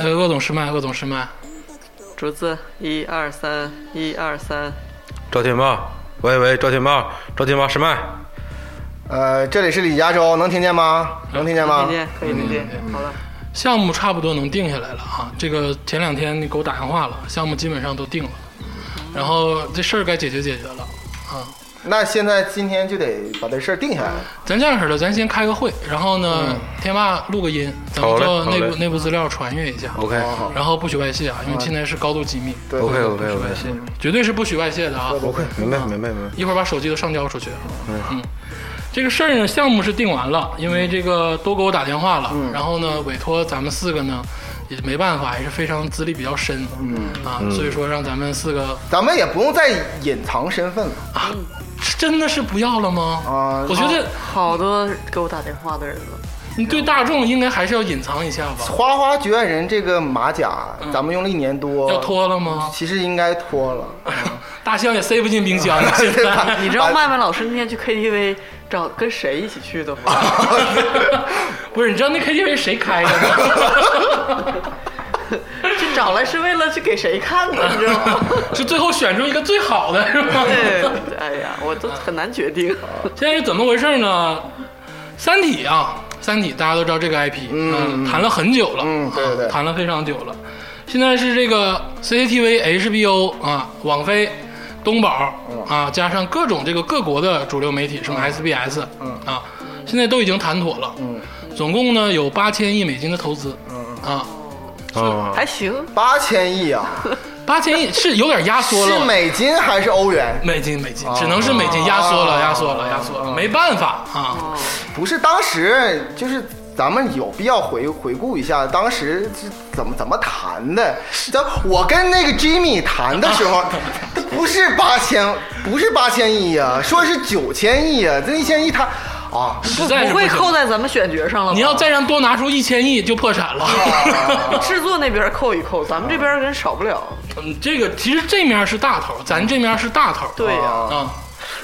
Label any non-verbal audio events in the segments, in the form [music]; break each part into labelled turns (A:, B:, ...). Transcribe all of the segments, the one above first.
A: 个呃总是慢。
B: 竹子，一二三，一二三，
C: 赵天霸，喂喂，赵天霸，赵天霸是麦，
D: 呃，这里是李家洲，能听见吗？能听见
A: 啊
D: 吗？
B: 听见可以听
A: 嗯
B: 见，好了，
A: 项目差不多能定下来了啊，这个前两天给我打电话了，项目基本上都定了，然后这事儿该解决解决了啊。
D: 那现在今天就得把这事儿定下来。
A: 咱这样式儿的，咱先开个会，然后呢，天霸录个音，咱们
C: 嗯
A: 就
C: 好嘞
A: 内
C: 好
A: 部
C: 嘞
A: 内部资料传阅一下。
C: OK
D: 好好
A: 然后不许外泄啊，因为现在是高度机密，
D: 哦对
C: OK
D: 对
C: OK
A: 不许外
C: OK
A: 泄，绝对是不许外泄的啊。
C: OK，明白明白明白，
A: 一会儿把手机都上交出去。嗯，这个事儿呢，项目是定完了，因为这个都给我打电话了，然后呢，委托咱们四个呢，也没办法，也是非常资历比较深，嗯啊，所以说让咱们四个
D: 咱们也不用再隐藏身份了。
A: 真的是不要了吗？
D: 啊
A: 我觉得
B: 好多给我打电话的人了，
A: 你对大众应该还是要隐藏一下吧，
D: 花花绝爱人这个马甲，
B: 嗯
D: 咱们用了一年多，
A: 要，脱了吗？
D: 其实应该脱了。
A: 大象也塞不进冰箱了，现
D: 对吧
A: 在。
B: [laughs] 你知道麦麦老师那天去 KTV 找跟谁一起去
A: [laughs]
B: 的吗？
A: [laughs] 不是，你知道那 KTV 谁开的吗？ [laughs]
B: 这找来是为了去给谁看的，你知道
A: [laughs]
B: 吗？
A: 就最后选出一个最好的，是吗？
B: 对，哎呀，我都很难决定。
A: 现在是怎么回事呢？《三体》啊，《三体》大家都知道这个 IP，嗯，谈了很久了，
D: 嗯对对对
A: 啊谈了非常久了。现在是这个 CCTV、HBO 啊，网飞、东宝啊，加上各种这个各国的主流媒体，什么 SBS，嗯啊，现在都已经谈妥了，嗯，总共呢有八千亿美金的投资，嗯啊，
C: 啊，
B: 还行，
D: [laughs] 八千亿啊，
B: [laughs]
A: 八千 [laughs] 亿是有哦点压缩了，
D: 是美金还是欧元？
A: 美金，美金，只能是美金压缩了，压缩了，压缩了，没办法啊，
D: 不是，当时就是咱们有必要回回顾一下当时是怎么怎么谈的。咱我跟那个 Jimmy 谈的时候，他不是八千，不是八千亿啊，说是九千亿啊，这一千亿他啊，
A: 实在是
B: 不会
A: 行
B: 扣在咱们选角上了吧。
A: 你要再让多拿出一千亿就破产了。
D: 啊
B: 制作那边扣一扣，咱们这边人少不了。
A: [laughs] 嗯，这个其实这面是大头，咱这面是大头。
B: 对呀、
D: 啊
A: 啊，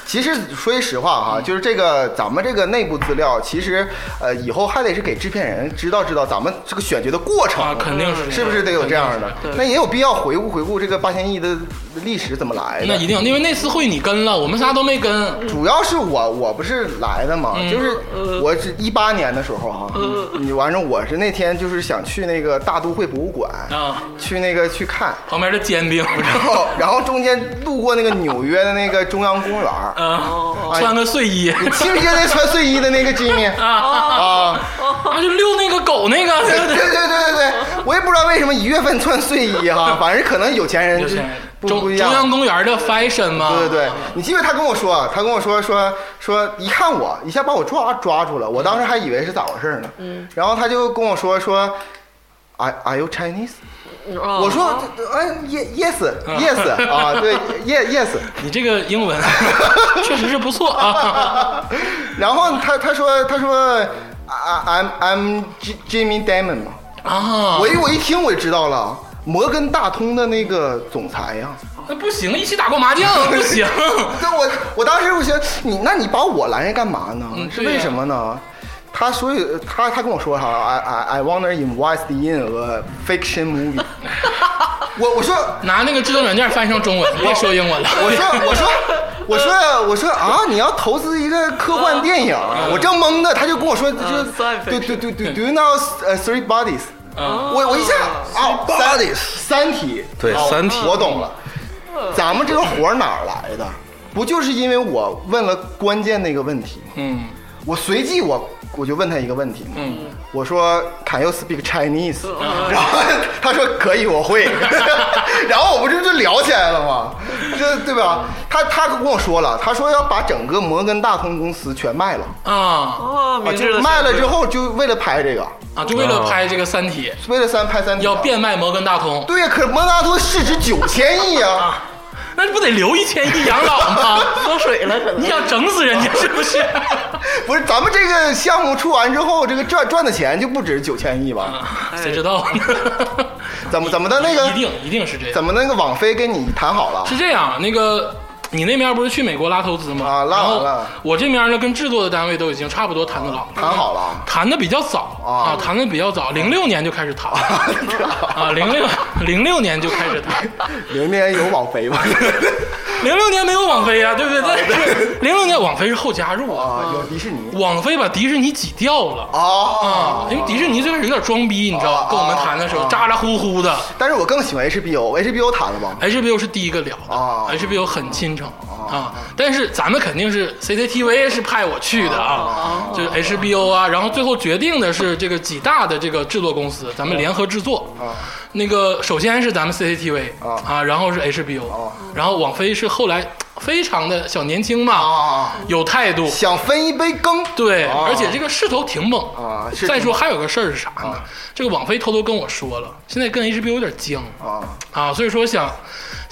D: 其实说句实话哈、就是这个咱们这个内部资料，其实呃以后还得是给制片人知道知道咱们这个选角的过程，
A: 啊肯定是
D: 是不是得有这样的
B: 肯定是？
D: 那也有必要回顾回顾这个八千亿的历史怎么来的。
A: 那一定，因为那次会你跟了，我们仨都没跟。
D: 主要是我我不是来的嘛，
A: 嗯
D: 就是我是一八年的时候哈、你完了我是那天就是想去那个大都会博物馆，
A: 啊，
D: 去那个去看， [laughs]
A: 旁边的煎饼，
D: 然后然后中间路过那个纽约的那个中央公园，
A: [laughs] [laughs] 啊，
D: 哎
A: 穿个睡衣，
D: 你记不记得那穿睡衣的那个 Jimmy 啊？
A: [laughs] 啊，就遛那个狗那个，
D: 对
A: 对对
D: 对对
A: 对。
D: 对对，我也不知道为什么一月份穿睡衣哈，反正可能有钱
A: [laughs]
D: 人
A: 就
D: 就是不
A: 中
D: 不
A: 中
D: 一样。
A: 央公园的 fashion 嘛，
D: 对对对，你记得他跟我说啊，他跟我说说说，一看我一下把我抓抓住了，我当时还以为是咋回事呢。嗯，然后他就跟我说说，Are Are you Chinese？
B: 哦
D: 我说，哎，ye-，yes yes 啊，对，yes yes。 [laughs]
A: 你这个英文确实是不错
D: [laughs]
A: 啊。
D: 然后他他说他说，I I'm I'm J- Jimmy Diamond 嘛。
A: 啊，
D: 我一我一听我就知道了，摩根大通的那个总裁呀、
A: 那不行，一起打过麻将不
D: [laughs]
A: 行。
D: 那我我当时我想你，那你把我拦着干嘛呢？
A: 嗯
D: 是
A: 对呀
D: 为什么呢？他所以他他跟我说哈，I I I wanna invest in a fiction movie
A: [laughs]
D: 我。我说
A: 拿那个制作软件翻译成中文，别说英文了。 [laughs]
D: 我说我说我说我说啊，你要投资一个科幻电影，我正懵呢，他就跟我说，就
B: 嗯算
D: do do do do do you know 呃 three bodies？
A: 嗯
D: 我我一下啊 bodies 三体
C: 对
D: 哦
C: 三体
D: 我懂了，咱们这个活儿哪儿来的？不就是因为我问了关键那个问题吗？
A: 嗯
D: 我随即我我就问他一个问题嘛，
A: 嗯，
D: 我说 Can you speak Chinese？然后他说可以，
A: [laughs]
D: 我会。 [laughs] 然后我不是就聊起来了吗？这对吧？他他跟我说了，他说要把整个摩根大通公司全卖了，
A: 啊
B: 哦，
D: 啊，
B: 明智
D: 就
B: 的
D: 卖了之后就为了拍这个，
A: 啊，就为
D: 哦
A: 了拍这个《三体》，
D: 为了三拍三体啊
A: 要变卖摩根大通，
D: 对呀，可是摩根大通市值九千亿啊！
A: [laughs]
D: [laughs]
A: 那不得留一千亿养老 [laughs] 吗？
B: 喝水了，可能
A: 你想整死人家是不 [laughs] 是？
D: 不是，咱们这个项目出完之后，这个赚赚的钱就不止九千亿吧？
A: 谁知道呢？
D: 怎么怎么的那个
A: 啊 [laughs] 一定一定是这样
D: 怎。么那个网飞跟你谈好了？
A: 是这样，那个你那面不是去美国拉投资吗？
D: 啊拉
A: 然
D: 完了
A: 后我这面呢，跟制作的单位都已经差不多谈得了，
D: 谈好了，
A: 谈的比较早
D: 啊
A: 啊，谈的比较早，零六年就开始谈
D: [laughs]
A: 啊，零六零六年就开始谈，
D: 明年有网飞吗？
A: 零六年没有网飞呀、对不对？但是零六年网飞是后加入啊，
D: [laughs] 啊啊，有迪士尼
A: 网飞把迪士尼挤掉了。
D: 啊
A: 啊，因为迪士尼最开始有点装逼，你知道吧？
D: 啊
A: 跟我们谈的时候咋咋呼呼的
D: 但是我更喜欢 HBO，HBO 谈了吗？
A: ，HBO 是第一个聊的
D: 啊
A: ，HBO 很亲诚啊。但是咱们肯定是 CCTV 是派我去的啊，就是 HBO 啊，然后最后决定的是这个几大的这个制作公司，咱
D: 啊
A: 们联合制作。那个首先是咱们 CCTV
D: 啊
A: 啊，然后是 HBO，然后网飞是后来非常的小年轻嘛，
D: 啊，
A: 有态度，
D: 想分一杯羹，
A: 对，
D: 啊
A: 而且这个势头挺猛
D: 啊是
A: 再说还有个事儿是啥呢？这个网飞偷偷跟我说了，现在跟 HBO 有点僵
D: 啊，
A: 啊，所以说想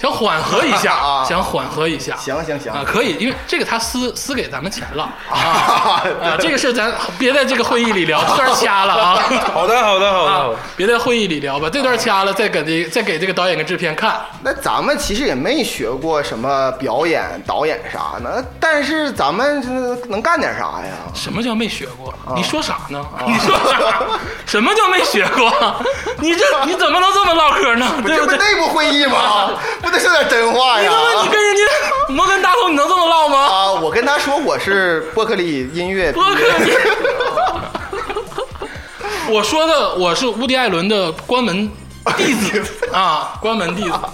A: 想缓和一下，
D: [laughs] 啊
A: 想缓和一下。
D: 行行行
A: 啊，可以，因为这个他私私给咱们钱了啊啊，这个事儿咱 [laughs] 别在这个会议里聊，这段掐了啊。 [laughs]
C: 好的，好的，好的，好
A: 啊
C: 的，
A: 别在会议里聊吧，这段掐了，再给这再给这个导演跟制片看，
D: [laughs] 那咱们其实也没学过什么表演、导演啥的，但是咱们这能干点啥呀？
A: 什么叫没学过？
D: 啊
A: 你说啥呢？你说啥？ [laughs] 什么叫没学过？ [laughs] 你这你怎么能这么唠嗑呢？对
D: [laughs] 这
A: 不
D: 不
A: 对？
D: 内部会议吗？ [laughs] 不得说点真话
A: 你
D: 呀
A: 他？妈你跟人家摩根大通，你能这么唠吗？
D: 啊，我跟他说我是伯克利音乐毕
A: 我
D: 业，
A: 可你！ [laughs] 我说的我是乌迪艾伦的关门弟子啊，关门弟子啊，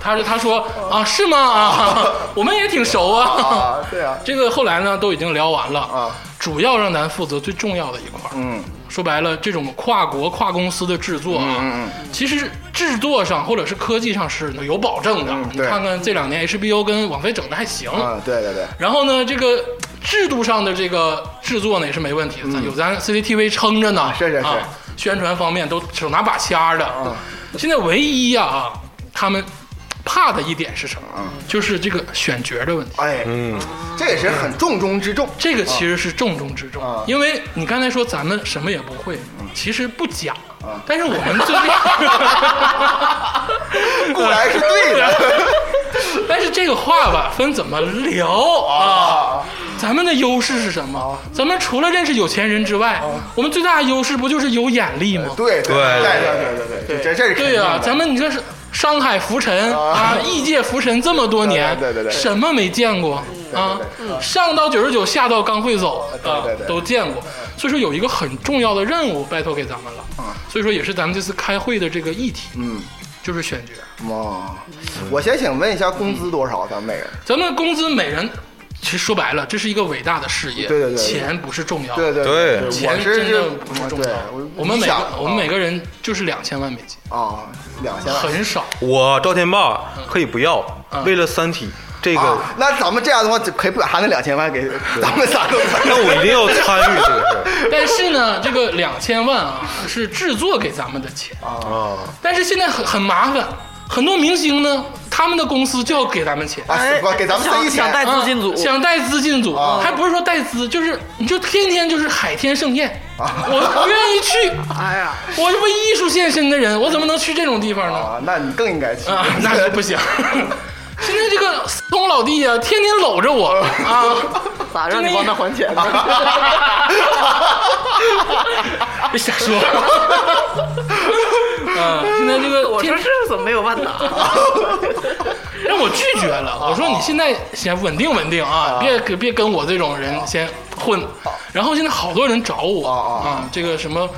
A: 他是他说啊是吗啊，我们也挺熟啊。
D: 啊，对啊，
A: 这个后来呢都已经聊完了
D: 啊，
A: 主要让咱负责最重要的一块儿。
D: 嗯，
A: 说白了，这种跨国跨公司的制作啊，
D: 嗯
A: 其实制作上或者是科技上是有保证的。你
D: 嗯对
A: 看看这两年 HBO 跟网飞整的还行，
D: 啊，对对对，
A: 然后呢，这个制度上的这个制作呢也是没问题的，有咱 CCTV 撑着呢，
D: 嗯是是是
A: 啊，宣传方面都手拿把掐的。现在唯一呀啊，他们怕的一点是什么？
D: 嗯
A: 就是这个选角的问题。
D: 哎，
C: 嗯，
D: 这也是很重中之重。
A: 这个其实是重中之重，
D: 啊
A: 因为你刚才说咱们什么也不会，
D: 嗯
A: 其实不假，但是我们最 [laughs] 厉
D: 固然是对的
A: [laughs] 但是这个话吧，分怎么聊啊？咱们的优势是什
D: 啊
A: 么？咱们除了认识有钱人之外，我们最大的优势不就是有眼力吗？
D: 哎对对
C: 对
D: 对对对对，这这是肯
A: 对
D: 定
A: 呀、
D: 的
A: 咱们你这是商海浮沉啊，异界浮沉这么多年，
D: 对对对对
A: 什么没见过啊？上到九十九，下到刚会走啊
D: 对对，对
A: 都见过。所以说有一个很重要的任务拜托给咱们了，所以说也是咱们这次开会的这个议题，
D: 啊嗯，
A: 就是选角。
D: 哇，我先想问一下工资多少？咱们每人
A: 咱们工资每人，其实说白了，这是一个伟大的事业，
D: 对对对对
A: 钱不是重要的，
D: 对
C: 对
D: 对我
A: 钱
D: 是
A: 真
D: 这
A: 的不是重要
D: 对
A: 的，我们每个我们每个人就是两千万美金，
D: 啊两千万
A: 很少。
C: 我赵天霸可以不要，为了《三体》这个，
D: 啊，那咱们这样的话就可以把他那两千万给咱们仨都分
A: [laughs]
C: 那我一定要参与这个事 [laughs] 儿
A: 但是呢，这个两千万啊是制作给咱们的钱，
C: 啊。
A: 但是现在很很麻烦，很多明星呢，他们的公司就要给咱们钱。
D: 啊，死吧给咱们
B: 想
D: 塞
B: 想带
D: 钱
A: 啊
B: 资金组，
A: 想带资进组，
D: 啊
A: 还不是说带资，就是你就天天就是海天盛宴，
D: 啊
A: 我我愿意去，
B: 哎呀，
A: 我这不艺术献身的人，我怎么能去这种地方呢？
D: 啊，那你更应该
A: [laughs]
D: 去
A: 啊，那是不行。现在这个死通老弟啊，天天搂着我啊，
B: 咋让你帮他还钱呢？
A: [laughs] 别瞎说。 [laughs] 啊，现在这个
B: 我
A: 天
B: 说这怎么没有万达？
A: 让我拒绝了。我说你现在先稳定稳定啊，别跟别跟我这种人先混。然后现在好多人找我
D: 啊啊
A: 啊，这个什么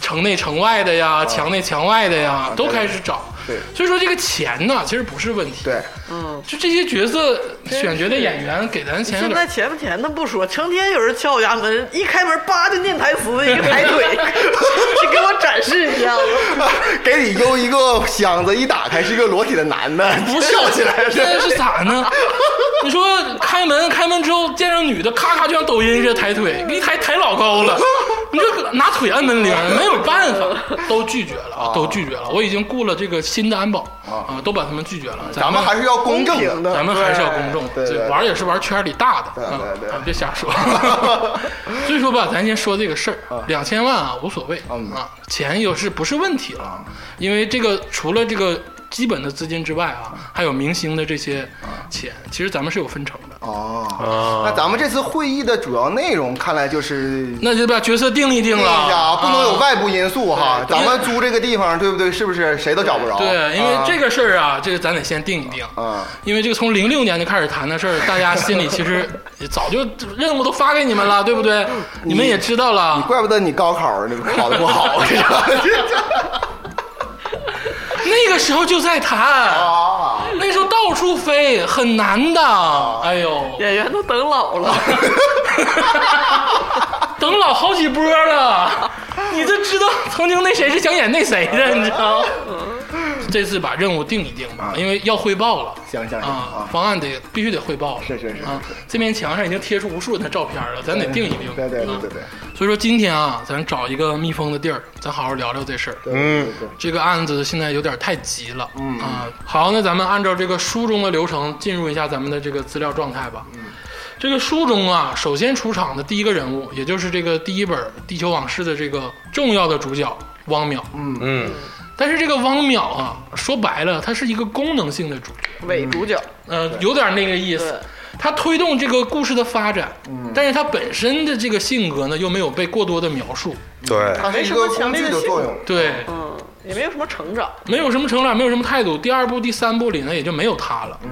A: 城内城外的呀，墙内墙外的呀，都开始找。
D: 对
A: 所以说这个钱呢，其实不是问题。
D: 对， [laughs]
A: 就这些角色选角的演员给咱钱有
B: [laughs] 现
A: 点
B: 在钱不钱的不说，成天有人敲我家门，一开门叭就念台词，一个抬腿，你给我展示一下子。
D: 给你邮一个箱子，一打开是一个裸体的男的，
A: 不是
D: [laughs] 笑起来
A: 现在
D: 了。
A: 是咋呢？ [laughs] 你说开门，开门之后见着女的，咔咔就像抖音似的抬腿，一抬抬老高了，你就拿腿按门
D: [laughs]
A: 铃，没有办法，都拒绝了，都拒绝了。我已经雇了这个新的安保啊，都把他们拒绝了。
D: 咱们还是要公正
B: 公平
D: 的
B: 的
A: 咱们还是要公众，
D: 对对对
A: 玩儿也是玩圈里大的，
D: 对
A: 啊
D: 对对
A: 咱别瞎说。
D: [laughs]
A: 所以说吧，咱先说这个事儿，两千万啊无所谓
D: 嗯
A: 啊，钱又是不是问题了？因为这个除了这个基本的资金之外啊，还有明星的这些
D: 嗯
A: 钱，其实咱们是有分成的。
D: 哦，
C: 啊，
D: 那咱们这次会议的主要内容看来就是
A: 那就把角色定一定
D: 定一下
A: 了
D: 啊，，不能有
A: 啊
D: 外部因素哈。
A: 对
D: 咱
A: 对
D: 们租这个地方，对不对？是不是谁都找不着？
A: 对，因为这
D: 个
A: 个事儿啊，这个咱得先定一定。
D: 啊，
A: 因为这个从零六年就开始谈的事儿，大家心里其实早就任务都发给你们了，对不对？你们也知道了。
D: 怪不得你高考那个考的不 [laughs] 好，这个
A: [laughs] 那个时候就在谈，
D: 啊，
A: 那时候到处飞，很难的。哎
D: [laughs]
A: 呦，
B: 演员都等老了，
A: 等老好几波了，你就知道曾经那谁是想演那谁
D: 嗯
A: 的，你知道？这次把任务定一定吧，因为要汇报了。
D: 啊行行行
A: 啊
D: 啊，，
A: 方案得必须得汇报了。
D: 是是是
A: 啊，这面墙上已经贴出无数人的照片了，咱得定一定。
D: 对对对对
A: 啊
D: 对，
A: 所以说今天啊，咱找一个密封的地儿，咱好好聊聊这事儿。
D: 嗯，对对
A: 这个案子现在有点太急了，嗯啊，好，那咱们按照这个书中的流程进入一下咱们的这个资料状态吧。嗯，这个书中啊，首先出场的第一个人物，也就是这个第一本《地球往事》的这个重要的主角汪淼。
C: 嗯，
A: 但是这个汪淼啊，说白了，他是一个功能性的主角，
B: 伪主角，
A: 呃，有点那个意思。他推动这个故事的发展，但是他本身的这个性格呢，又没有被过多的描述。
C: 对，
D: 它是一个工具的作用。
A: 对，
B: 嗯，也没有什么成长，
A: 没有什么成长，没有什么态度。第二部、第三部里呢，也就没有他了。嗯，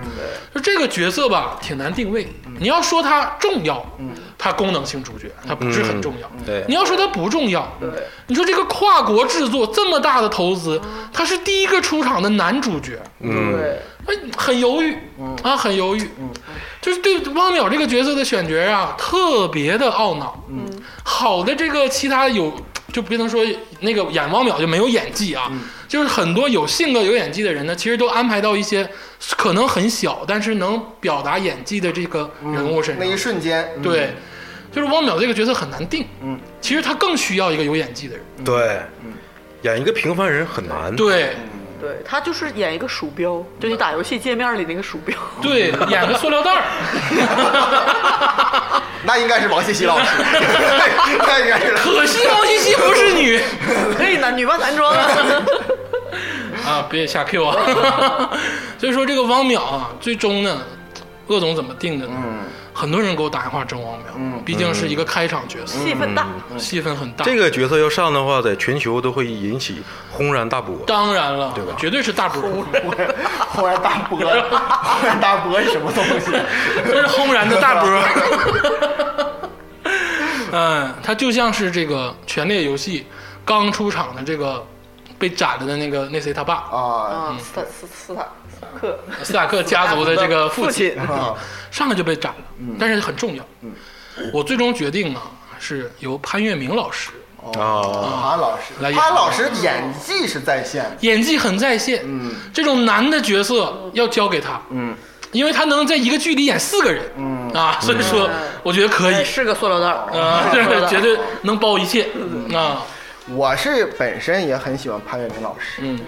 A: 就这个角色吧，挺难定位。你要说他重要，嗯，他功能性主角，他不是很重要。
C: 对
A: 你要说他不重要，
B: 对，
A: 你说这个跨国制作这么大的投资，他是第一个出场的男主角，
C: 嗯，
B: 对，
A: 哎，很犹豫，
D: 嗯
A: 啊，很犹豫，就是对汪淼这个角色的选角啊，特别的懊恼。嗯，好的，这个其他有就不能说那个演汪淼就没有演技啊，
D: 嗯
A: 就是很多有性格有演技的人呢，其实都安排到一些可能很小，但是能表达演技的这个人物身上。
D: 嗯那一瞬间，嗯，
A: 对，就是汪淼这个角色很难定。嗯，其实他更需要一个有演技的人。
D: 嗯
C: 对，嗯演一个平凡人很难。
A: 对。
D: 嗯
B: 对他就是演一个鼠标，就你打游戏界面里那个鼠标，
A: 对，演个塑料袋
D: 嗯 [laughs]
A: 儿，
D: 那应该是王西西老师， [laughs] 那应该是
A: 可惜王西西不是女。
B: 可以男女扮男装啊，
A: 啊，别瞎 Q 啊！ [laughs] 所以说这个汪淼啊，最终呢，鄂总怎么定的呢？很多人给我打电话争汪淼，毕竟是一个开场角色，
B: 戏份大，
A: 戏份很大。
C: 这个角色要上的话，在全球都会引起轰然大波。
A: 当然了，
C: 吧
A: 绝对是大波，
D: 忽然大波，忽然大波是什么东西？
A: 这是轰然的大波。嗯，他就像是这个《权力游戏》刚出场的这个被斩了的那个那谁他爸
D: 啊
B: 啊，斯坦斯斯坦斯坦克
A: 斯塔克家族的这个父
B: 父
A: 亲
B: 亲，
A: 哦
D: 啊，
A: 上来就被斩了，但是很重要。我最终决定啊，是由潘粤明老师
C: 啊，
D: 潘哦老师，
A: 来
D: 潘
A: 演
D: 老师演技是在线的，
A: 演技很在线，嗯，这种男的角色要交给他，嗯，因为他能在一个剧里演四个人，嗯啊，所以说我觉得可以
B: 哎是个塑料袋儿，
A: 啊，这绝对能包一切啊，
D: 我是本身也很喜欢潘粤明老师，
A: 嗯，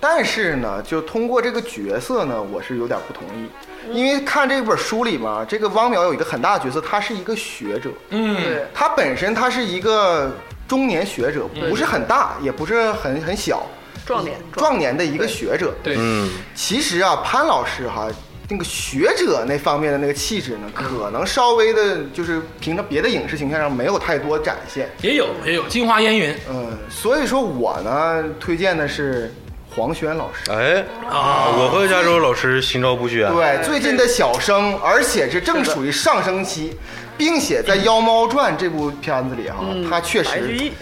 D: 但是呢，就通过这个角色呢，我是有点不同意，因为看这本书里嘛，这个汪淼有一个很大的角色，他是一个学者，
A: 嗯，
B: 对，
D: 他本身他是一个中年学者，
A: 嗯
D: 不是很大，也不是很很小，
B: 壮年
D: 壮年的一个学者。
A: 对，
C: 嗯，
D: 其实啊，潘老师哈、那个学者那方面的那个气质
B: 嗯
D: 呢，可能稍微的，就是平常别的影视形象上没有太多展现。
A: 也有也有《镜花烟云》
D: 嗯，所以说我呢推荐的是黄轩老师。
C: 哎，我和加州老师心照不宣。
D: 对，最近的小生，而且是正处于上升期，并且在《妖猫传》这部片子里哈、他确
B: 嗯白居
D: 实
B: 易，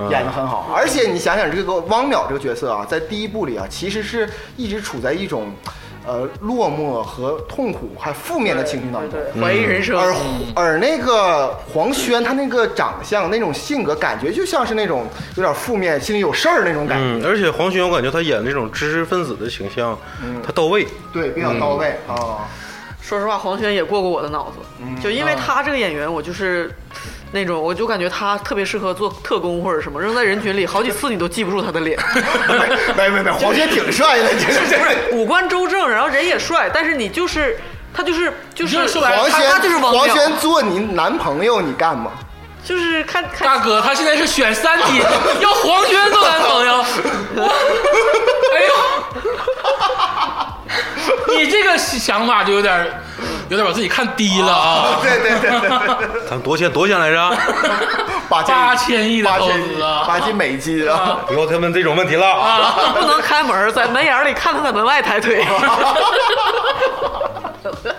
B: 嗯
D: 演得很好。而且你想想，这个汪淼这个角色啊，在第一部里啊，其实是一直处在一种，呃，落寞和痛苦还负面的情绪当中。
B: 对，怀疑人生，
D: 而而那个黄轩，他那个长相、那种性格，感觉就像是那种有点负面、心里有事儿那种感觉。
C: 嗯，而且黄轩，我感觉他演那种知识分子的形象，
A: 嗯
C: 他到位。
D: 对，比较到位 [laughs] 啊。
B: 说实话，黄轩也过过我的脑子，就因为他这个演员，我就是那种，我就感觉他特别适合做特工或者什么，扔在人群里好几次你都记不住他的脸，
D: 没没没，黄轩挺帅的，这这这。
B: 五官周正，然后人也帅，但是你就是他就是就是
A: 你这说白了
D: 黄
B: 他
D: 轩
B: 他就是王
D: 黄
B: 淼
D: 轩做你男朋友，你干吗？
B: 就是看看
A: 大哥，他现在是选三体， [laughs] 要黄轩做男朋 [laughs] 友。我哎呦， [laughs] 你这个想法就有点儿，有点把自己看低了
D: [laughs]
A: 啊！
D: [laughs] 对对对对对，
C: 咱们多钱多钱来
A: [laughs]
C: 着？
D: 八千
A: 八千亿的
D: 八
A: 投
D: 千
A: 资啊！
D: 八千美金啊！
C: 不要再问这种问题了。
B: 不能开门，在门眼里看他在门外抬
A: [laughs]
B: 腿。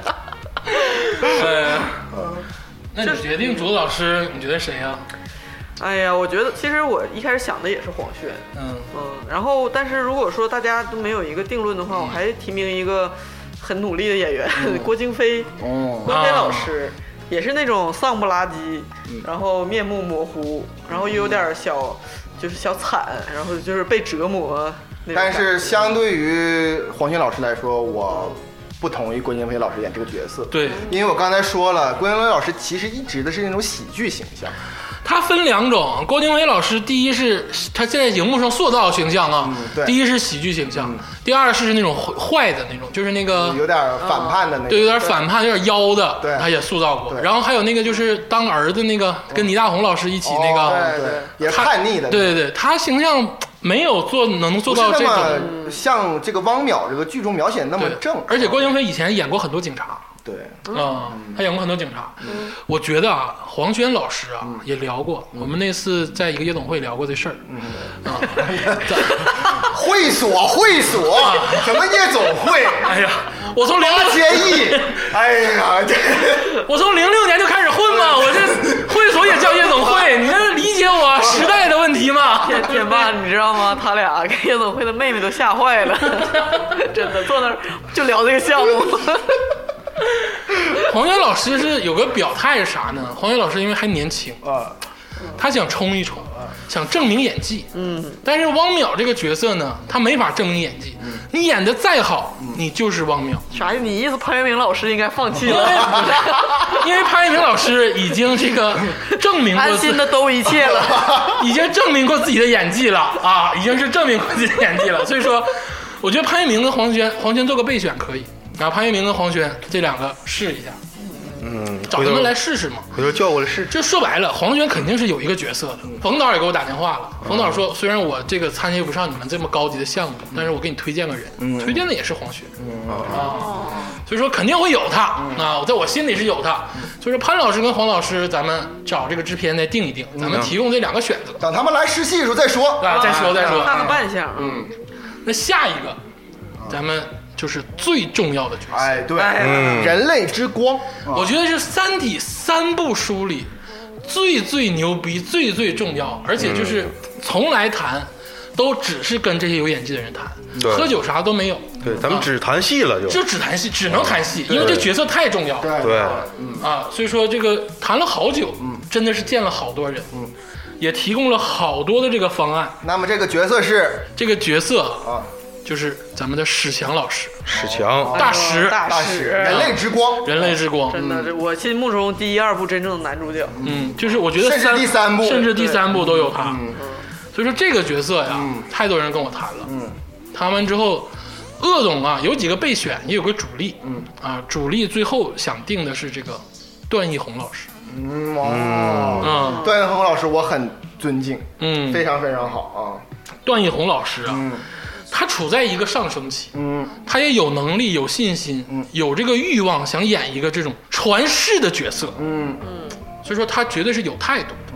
A: 哎
D: 嗯
A: 那你决定卓老师，你觉得谁呀？
B: 哎呀，我觉得其实我一开始想的也是黄轩，
A: 嗯，
B: 嗯，然后但是如果说大家都没有一个定论的
D: 嗯
B: 话，我还提名一个很努力的演员、 [laughs] 郭京飞，
D: 哦，
B: 郭京飞老师、也是那种丧不拉几，
D: 嗯
B: 然后面目模糊，然后又有点小，就是小惨，然后就是被折磨那种感
D: 但
B: 觉。
D: 是相对于黄轩老师来说，我不同意郭京飞老师演这个角色。
A: 对，
D: 因为我刚才说了，郭京飞老师其实一直的是那种喜剧形象，
A: 他分两种，郭京飞老师，第一是他现在荧幕上塑造的形象啊，
D: 嗯对嗯
A: 第一是喜剧形象，第二是那种坏坏的那种，就是那个
D: 有点反叛的
A: 嗯
D: 那
A: 对，有
D: 种。
A: 点反叛，有点妖的，
D: 对
A: 他也塑造过。
D: 对嗯
A: 然后还有那个就是当儿子那个，跟倪大红老师一起那
D: 哦
A: 个，
D: 对
B: 对
D: 对，也是叛逆的，
A: 对，对对，他形象没有做能做
D: 不是
A: 到
D: 那
A: 这种。
D: 么像这个汪淼这个剧中描写那么
A: 对
D: 正，
A: 而且郭京飞以前演过很多警察
D: 对，
A: 啊，
D: 嗯
A: 他演过很多警察。我觉得啊，黄轩老师
D: 嗯
A: 啊也聊过，我们那次在一个夜总会聊过这事儿。啊，
D: 嗯 [laughs] 会所会所，
A: 啊
D: 什么夜总
A: [laughs]
D: 会，
A: 哎呀，我从零
D: 八千亿，哎呀，这
A: 我从零六年就开始混嘛，我这会所也叫夜总会，你这理解我时代的问题
B: [laughs]
A: 嘛？
B: 天天霸，你知道吗？他俩跟夜总会的妹妹都吓坏了， [laughs] 真的坐那儿就聊这个项目。
A: [laughs] 黄轩老师是有个表态是啥呢？黄轩老师因为还年轻，
D: 啊，
A: 他想冲一冲，想证明演技。嗯，但是汪淼这个角色呢，他没法证明演技。你演的再好，你就是汪淼，
B: 啥意思？你意思潘粤明老师应该放弃了？
D: [laughs]
A: 因为潘粤明老师已经这个证明过
B: 安
A: 自
B: 心的兜一切了。
A: 已经证明过自己的演技了啊，已经是证明过自己的演技了。所以说，我觉得潘粤明跟黄轩，黄轩做个备选可以。然后潘粤明跟黄轩这两个试一下，
C: 嗯，
A: 找
C: 回
A: 他
C: 头
A: 们来试试嘛。
C: 回头叫过来试试。
A: 就说白了，黄轩肯定是有一个角色的。冯导也给我打电话了，冯导说，虽然我这个参与不上你们这么高级的项目，但是我给你推荐个人，推荐的也是黄轩啊，所以说肯定会有他啊，我在我心里是有他。所以说潘老师跟黄老师，咱们找这个制片再定一定，咱们提供这两个选择
D: 等他们来试戏的时候再说。
A: 啊，再说再说。嗯
B: 看个啊扮相。
A: 那下一个，咱们就是最重要的角色，
D: 哎，对，
B: 哎
D: 人类之光，
A: 我觉得是《三体》三部书里最最牛逼、最最重要，而且就是
D: 嗯
A: 从来谈都只是跟这些有演技的人谈，
C: 对
A: 喝酒啥都没有，
C: 对，咱
A: 啊
C: 们只谈戏了就。
A: 就只谈戏，只能谈戏，因为这角色太重要了
D: 对嗯
C: 对，
A: 啊。所以说这个谈了好久，真的是见了好多人，
D: 嗯
A: 也提供了好多的这个方案。
D: 那么这个角色是
A: 这个角色
D: 啊，
A: 就是咱们的史强老师，
C: 史强，
A: 大啊石，
B: 大
D: 大使，
B: 使，
D: 啊人类之光，
A: 人类之光，
B: 真的，这我心目中第一、二部真正的男主角。
A: 嗯，就是我觉得
D: 甚至
A: 三
D: 第三部嗯
A: 甚至第三部都有他。所以说这个角色呀，太多人跟我谈了。嗯，谈完之后，鄂总啊有几个备选，也有个主力。嗯，啊，主力最后想定的是这个段奕宏老师。
D: 嗯哦，
A: 嗯
D: 段奕宏老师我很尊敬，非
A: 嗯，
D: 常非常好啊
A: 段奕宏老师啊，
D: 嗯
A: 他处在一个上升期
D: 啊，，嗯，
A: 他也有能力、有信心、有这个欲望，想演一个这种传世的角色。
D: 嗯，
A: 所以说他绝对是有态度的。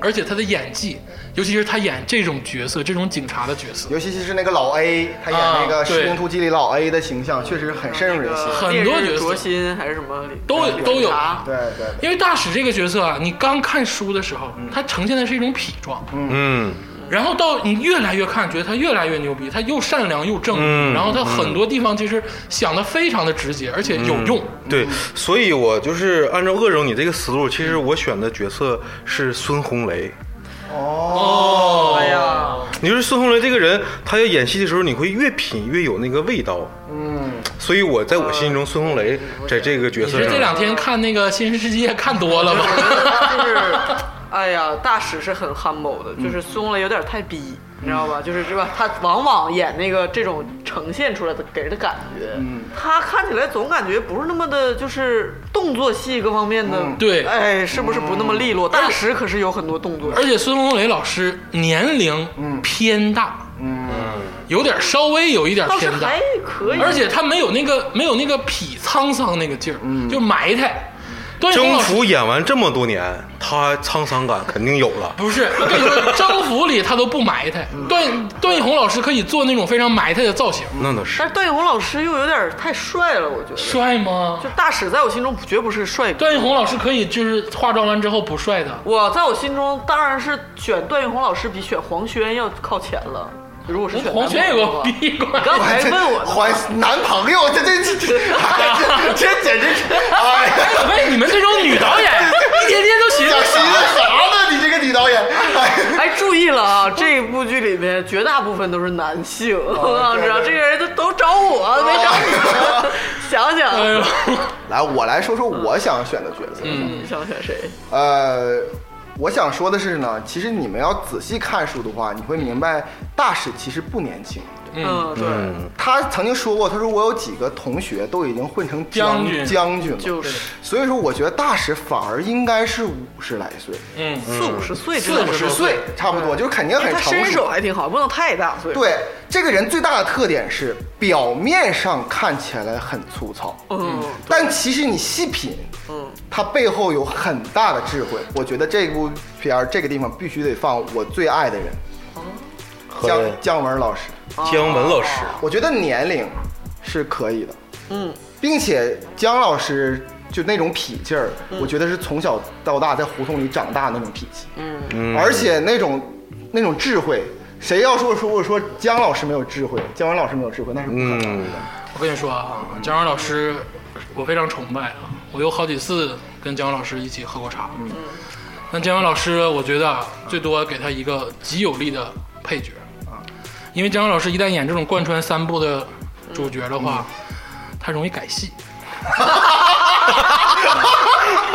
A: 而且他的演技，尤其是他演这种角色，这种警察的角色，
D: 尤其是那个老 A，他演那个
A: 啊
D: 《士
A: 对
D: 兵突击》里老 A 的形象，确实很深入人心。
A: 很多角色
B: 灼心还是什么里
A: 都有都有
B: 啥
D: 对对对，
A: 因为大使这个角色啊，你刚看书的时候，他呈现的是一种痞状，
C: 嗯，
A: 然后到你越来越看，觉得他越来越牛逼，他又善良又正义，
C: 嗯
A: 然后他很多地方其实想的非常的直接，而且有用。
C: 对，所以我就是按照鄂总你这个思路，其实我选的角色是孙红雷。
D: [laughs]
A: 哦，
B: 哎呀，
C: 你就是孙红雷这个人，他要演戏的时候，你会越品越有那个味道。
D: 嗯，
C: 所以我在我心中，孙红雷在这个角
A: 啊你
C: 色
A: 是这两
C: 上，
A: 天看那个《新世界》 [laughs] 看多了吧？
B: 就是，
A: [laughs]
B: 哎呀，大使是很 humble 的，
A: 嗯
B: 就是孙红雷有点太逼，你知道吧？就是是吧？他往往演那个这种呈现出来的给人的感觉，
A: 嗯
B: 他看起来总感觉不是那么的，就是动作戏各方面的，
A: 嗯对嗯
B: 哎，是不是不那么利落？大使可是有很多动作，
A: 而且孙红雷老师年龄偏大，
D: 嗯，
A: 有点稍微有一点
B: 倒是
A: 偏大
B: 还，可以，
A: 而且他没有那个没有那个痞沧桑那个劲儿，就埋汰。段奕宏
C: 征
A: 老师
C: 服演完这么多年，他沧桑感肯定有了。
A: 不是，我跟你说，征服里他都不埋汰。段段奕宏老师可以做那种非常埋汰的造型，
C: 那倒是
B: 但，是段奕宏老师又有点太帅了，我觉得。
A: 帅吗？
B: 就大使在我心中绝不是帅哥，
A: 段奕宏老师可以就是化妆完之后不帅的，
B: 我在我心中当然是选段奕宏老师比选黄轩要靠前了。如果是选
A: 黄轩有
B: 男朋
A: 个
B: 友的话
A: 逼
B: 你
A: 关 [laughs] 系。
B: 刚才问我呢，
D: 还男朋友，这这这这这这简直是，哎呀，
A: 哎喂，你们这种女导演 [laughs] 一天天都寻
D: 想
A: 思
D: 寻思啥呢？你这个女导演，哎呀
B: [laughs] 哎，注意了啊，这部剧里面绝大部分都是男性，
A: 哦
B: [laughs]
D: 对
B: 知道这
D: 对
B: 些人都都找我，没找
A: [laughs]
B: 你。想想，
A: 哎呦，
D: 来，我来说说我想选的角色。
B: 你想选谁？
D: 呃，我想说的是呢，其实你们要仔细看书的话，你会明白大使其实不年轻。
B: 嗯，对，
C: 嗯，
D: 他曾经说过，他说我有几个同学都已经混成将
A: 将军
D: 将军了，
B: 就是
D: 所以说我觉得大使反而应该是五十来岁，
A: 嗯，
B: 四五十岁，哎
A: 四五十
D: 十岁差不多，就是肯定很
B: 他
D: 成
B: 身手
D: 熟。
B: 还挺好，不能太大岁。，
D: 对，这个人最大的特点是表面上看起来很粗糙，
B: 嗯
D: 但其实你细品，
B: 嗯，
D: 他背后有很大的智慧。我觉得这部片儿这个地方必须得放我最爱的人
C: 何
D: 姜
C: 人
D: 姜文老师。
C: 姜文老师，
D: 我觉得年龄是可以的，
B: 嗯，
D: 并且姜老师就那种痞劲儿，
B: 嗯
D: 我觉得是从小到大在胡同里长大那种痞气，
C: 嗯，
D: 而且那种那种智慧。谁要说说我说姜老师没有智慧，姜文老师没有智慧，那是不可能的。
C: 嗯，
A: 我跟你说啊，姜文老师，我非常崇拜啊，我有好几次跟姜文老师一起喝过茶。嗯，那姜文老师，我觉得啊，最多给他一个极有力的配角啊，因为姜文老师一旦演这种贯穿三部的主角的话，他容易改戏。 [laughs]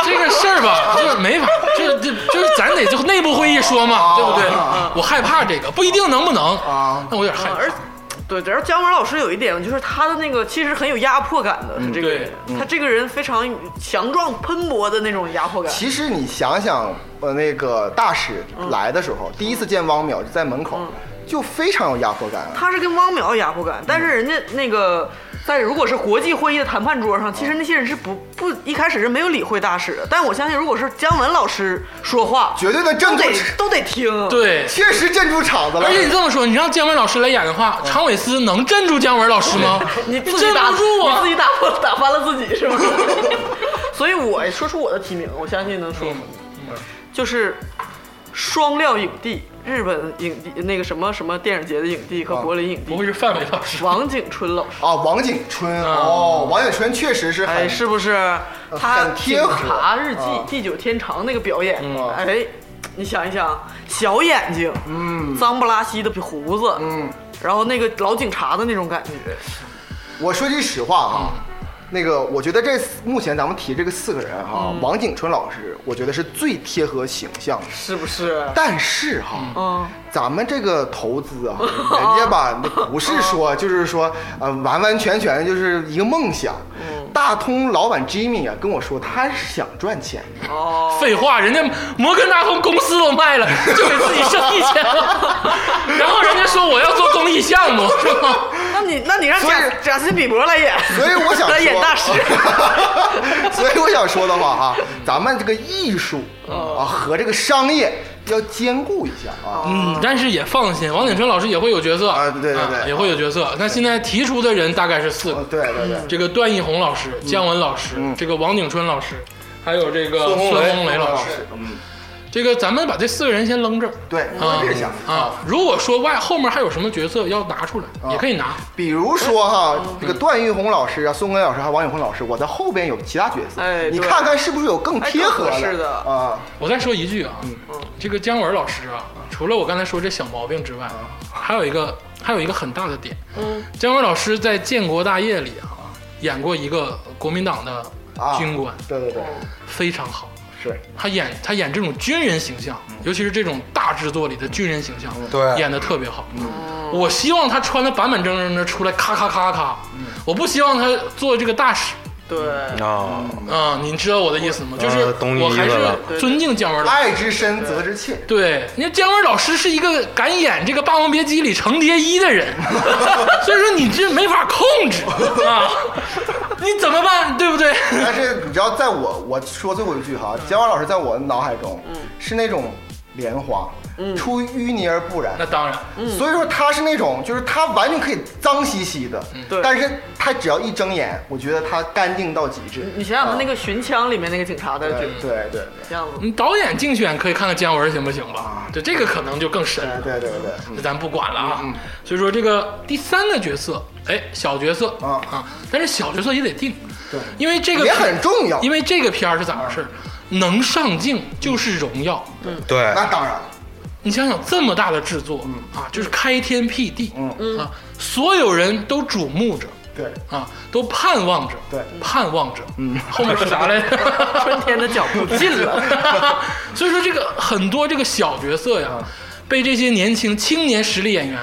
A: 这个事儿吧，就是没法，就是这就是咱得就内部会议说嘛，对不对？我害怕这个，不一定能不能
D: 啊
A: 那我有点害
B: 嗯
A: 怕。
B: 而对，主要姜文老师有一点就是他的那个其实很有压迫感的，
D: 嗯
B: 是这个
A: 对
B: 人，他这个人非常强壮喷薄的那种压迫感。
D: 其实你想想，呃，那个大使来的时
B: 嗯
D: 候，第一次见汪淼就在门口，就非常有压迫感啊。
B: 他是跟汪淼有压迫感，但是
D: 嗯
B: 人家那个在如果是国际会议的谈判桌上，
D: 嗯
B: 其实那些人是不不一开始是没有理会大使的。但我相信，如果是姜文老师说话，
D: 绝对能
B: 都
D: 镇住
B: 得，都得听。，
A: 对，
D: 确实镇住场子了。
A: [laughs] 而且你这么说，你让姜文老师来演的话，常伟思能镇住姜文老师 [laughs] 吗？
B: 你自己
A: 镇
B: 打
A: 不住
B: 你
A: 啊
B: 自！己打破打翻了自己是吗？ [laughs] 所以我说出我的提名，我相信能说出，就是双料影帝，日本影帝那个什么什么电影节的影帝和柏林影
A: 不
B: 帝
A: 会是范伟老师吧？
B: 王景春老师。
D: 啊，王景春哦，王景春确实是很
B: 啊哎，是不是他
D: 很贴合
B: 警察日记
D: 啊
B: 地久天长那个表演？哎，你想一想，小眼睛，嗯，脏不拉稀的胡子，嗯，然后那个老警察的那种感觉，
D: 我说句实话哈、那个我觉得这四目前咱们提这个四个人哈、王景春老师，我觉得是最贴合形象的。
B: 是不是？
D: 但是哈、
B: [laughs] 嗯，
D: 咱们这个投资啊，人家吧，不是说就是说，呃，完完全全就是一个梦想。大通老板 Jimmy 啊跟我说，他是想赚钱，
B: 哦，
A: [laughs] 废话，人家摩根大通公司都卖了，就给 [laughs] 自己剩一千了。 [laughs] 然后人家说我要做公益项目，是吧？
B: 那你那你让
D: 所以
B: 贾贾斯汀比伯来演，
D: 所以我想说
B: [laughs] 来演大
D: [laughs]
B: 师，
D: [laughs] 所以我想说的话哈，咱们这个艺术啊和这个商业要兼顾一下啊。
A: 嗯，但是也放心，王景春老师也会有角色
D: 啊对对对
A: 也会有角色。那现在提出的人大概是四个
D: 嗯，，对对对，
A: 这个段奕宏老师、姜文老师、这个王景春老师，还有这个
C: 孙红雷
A: 雷老师。
D: 嗯，
A: 这个咱们把这四个人先扔这儿。
D: 对，
A: 啊
D: 我也想
A: 啊！如果说外后面还有什么角色要拿出来，也可以拿。
D: 比如说哈，
B: 嗯
D: 这个段奕宏老师啊、孙根老师还有王永坤老师，我在后边有其他角色，
B: 哎对
D: 你看看是不是有更贴合
B: 哎更合适的
D: 啊？
A: 我再说一句啊，这个姜文老师啊，除了我刚才说这小毛病之外，还有一个还有一个很大的点，
B: 嗯
A: 姜文老师在建国大业里啊，演过一个国民党的
D: 啊
A: 军官，
D: 对对对，
A: 非常好。
D: 是
A: 他演他演这种军人形象，尤其是这种大制作里的军人形象，
C: 对
A: 演的特别好。
B: 嗯
A: 我希望他穿的板板正正的出来，咔咔咔咔。我不希望他做这个大使
B: 对，
C: 啊，
A: 啊、你知道我的意思吗？就是
C: 呃懂你
A: 我还
C: 意思了
A: 是尊敬姜文老师。
D: 爱之深责之切，
A: 对，你看姜文老师是一个敢演这个《霸王别姬》里程蝶衣的人， [laughs] 所以说你这没法控制啊，你怎么办？对不对？ [laughs]
D: 但是你知道，在我我说最后一句哈，姜文老师在我脑海中，
B: 嗯
D: 是那种莲花，出淤泥而不染
A: 那。当然，
B: 嗯
D: 所以说他是那种，就是他完全可以脏兮兮的，
B: 对
D: 但是他只要一睁眼，我觉得他干净到极致。
B: 你想想他那个寻枪里面那个警察的
D: 对
B: 这
D: 对对对
B: 样子，
A: 你嗯导演竞选可以看看姜文行不行
C: 啊
A: 吧？对，这个可能就更深了。
D: 对对对对，
B: 嗯
A: 这咱不管了啊。
D: 嗯
A: 所以说这个第三个角色，哎，小角色
D: 啊
A: 但是小角色也得定，
D: 对
A: 因为这个
D: 也很重要
A: 因为这个片儿是咋回事儿？能上镜就是荣耀。
D: 嗯
C: 对，
D: 那当然了，
A: 你想想这么大的制作
D: 嗯
A: 啊，就是开天辟地啊，所有人都瞩目着。
D: 对，
A: 啊，都盼望着，
D: 对
A: 盼望着，嗯，后面是啥来着？
B: 春天的脚步
D: [laughs]
B: 近了。
A: 所以说这个很多这个小角色呀，被这些年轻青年实力演员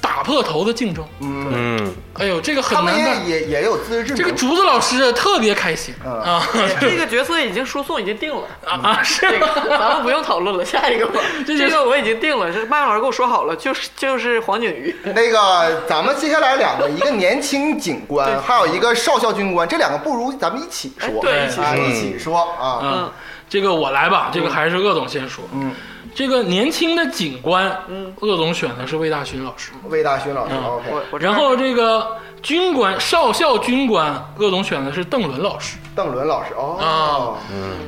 A: 打破头的竞争，
C: 嗯，
A: 哎呦，这个
D: 他
A: 很
D: 们
A: 难
D: 也
A: 的。
D: 也也有自知之
A: 这个
D: 明。
A: 竹子老师啊特别开心
D: 嗯
A: 啊
B: 这个角色已经输送已经定了，
A: 啊啊！是
B: 这
A: 吗
B: 个咱
D: [laughs]
B: 们不用讨论了，下一个吧。
A: 这就是
B: 这个我已经定了，是麦麦老师跟我说好了，就是就是黄景瑜。
D: 那个，咱们接下来两个，一个年轻警官，还有一个少校军官，这两个不如咱们一起说，
B: 对
A: 一起
D: 啊
C: 说
D: 一起说啊，
A: 啊，这个我来吧，这个还是鄂总先说。
D: 嗯，
A: 这个年轻的警官，嗯，鄂总选的是魏大勋老师，
D: 魏大勋老师
A: 嗯
B: 我
D: ，OK，
B: 我这
A: 然后这个军官少校军官，鄂总选的是邓伦老师。
D: 邓伦老师，哦，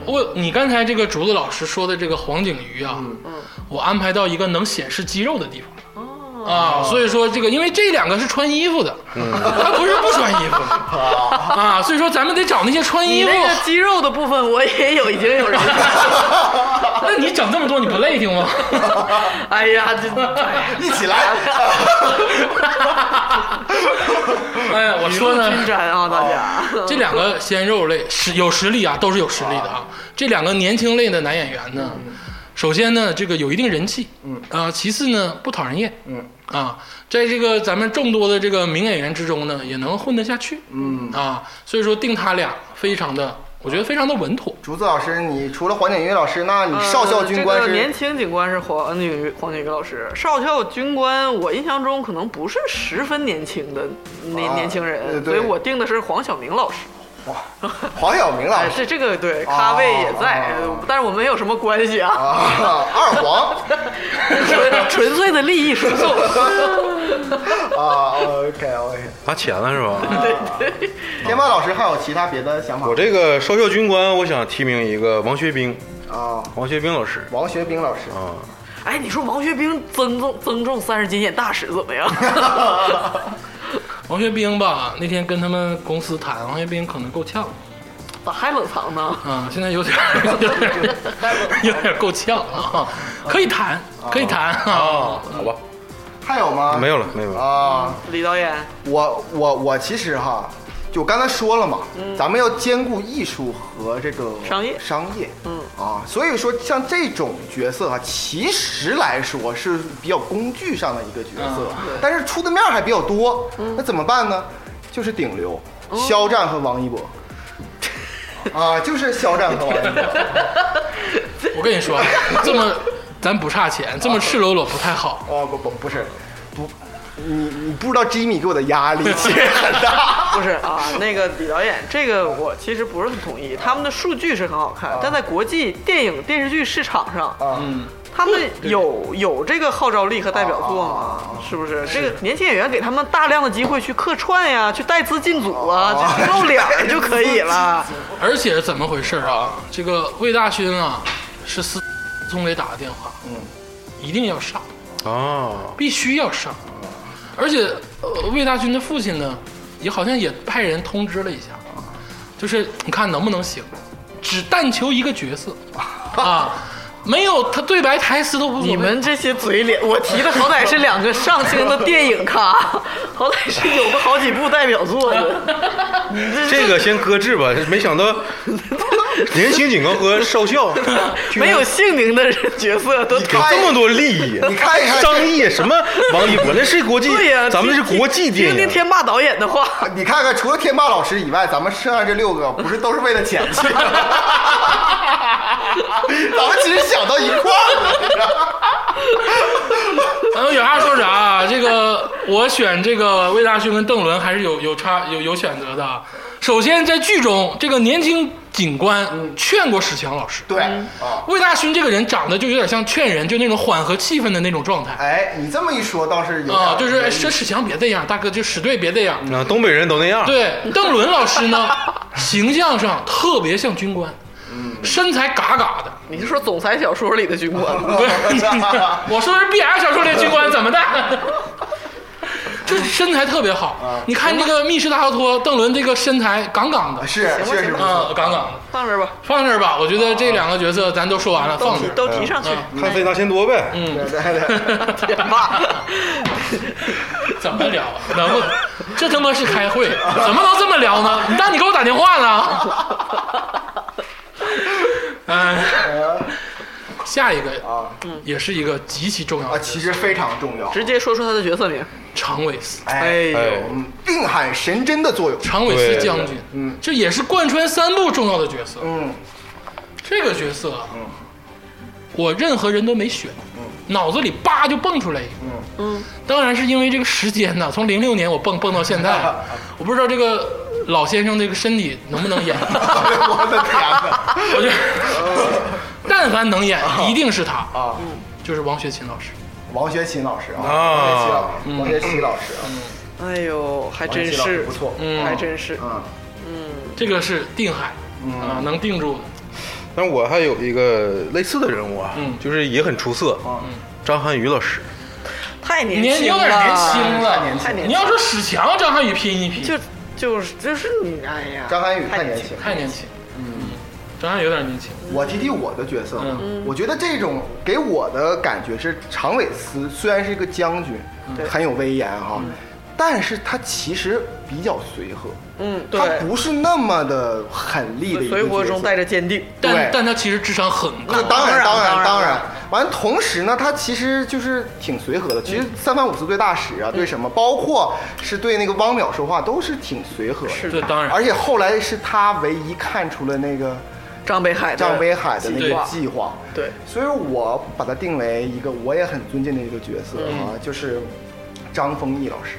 A: 我你刚才这个竹子老师说的这个黄景瑜啊，我安排到一个能显示肌肉的地方。
B: 哦
A: 啊，所以说这个，因为这两个是穿衣服的，他不是不穿衣服的啊，所以说咱们得找那些穿
B: 你
A: 衣服。
B: 那个肌肉的部分我也有，已经有人。
D: [laughs]
A: 那你整这么多，你不累挺吗？ [laughs]
B: 哎呀，这
D: 一起来， [laughs]
A: 哎呀，我说
B: [laughs]
A: 呢，
B: 均沾啊，大家。
A: 这两个鲜肉类实有实力啊，都是有实力的嗯啊。这两个年轻类的男演员呢，首先呢，这个有一定人气，嗯啊，其次呢，不讨人厌，
D: 嗯
A: 啊，在这个咱们众多的这个名演员之中呢，也能混得下去，嗯啊，所以说定他俩非常的，我觉得非常的稳妥。
D: 竹子老师，你除了黄景瑜老师，那你少校军官
B: 呃这个年
D: 是
B: 轻警官是黄景瑜，黄景瑜老师。少校军官，我印象中可能不是十分年轻的年、
D: 啊
B: 年轻
D: 呃
B: 人，
D: 对
B: 所以我定的是黄晓明老师。
D: 黄晓明老
B: 哎，
D: 师
B: 这这个对咖位也在，
D: 啊
B: 呃但是我们有什么关系
D: [laughs]
B: 啊？
D: 啊，二黄。 [laughs]
B: 纯纯粹的利益输送。
D: 啊，OK OK，
C: 拿钱了是吧？
D: 天霸老师还有其他别的想法？
C: 我这个少校军官，我想提名一个王学兵，
D: 啊，
C: 王学兵老师
D: 王学兵老师，
C: 啊，
B: 哎，你说王学兵增重增重三十斤演大使怎
D: [laughs]
B: 么样？
A: 王学兵吧，那天跟他们公司谈，王学兵可能够呛
B: 咋还冷藏呢？
A: 啊，现在有 [laughs] 点有点有点够呛啊，可以谈，可以谈啊，
C: 好吧，
D: 还有吗？
C: 没有了，没有了，
D: 啊，
B: 李导演，
D: 我我我其实哈，就我刚才说了嘛，咱们要兼顾艺术和这个
B: 嗯商业
D: 商业，
B: 嗯
D: 啊，所以说像这种角色哈，其实来说是比较工具上的一个角色，
B: 嗯
D: 但是出的面儿还比较多，那怎么办呢？就是顶流，
B: 哦
D: 肖战和王一博。 [laughs] 啊，就是肖战和王一博，
A: 我跟你说， [laughs] 这么咱不差钱，这么赤裸裸不太好。
D: 哦不不不是，不，你你不知道 Jimmy 给我的压力其实很大。
B: 不是啊，那个李导演，这个我其实不是很同意。他们的数据是很好
C: 啊
B: 看，但在国际电影电视剧市场上，
D: 啊，
B: 他们有有这个号召力和代表作
C: 啊
B: 吗？是不是？这个年轻演员给他们大量的机会去客串呀，去带资进组啊，就露脸儿就可以了。
A: 而且怎么回事啊？这个魏大勋啊，是司聪给打的电话，嗯，一定要上，
C: 啊，
A: 必须要上。而且、呃、魏大勋的父亲呢，也好像也派人通知了一下，
B: [laughs]
A: 就是你看能不能行，只但求一个角色啊。没有他对白台词都无所谓。
B: 你们这些嘴脸，我提的好歹是两个上星的电影咖，好歹是有个好几部代表作
C: [laughs]
B: 的。你这
C: 这个先搁置吧，没想到年轻警官和少校居然
B: 没有姓名的人角色都
C: 有这么多利益，啊
D: 你看一看
C: 商业什么王一博，那是国际
B: 对呀、，
C: 咱们是国际
B: 听听
C: 电
B: 听
C: 影。啊
B: 天霸导演的话，
D: 啊你看看，除了天霸老师以外，咱们剩下这六个不是都是为了钱去的？咱们其实想到一块儿了。
A: 咱们有啥说啥啊。这个我选这个魏大勋跟邓伦还是有有差有有选择的啊。首先在剧中，这个年轻警官劝过史强老师。
D: 对啊，
A: 魏大勋这个人长得就有点像劝人，就那种缓和气氛的那种状态
D: 哎，你这么一说倒是有点
A: 啊，就是哎
D: 有
A: 说 [laughs] 史强别这样，大哥就史队别这样。
C: 啊，东北人都那样。
A: 对，邓伦老师呢，形象上特别像军官，身材嘎嘎的。
B: 你是说总裁小说里的军官
D: [laughs]
B: 吗？
A: 不是，我说的是 B L 小说里的军官怎么的？
D: [laughs]
A: 就是身材特别好，
D: 啊
A: 你看这个密室大逃脱，邓伦这个身材杠杠的，
D: 哎是确实不错。
A: 啊，杠杠的。
B: 放这儿吧，
A: 放这儿吧，我觉得这两个角色咱都说完
D: 哦
A: 了，
B: 都
A: 放这
B: 提
A: 儿。
B: 都
D: 嗯
B: 提上去。 [laughs]
C: 看谁拿钱多呗。
A: 嗯
D: 对对对，
B: 天霸，
A: [laughs] 怎么聊啊？能不？这他妈是开会，怎么能这么聊呢？你当你给我打电话呢？ [laughs] 哎，下一个
D: 啊
A: 也是一个极其重要
D: 啊，
A: 的
D: 其实非常重要。
B: [laughs] 直接说出他的角色名。
A: 长尾斯，
B: 哎
D: 哎，
B: 呦，
C: 哎，
D: 嗯定海神针的作用。
A: 长尾斯将军，
D: 嗯
A: 这也是贯穿三部重要的角色。
D: 嗯， [laughs]
A: 这个角色，啊我任何人都没选，
D: 嗯
A: 脑子里叭就蹦出来一个，
B: 嗯，
A: 当然是因为这个时间呐，从零六年我蹦蹦到现在，
D: 嗯
A: [laughs] 我不知道这个老先生这个身体能不能
D: [laughs]
A: 演，
D: 我的天哪！
A: 我觉得，
D: 嗯
A: 但凡能演，一定是他，
D: 啊，
A: 就是王学勤老师。
D: 王学勤老师啊，
C: 啊
D: 王学勤老师，王学勤老师啊，
B: 哎呦，还
D: 王学
B: 真
D: 勤老师
B: 是
D: 不错，
A: 嗯
B: 还真是。
D: 嗯，
A: 这个是定海，啊，能定住的。
C: 但我还有一个类似的人物啊
A: 嗯，
C: 就是也很出色
D: 嗯，
C: 张涵予老师。
B: 太年
A: 年
B: 轻
A: 有点年轻
D: 太
A: 了，
D: 年
B: 太
D: 轻，
B: 年
A: 你
B: 轻，
A: 要说史强、张涵予拼一拼，
B: 就就是就是你，哎呀，
D: 张涵予
B: 太
D: 太
B: 年
D: 年
B: 轻
D: 轻。
A: 太年轻，嗯，张涵予有点年轻，
D: 我提提我的角色吧，
A: 嗯
D: 我觉得这种给我的感觉是，长尾斯虽然是一个将军，
B: 嗯
D: 很有威严哈，但是他其实比较随和，
B: 嗯，对
D: 他，不是那么的狠厉的一个
B: 所以
D: 角色
B: 活中带着坚定。
A: 但
D: 对
A: 但他其实智商很高
D: 那。当
B: 然
D: 当
B: 当然
D: 当
B: 当然
D: 完，同时呢，他其实就是挺随和的。其
B: 嗯
D: 实三番五次对大使啊，对什么，包括是对那个汪淼说话，都是挺随和的。
B: 是
A: 这当然，
D: 而且后来是他唯一看出了那个
B: 张北海的，
D: 张北海的那
A: 对
D: 个计划。
B: 对，
D: 所以我把他定为一个我也很尊敬的一个角色
B: 嗯
D: 啊，就是张丰毅老师。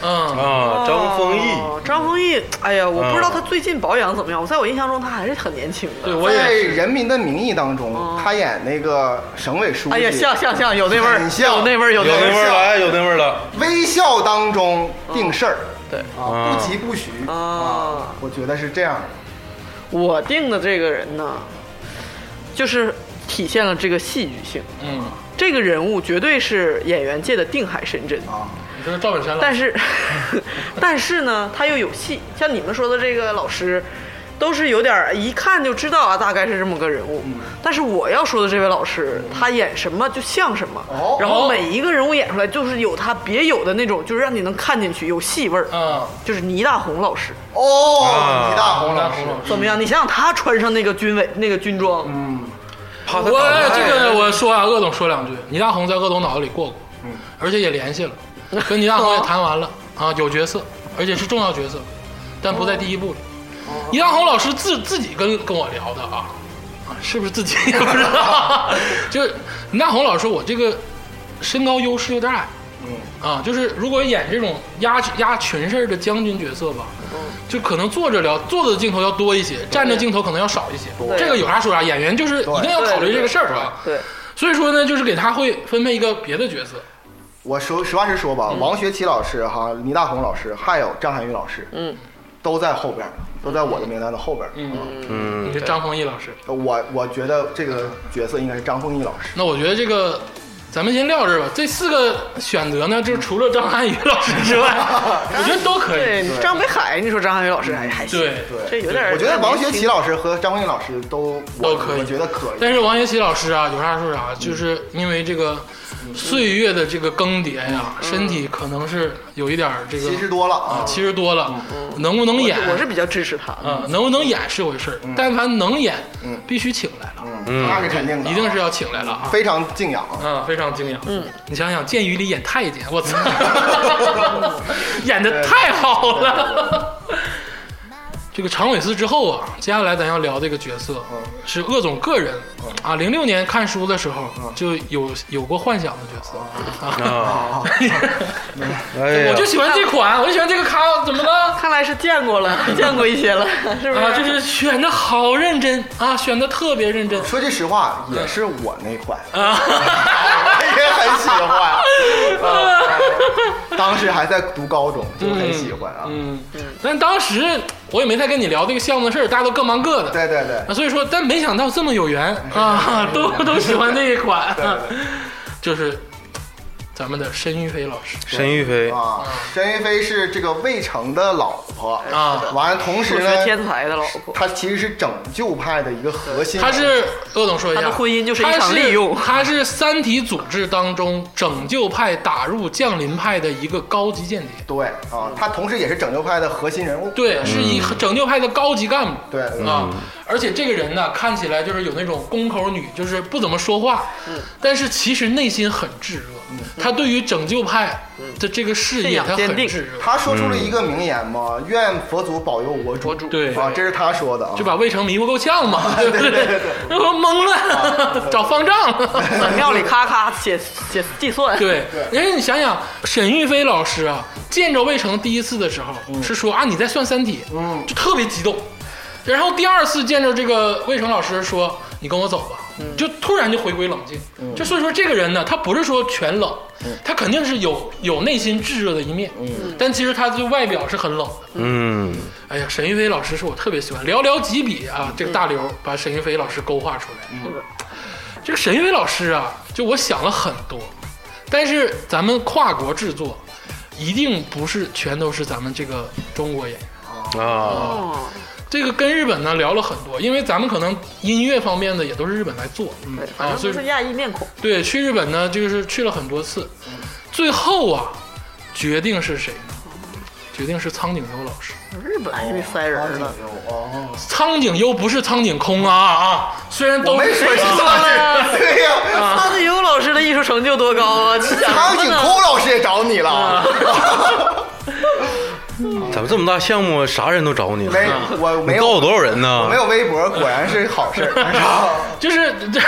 A: 嗯，
C: 啊，张丰毅，
B: 哦张丰毅，哎呀，我不知道
C: 嗯
B: 他最近保养怎么样。我在我印象中他还是很年轻
A: 对
B: 的。
A: 我
D: 在
A: 也
D: 《人民的名义》当中，他演那个省委书
B: 哦
D: 记。
B: 哎呀，像像像，有那味儿，
D: 很像
B: 有那味儿，
C: 有
B: 有
C: 那
B: 那
C: 味
B: 味
C: 儿
B: 儿。
C: 了，哎，有那味儿了。
D: 微笑当中定事儿。
B: 哦对，
D: 啊，
C: 啊
D: 不疾不徐
B: 啊
D: 啊，我觉得是这样的。
B: 我定的这个人呢，就是体现了这个戏剧性。
A: 嗯，
B: 这个人物绝对是演员界的定海神针。
D: 啊
A: 你说赵本山老
B: 但
A: 师，
B: 是， [laughs] 但是呢，他又有戏。像你们说的这个老师，都是有点儿一看就知道啊，大概是这么个人物。
A: 嗯
B: 但是我要说的这位老师，他演什么就像什么，
D: 哦
B: 然后每一个人物演出来就是有他别有的那种，就是让你能看进去，有戏味儿。
A: 嗯，
B: 就是倪大红老师
D: 哦
C: 啊，
D: 倪大红老
A: 老
D: 师
A: 师，，
B: 怎么
A: 嗯
B: 样？你想想他穿上那个军委那个军装，
C: 怕他打
A: 我
C: 不
A: 这
C: 开
A: 个我说啊，鄂总说两句，倪大红在鄂总脑子里过过，嗯，而且也联系了，跟倪大红也谈完了啊，有角色，而且是重要角色，但不在第一部里。倪大红老师自自己跟跟我聊的啊，啊，是不是自己也不知道， [laughs] 就是倪大红老师说我这个身高优势有点矮。
C: 嗯
A: 啊，就是如果演这种压压群事儿的将军角色吧，就可能坐着聊，坐着镜头要多一些，站着镜头可能要少一些。这个有啥说啥，演员就是一定要考虑这个事儿啊。
B: 对，
A: 所以说呢，就是给他会分配一个别的角色。
D: 我说实话实说
B: 嗯
D: 吧，王学圻老师哈，倪大红老师，还有张涵予老师，
B: 嗯，
D: 都在后边儿，都在我的名单的后边儿。啊
A: 嗯，
C: 嗯，
A: 这张丰毅老师，
D: 我我觉得这个角色应该是张丰毅老师。
A: 那我觉得这个咱们先撂这儿吧。这四个选择呢，就是除了张涵予老师之外，我觉得都可以。
B: 对，张北海，你说张涵予老师哎还还行，
A: 对，
B: 这有点儿。
D: 我觉得王学圻老师和张慧老师都我
A: 都可以
D: 我觉得可以。
A: 但是王学圻老师啊，有啥说啥，就是因为这个岁月的这个更迭呀，身体可能是有一点儿这个
D: 七十多了
A: 啊，
D: 啊，
A: 七十多了，能不能
B: 我
A: 演？
B: 是我是比较支持他的。
A: 啊，能不能演是回事儿，但凡能演，必须请来了，
D: 嗯那是肯定的，
A: 一定是要请来了啊。
D: 非常敬仰。
A: 嗯，非常敬仰。嗯，你想想，剑鱼里演太监，我操，演的太好了。这个常伟思之后啊，接下来咱要聊这个角色是鄂总个人啊。零六年看书的时候就有有过幻想的角色
C: 嗯
A: 啊，
C: 哎呀
A: [laughs] 我就喜欢这款，我就喜欢这个卡，怎么了？
B: 看来是见过了，见过一些了，是不是？
A: 啊，就是选的好认真啊，选的特别认真
D: 说句实话，也是我那款，
A: 啊。
D: 我 [laughs] 也很喜欢。
A: [laughs]
D: 啊当时还在读高中，就很喜欢啊。
A: 嗯，但当时我也没太跟你聊这个项目的事儿，大家都各忙各的。
D: 对对对
A: 啊，所以说，但没想到这么有缘啊， [laughs] 都都喜欢这一款
D: 对，
A: 就是咱们的申玉飞老师，
C: 申玉飞，
A: 嗯
D: 啊，申一菲是这个魏成的老婆
A: 啊
D: 完了，同时
B: 数学
D: 呢，
B: 天才的老
D: [laughs]
B: 婆，
D: 她其实是拯救派的一个核心。
A: 他是鄂总说一下，
B: 他的婚姻就是一场利用
A: 他是他是三体组织当中拯救派打入降临派的一个高级间谍，
D: 对啊，她同时也是拯救派的核心人物。
A: 对，是一
D: 嗯
A: 拯救派的高级干部。
D: 对，
A: 啊，而且这个人呢，看起来就是有那种宫口女，就是不怎么说话，但是其实内心很炙热。他对于拯救派的这个事
B: 信
A: 业，
B: 仰
A: 他
B: 坚
A: 很
B: 定
A: 炙热，
D: 他说出了一个名言嘛：“愿佛祖保佑我主。”
A: 对
D: 啊，这是他说的啊。
A: 就把魏成迷惑够呛嘛，对不对？ [laughs] 然后懵了， [laughs] 找方丈了。
B: 在庙里咔咔写写计算，，
A: 对，因为你想想，沈玉飞老师啊，见着魏成第一次的时候、是说啊你在算《三体》，
D: 嗯
A: 就特别激动。然后第二次见着这个魏成老师说你跟我走吧，就突然就回归冷静。就所以说这个人呢，他不是说全冷，他肯定是有有内心炙热的一面，但其实他就外表是很冷的。
C: 嗯，
A: 哎呀，沈玉飞老师是我特别喜欢，寥寥几笔啊，这个
B: 嗯
A: 大刘把沈玉飞老师勾画出来。这个沈玉飞老师啊，就我想了很多，但是咱们跨国制作，一定不是全都是咱们这个中国演员。
C: 啊，
B: 哦，
A: 这个跟日本呢聊了很多，因为咱们可能音乐方面的也都是日本来做，
B: 嗯对，
A: 啊
B: 反
A: 所
B: 正
A: 以
B: 都是亚裔面孔，
A: 对，去日本呢就是去了很多次，
B: 嗯
A: 最后啊，决定是谁呢？决定是苍井优老师。
B: 日本还那塞人呢，
D: 哦，
A: 苍井优不是苍井空啊啊！虽然都
D: 我没
A: 是
D: 说错
B: 啊
D: 对呀、
B: 苍井优老师的艺术成就多高啊！你想
D: [laughs] 苍井
B: 什么呢
D: 空老师也找你了，
C: 咱们这么大项目，啥人都找你了，
D: [laughs] 没我没
C: 你告诉
D: 有
C: 我多少啊人呢？
D: 我没有微博，果然是好事儿。你知道吗
A: 就是 [laughs] 这，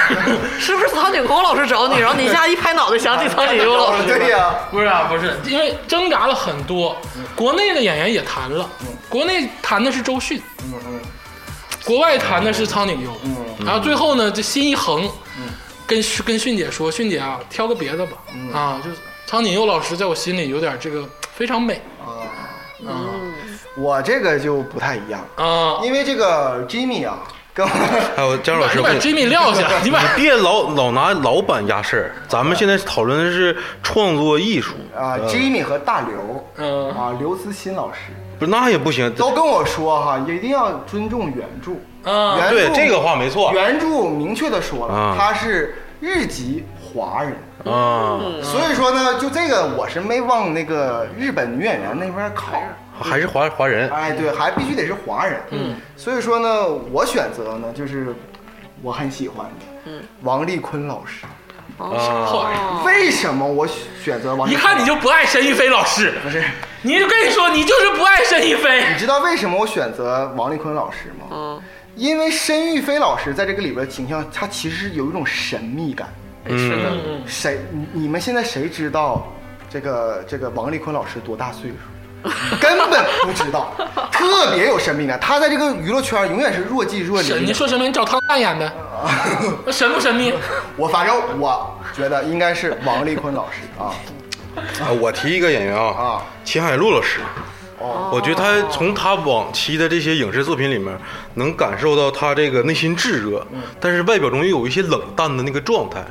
B: 是不是苍井空老师
D: [laughs]
B: 找你，然后你一下一拍脑袋想起苍井优老师？ [laughs]
D: 对呀、
A: 不是啊，不是，因为挣扎了很多，国内的演员也谈了，国内谈的是周迅，嗯嗯，国外谈的是苍井优，嗯，然后最后呢，这心一横，跟跟迅姐说，迅姐啊，挑个别的吧，啊，就是苍井优老师在我心里有点这个非常美
D: 我这个就不太一样，
A: 啊，
D: 因为这个 Jimmy 啊，跟我
C: 还有姜老师
A: 你
C: 给
A: 把
C: 我
A: Jimmy 撂下，
D: [laughs]
A: 你把
C: 别老老拿老板压事儿，咱们现在讨论的是创作艺术
D: 啊
C: 呃
D: Jimmy 和大刘
A: 嗯
D: 啊刘慈欣老师
C: 不是那也不行，
D: 都跟我说哈，一定要尊重原著。
A: 啊，
D: 原
C: 对
D: 著
C: 这个话没错
D: 原著明确的说了
C: 啊，
D: 他是日籍华人。
C: 啊，
D: 所以说呢，就这个我是没往那个日本女演员那边靠，
C: 还是华华人，
D: 哎，对，还必须得是华人。嗯，所以说呢，我选择呢就是我很喜欢的，嗯，王丽坤老师。
C: 哦啊
A: 后来
D: 为什么我选择王丽
A: 一
D: 坤？
A: 看你就不爱申玉飞老师，
D: 不是，
A: 你就跟你说，你就是不爱申一菲。
D: 你知道为什么我选择王丽坤老师吗？
B: 嗯，
D: 因为申玉飞老师在这个里边的形象，他其实有一种神秘感。
C: 嗯
B: 是的，
D: 谁？你你们现在谁知道这个这个王丽坤老师多大岁数？根本不知道，特别有神秘感。他在这个娱乐圈永远是若即若
A: 神，你
D: 离。
A: 说神秘？你找汤汉演的，那神不神秘？
D: 我反正我觉得应该是王丽坤老师啊
C: 啊，我提一个演员啊，
D: 啊哦
C: 秦海璐老师，我觉得他从他往期的这些影视作品里面，能感受到他这个内心炙热，
D: 嗯
C: 但是外表中又有一些冷淡的那个状态。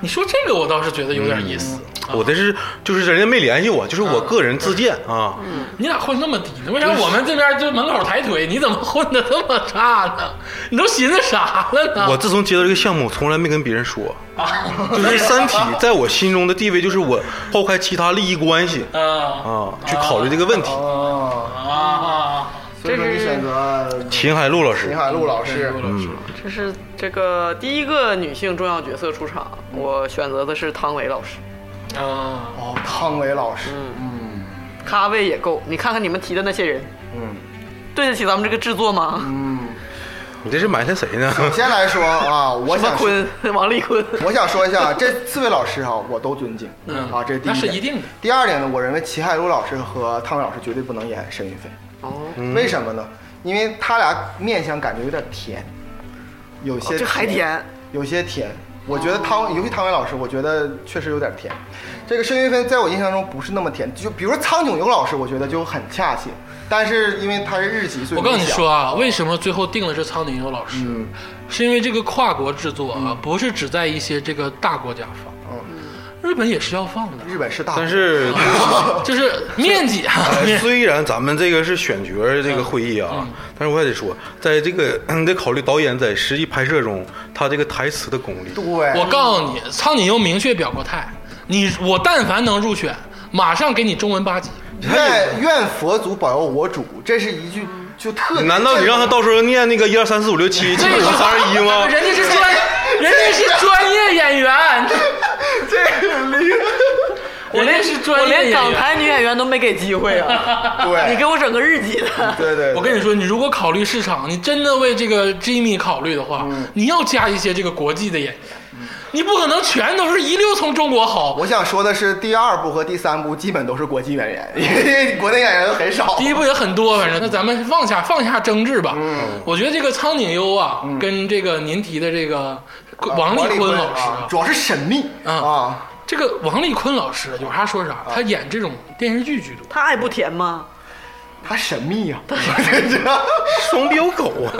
A: 你说这个我倒是觉得有点意思。
C: 我的是就是人家没联系我，就是
D: 嗯
C: 我个人自荐啊。
A: 你咋混那么低呢？为啥我们这边就门口抬腿，你怎么混的这么差呢？你都寻思啥了呢？
C: 我自从接到这个项目，从来没跟别人说，
D: 嗯
C: [laughs] 就是《三体》在我心中的地位，就是我抛开其他利益关系
A: 啊
C: 啊，去考虑这个问题。
D: 哦，
A: 啊！
D: 所以说你选择
C: 秦海璐老师
D: 秦，海璐老师，
A: 嗯，
B: 这是这个第一个女性重要角色出场，我选择的是汤唯老师，
A: 啊，
D: 哦，汤唯老师，
B: 咖位也够。你看看你们提的那些人，
D: 嗯
B: 对得起咱们这个制作吗？
D: 嗯。
C: 你这是埋汰谁呢？
D: 首先来说啊，我
B: 什么
D: 想说
B: 坤， [laughs] 王丽坤，
D: [laughs] 我想说一下，啊这四位老师哈、我都尊敬、啊，这是第一
A: 嗯那
D: 点。
A: 是一定的
D: 第二点呢，我认为齐海璐老师和汤唯老师绝对不能演沈云飞，嗯
B: 哦，
D: 为什么呢？因为他俩面相感觉有点甜，有些、
B: 哦这还甜，哦
D: 有些甜。我觉得汤，尤其汤唯老师，我觉得确实有点甜。这个沈云飞在我印象中不是那么甜，就比如说苍井优老师，我觉得就很恰切，但是因为他是日籍，所以
A: 我告诉你
D: 没想
A: 说，啊，为什么最后定的是苍井优老师？
D: 嗯
A: 是因为这个跨国制作啊，不是只在一些这个大国家放，
D: 嗯，
A: 日本也是要放的，
D: 日本是大，
C: 但
D: [laughs]
C: 是
A: 就是面积啊， [laughs]
C: 哎虽然咱们这个是选角儿这个会议啊，
A: 嗯
C: 但是我也得说，在这个 [clears throat] 你得考虑导演在实际拍摄中他这个台词的功力。
D: 对，
A: 我告诉你，苍井优明确表过态，你我但凡能入选，马上给你中文八级。
D: 愿愿佛祖保佑我主，这是一句就特别。
C: 嗯难道你让他
D: 这
C: 到时候念那个一二三四五六七七
A: 这
C: 九
A: 个
C: 十三二一吗？
A: 人家是专， [laughs] 人家是专业演员，这人家是专
B: 我
A: 业演
B: 连港
A: 员。
B: 台女演员都没给机会啊！
D: 对
B: 你给我整个日籍的，
D: 对对，
A: 我跟你说，你如果考虑市场，你真的为这个 Jimmy 考虑的话，你要加一些这个国际的演员，你不可能全都是一溜从中国好。
D: 我想说的是，第二部和第三部基本都是国际演员，因为国内演员都很少
A: 第。一部也很多，反正那咱们放下放下争执吧。我觉得这个苍井优啊，跟这个您提的这个呃王丽坤老师
D: 啊，主要是神秘
A: 嗯
D: 啊，
A: 这个王丽坤老师有啥说啥，他演这种电视剧居多。
B: 他爱不甜吗？
D: 他神秘呀， [laughs]
C: 双标狗啊！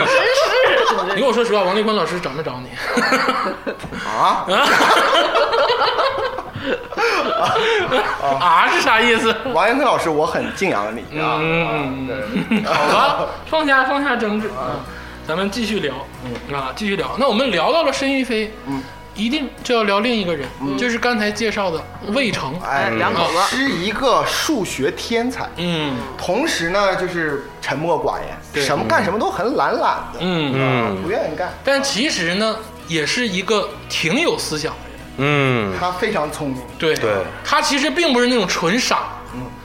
A: 你跟我说实话，王丽坤老师找没找你？ [laughs]
D: 啊，
A: 啊是啥意思？
D: 王彦坤老师，我很敬仰你啊，
A: 嗯
D: 对，
A: 好吧，放下放下争执啊，咱们继续聊啊，继续聊。那我们聊到了申玉飞，一定就要聊另一个人，就是刚才介绍的魏成。
D: [laughs] 哎，
B: 两口子
D: 是一个数学天才，
A: 嗯
D: 同时呢就是沉默寡
A: 对
D: 言，什么干什么都很懒懒的，
A: 嗯。
D: 啊，不愿意干。
A: 但其实呢，也是一个挺有思想的人。
C: 嗯，
D: 他非常聪明，
A: 对，
C: 对
A: 他其实并不是那种纯傻，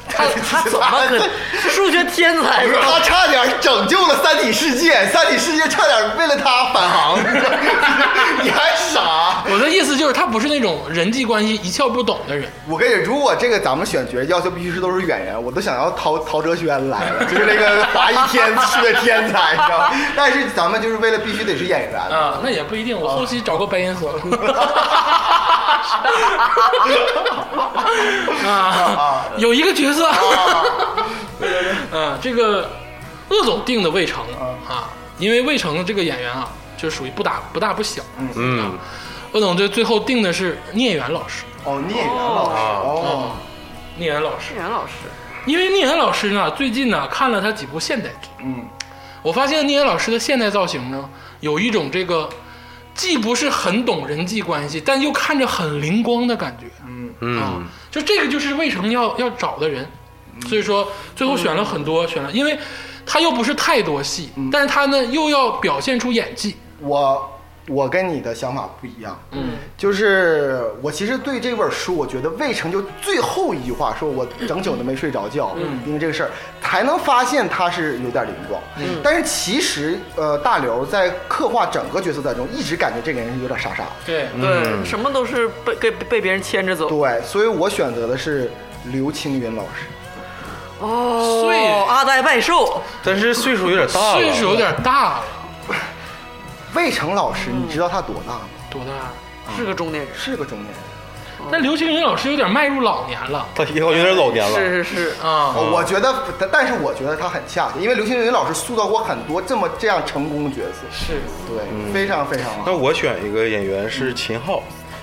B: 他他怎么可
D: [laughs]
B: 能数学天才
D: 哎不
B: 是
D: 是
B: 吧？
D: 他差点拯救了三体世界，三体世界差点为了他返航， [laughs] 你还傻？
A: 我的意思就是他不是那种人际关系一窍不懂的人。
D: 我跟你，如果这个咱们选角要求必须是都是演员，我都想要陶陶哲轩来了，就是那个华裔天是个天才，你知道吗？但是咱们就是为了必须得是演员，
A: 啊，那也不一定。我后期找个白岩松。啊，有一个角色。嗯，这个鄂总定的魏成啊，因为魏成这个演员啊，就属于不大不大不小。
C: 嗯，
A: 鄂总最最后定的是聂远老师，
D: 哦，聂远老师，
B: 啊
D: 哦，
A: 聂远老师，
B: 袁老师，
A: 因为聂远老师呢，最近呢看了他几部现代剧，
D: 嗯，
A: 我发现聂远老师的现代造型呢，有一种这个既不是很懂人际关系，但又看着很灵光的感觉。啊
C: 嗯，，
A: 就这个就是魏成要要找的人，所以说最后选了很多，选了，因为他又不是太多戏，但是他呢又要表现出演技，
D: 我我跟你的想法不一样，
A: 嗯，
D: 就是我其实对这本书，我觉得魏成就最后一句话，说我整宿都没睡着觉，因为这个事儿，才能发现他是有点灵光。但是其实，呃，大刘在刻画整个角色当中，一直感觉这个人是有点傻傻的。
A: 对，
B: 对，什么都是被被被别人牵着走。
D: 对，所以我选择的是刘青云老师。
B: 哦，
A: 所以
B: 阿呆拜寿，
C: 但是岁数有点大了，
A: 岁数有点大了，
D: 魏成老师，你知道他多大吗？
A: 多大？
B: 是个中年人。
D: 是个中年人。
A: 但刘青云老师有点迈入老年了
C: 他也好哎像有点老年了。
B: 是是是，
A: 啊，
D: 我觉得，但但是我觉得他很恰当，因为刘青云老师塑造过很多这么这样成功的角色，
A: 是
D: 对，非常非常好。
C: 那嗯我选一个演员是秦昊，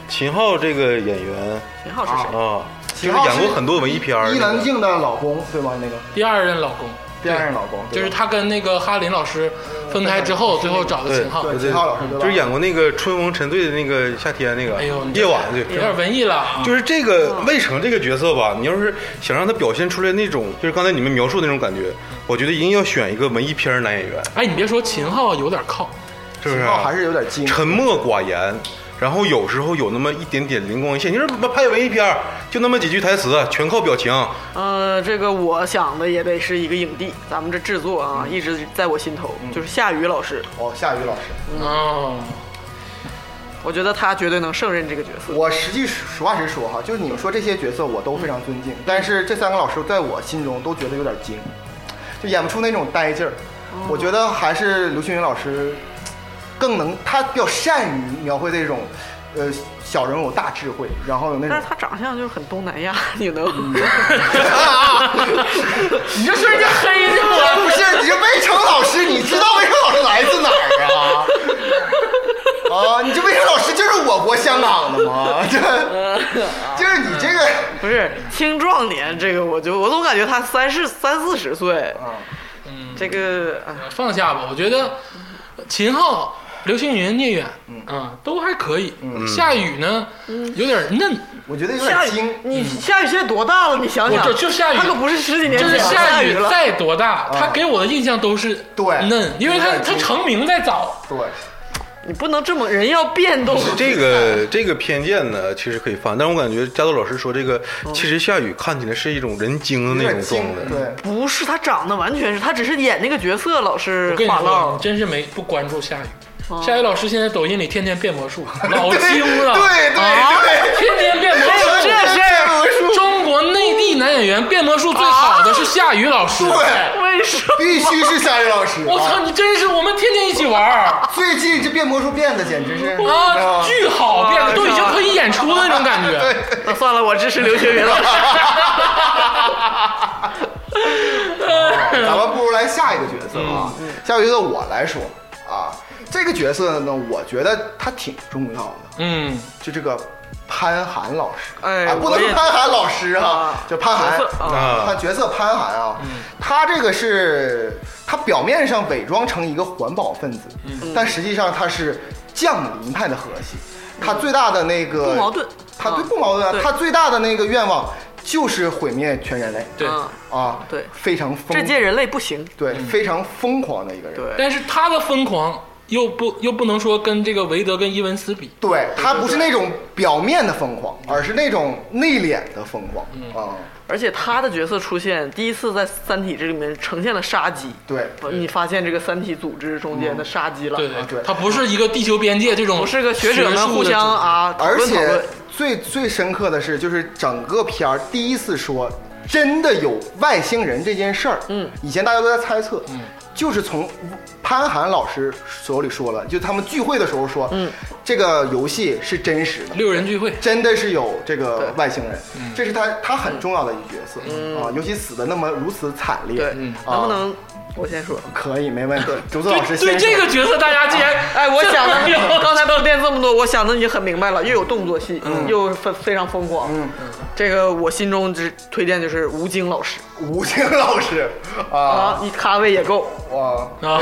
C: 秦昊这个演员
B: 秦昊是谁？
C: 啊，就
D: 秦
C: 是
D: 昊
C: 演
D: 是
C: 过很多文艺片儿。
D: 伊能
C: 那个
D: 静的老公对吧？那个
A: 第二任老公，
D: 第二任老公
A: 就是
D: 对吧
A: 他跟那个哈林老师分开之后，最后找的
C: 对
A: 秦昊。
D: 对
C: 对
D: 秦昊老师对吧
C: 就是演过那个《春风沉醉》的那个夏天那个
A: 哎呦，你这
C: 夜晚对。
A: 有点文艺了啊，
C: 就是这个魏成这个角色吧，你要是想让他表现出来那种，就是刚才你们描述的那种感觉，我觉得一定要选一个文艺片儿男演员，
A: 哎，你别说秦昊有点靠，
C: 是不是
D: 秦
C: 啊？
D: 昊还是有点精。
C: 沉默寡言，然后有时候有那么一点点灵光一现。你说拍文艺片儿就那么几句台词，啊全靠表情。
B: 呃，这个我想的也得是一个影帝，咱们这制作啊，一直在我心头，就是夏雨老师，
D: 哦，夏雨老师，
A: 哦，
B: 我觉得他绝对能胜任这个角色。
D: 我实际实话实说哈，就是你们说这些角色我都非常尊
C: 嗯
D: 敬，但是这三个老师在我心中都觉得有点精，就演不出那种呆劲儿。
C: 哦
D: 我觉得还是刘青云老师更能，他比较善于描绘这种，呃，小人物大智慧，然后有那种
B: 但是他长相就是很东南亚， [laughs] 你能？
A: 你这瞬间黑的
D: [laughs] 不是，你这魏成老师，你知道魏成老师来自哪儿
A: [laughs]
D: 啊？啊，你这魏成老师就是我国香港的吗？ [laughs] 这
A: 嗯
D: 就是你这个，
B: [laughs] 不是青壮年，这个我就我总感觉他三十三四十岁，这个啊
A: [laughs] 放下吧，我觉得秦昊、刘青云、聂远，啊，都还可以。夏雨呢，有点嫩，
D: 我觉得有
B: 夏雨
D: 点精，。
B: 你夏雨现在多大了？你想想，
A: 我就就夏雨
B: 他可不是十几年
A: 就是
B: 前的
A: 夏
B: 雨
A: 雨
B: 了。
A: 再多大，他给我的印象都是
D: 对
A: 嫩，因为他
D: 有点
A: 他
D: 精
A: 成名在早，
D: 对，
B: 你不能这么，人要变动。
C: 这个这个偏见呢，其实可以翻，但我感觉加豆老师说这个，
A: 嗯
C: 其实夏雨看起来是一种人精
D: 有
C: 的那
D: 点
C: 种状
D: 精，
C: 态。
D: 对。
B: 不是他长得完全是，他只是演那个角色老是
A: 我跟你
B: 话
A: 说，
B: 唠
A: 你。真是没不关注夏雨。
B: 哦
A: 夏雨老师现在抖音里天天变魔
D: [laughs]
A: 术，老
D: 对
A: 精了，
D: 对对
A: 啊
D: 对
A: 天天变魔
B: 还有
A: 术
B: 这。事儿，
A: 中国内地男演员变魔术最好的是夏雨老师，
D: 啊对，
B: 为什么？
D: 必须是夏雨老师。
A: 我操，
D: 啊！
A: 你真是我们天天一起玩
D: [laughs]
A: 儿。
D: 最近这变魔术变的简直是
A: 啊，
D: 啊
A: 巨好变得都已经可以演出的那种感觉。
B: [laughs] 那算了，我支持刘学云老师。
D: 啊咱们不如来下一个角色啊。
A: 嗯
D: 下一个角色我来说啊，这个角色呢，我觉得他挺重要的。
A: 嗯，
D: 就这个潘寒老师，
B: 哎
D: 啊不能
B: 我也
D: 说潘寒老师啊
B: [laughs] 啊，
D: 就潘寒
B: 角色
C: 啊
D: 他角色潘寒啊，他这个是他表面上伪装成一个环保分子，
B: 嗯
D: 但实际上他是降临派的核心，他最大的那
B: 嗯
D: 个
B: 不矛盾
D: 他对
B: 啊
D: 不矛盾啊，
B: 对
D: 他最大的那个愿望就是毁灭全人类，
A: 对。
B: 嗯
D: 啊，
B: 对
D: 非常疯
B: 这，届人类不行。
D: 对非常疯狂的一个人，
B: 对，
A: 但是他的疯狂又不又不能说跟这个韦德跟伊文斯比，
D: 对他不是那种表面的疯狂，而是那种内敛的疯狂啊。
B: 而且他的角色出现第一次在《三体》这里面呈现了杀机。
D: 对
B: 不，你发现这个《三体》组织中间的杀机了。
A: 对对
D: 啊对
A: 他不是一个地球边界这种，
B: 不是个学者们互相，啊讨
D: 而
B: 论讨
D: 且
B: 论。
D: 最最深刻的是，就是整个片儿第一次说真的有外星人这件事儿，嗯，以前大家都在猜测，嗯，就是从潘寒老师手里说了，就他们聚会的时候说，嗯，这个游戏是真实的。
A: 六人聚会，
D: 真的是有这个外星人，这是他他很重要的一角色、啊，尤其死的那么如此惨烈，
B: 对，嗯
D: 啊、
B: 能不能我先说？
D: 可以没问题？竹子
A: 对
D: 老师
A: 对
D: 先
A: 这个角色大家竟然
B: 哎，我想的刚
A: 有
B: 才铺垫这么多，我想的已经很明白了，又有动作戏，又非非常疯狂。嗯，这个我心中之推荐就是吴京老师
D: 吴京老师啊，
B: 啊，你咖位也够。
D: 哇，
A: 啊，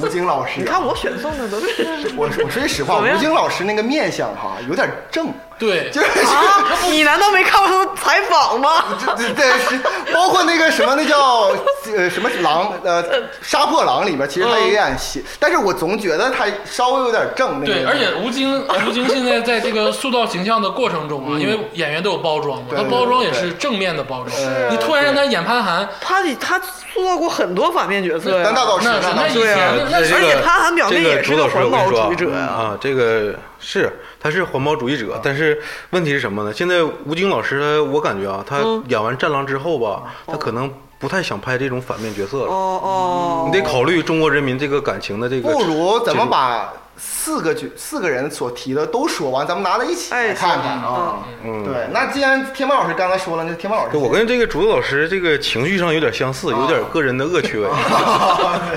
D: 吴京老师，
B: 你看我选送的都是
D: 我我说句实话，
B: 怎么样
D: 吴京老师那个面相哈，有点正，
A: [laughs] 对，
D: 就是
B: 啊， [laughs] 你难道没看过他的采访吗？
D: 对对是，包括那个什么那叫呃什么狼呃杀破狼里边，其实他也演戏，但是我总觉得他稍微有点正那个。
A: 对，而且吴京，吴京现在在这个塑造形象的过程中啊，因为演员都有包装嘛，
D: 对
A: 他
D: 对
A: 包装也
D: 对
A: 是正面的包装。你突然让他演潘寒，
B: 他他塑造过很多反面角色呀
D: 咱，大导师，
A: 那
D: 咱
A: 那
D: 大导
A: 以
D: 师
B: 对啊
A: 前的那
B: 而且他很表面也是
C: 这个
B: 个
C: 老师
B: 环
C: 我跟
B: 保
C: 你说啊
B: 主义者啊
C: 啊，这个是他是环保主义者，但是问题是什么呢？现在吴京老师他，我感觉啊，他
B: 嗯
C: 演完《战狼》之后吧，他可能不太想拍这种反面角色了。
B: 哦哦哦，
C: 你得考虑中国人民这个感情的这个，
D: 不如咱们把四个角四个人所提的都说完，咱们拿在一起
B: 哎
D: 来看看
B: 行
D: 啊。
C: 嗯
D: 对，那既然天霸老师刚才说了，那天霸老师
C: 对我跟这个竹子老师这个情绪上有点相似，有
B: 啊
C: 点个人的恶
B: [laughs]
C: 趣味。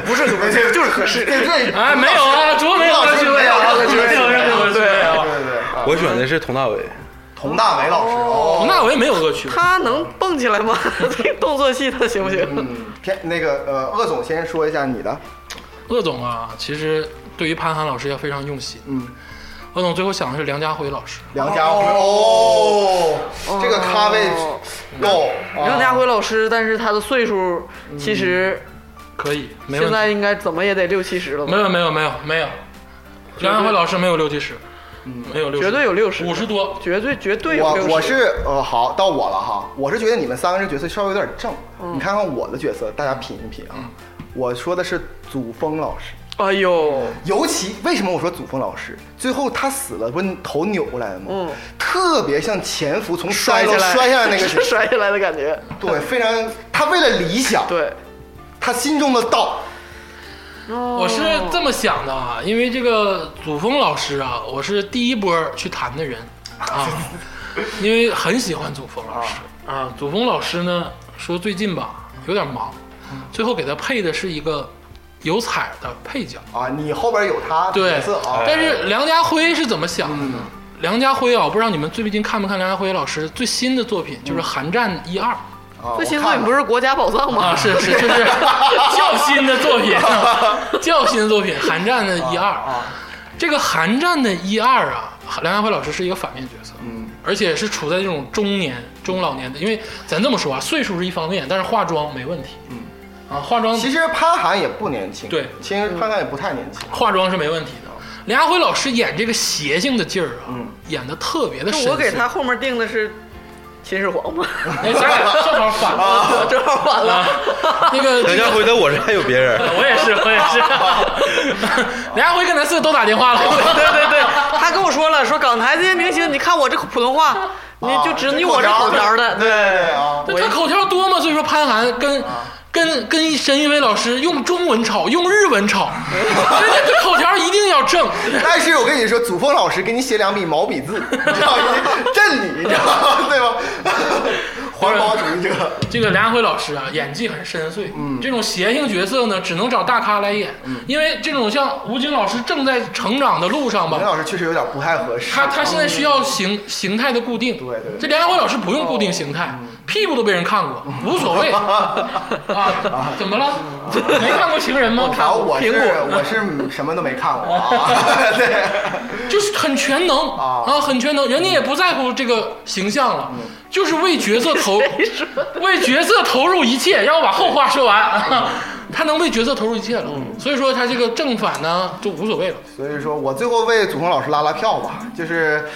D: 不是不是就是合适，对对
A: 哎，没有啊，主播没有
D: 老
A: 恶
D: 师
A: 趣味啊，
D: 没有恶趣味
A: 没有恶趣味啊。
D: 对对，啊
C: 我选的是佟大为，
D: 佟大为老师哦，
A: 佟大为没有恶趣味，
B: 他能蹦起来
D: [laughs]
B: 吗？这动作戏他行不行？
D: 嗯，天那个呃，鄂总先说一下你的，
A: 鄂总啊，其实对于潘寒老师要非常用心。
D: 嗯，
A: 鄂总最后想的是梁家辉老师，
D: 梁家辉哦，这个咖位
B: 哦
D: 够，啊
B: 梁家辉老师，但是他的岁数
D: 嗯
B: 其实
A: 可以，没问
B: 现
A: 题。
B: 在应该怎么也得六七十了吧
A: 没？有没有没有没有，梁家辉老师没有六七十，没有六，
B: 绝对有六十
A: 五十多。
B: 绝对绝对有
D: 我
B: 六十。
D: 我是呃好到我了哈，我是觉得你们三个人角色稍微有点正，
B: 嗯
D: 你看看我的角色，大家品一品啊。我说的是祖峰老师，
B: 哎呦，
D: 尤其为什么我说祖峰老师？最后他死了，不是头扭过来了吗？
B: 嗯
D: 特别像潜伏从
B: 摔
D: 三楼
B: 下来
D: 摔下
B: [laughs]
D: 来那个人，
B: 摔下来的感觉，
D: 对，非常他为了理想，
B: 对。
D: 他心中的道，
A: 我
B: 我
A: 是
D: 哦
A: 这么想的啊，因为这个祖峰老师啊，我是第一波去谈的人啊，因为很喜欢祖峰老师啊。祖峰老师呢说最近吧有点忙，
D: 嗯
A: 最后给他配的是一个有彩的配角。
D: 啊，你后边有他的
A: 对哎
D: 角色啊，嗯
A: 但是梁家辉是怎么想的呢？梁家辉啊，我不知道你们最近看没看梁家辉老师最新的作品，
D: 嗯
A: 就是《寒战一二》
D: 啊
B: 最新
D: 我
B: 作
D: 看
B: 品不
D: 了
B: 是国家宝藏吗？
A: 啊，是是就是较新的作品，较新的作品《寒战》的一二
D: 啊，
A: 这个《寒战》的一二啊，梁家辉老师是一个反面角色，嗯，而且是处在这种中年、中老年的，因为咱这么说啊，岁数是一方面，但是化妆没问题，嗯，啊，化妆
D: 其实潘寒也不年轻，
A: 对
D: 其实潘寒也不太年轻，
A: 化妆是没问题的。梁家辉老师演这个邪性的劲儿啊，演的特别的深
B: 就
A: 邃。
B: 我给他后面定的是秦始皇嘛， [laughs]
A: 哎，咱俩正好反了
B: 正好反了。
A: 啊！那个 [laughs]
C: 梁家辉在我这还有别人。
A: 我也是，我也是。 [laughs] 梁家辉跟咱四个都打电话了， [laughs] 对对对，
B: 他跟我说了，说港台这些明星，你看我这普通话，你
D: 哦啊
B: 就只你我这口条的，
D: 对对对啊，
A: 对他口条多嘛，所以说潘寒跟。跟跟沈一伟老师用中文吵，用日文吵，人家这口条一定要正。 [laughs]
D: 但是我跟你说，祖峰老师给你写两笔毛笔
B: [laughs]
D: 字，你知道吗？震你，你知道吗？对吧？环保主义者，
A: 这个梁家辉老师啊，演技很深邃，
D: 嗯
A: 这种邪性角色呢，只能找大咖来演，因为这种像吴京老师正在成长的路上吧
D: 林，老师确实有点不太合适。
A: 他他现在需要形形态的固定，
D: 对对对哦嗯
A: 这梁家辉老师不用固定形态，屁股都被人看过，无所
D: [laughs]
A: 谓啊，怎么了？没看过情人吗？
D: 然后我是
B: 苹果
D: 我是什么都没看过
B: [laughs]
D: 啊，对，
A: 就是很全能
D: 啊
A: 啊，很全能，人家也不在乎这个形象了，就是为角色投，为角色投入一切。让我把后话说完，啊他能为角色投入一切了，所以说他这个正反呢就无所谓了。
D: 所以说我最后为祖峰老师拉拉票吧，就是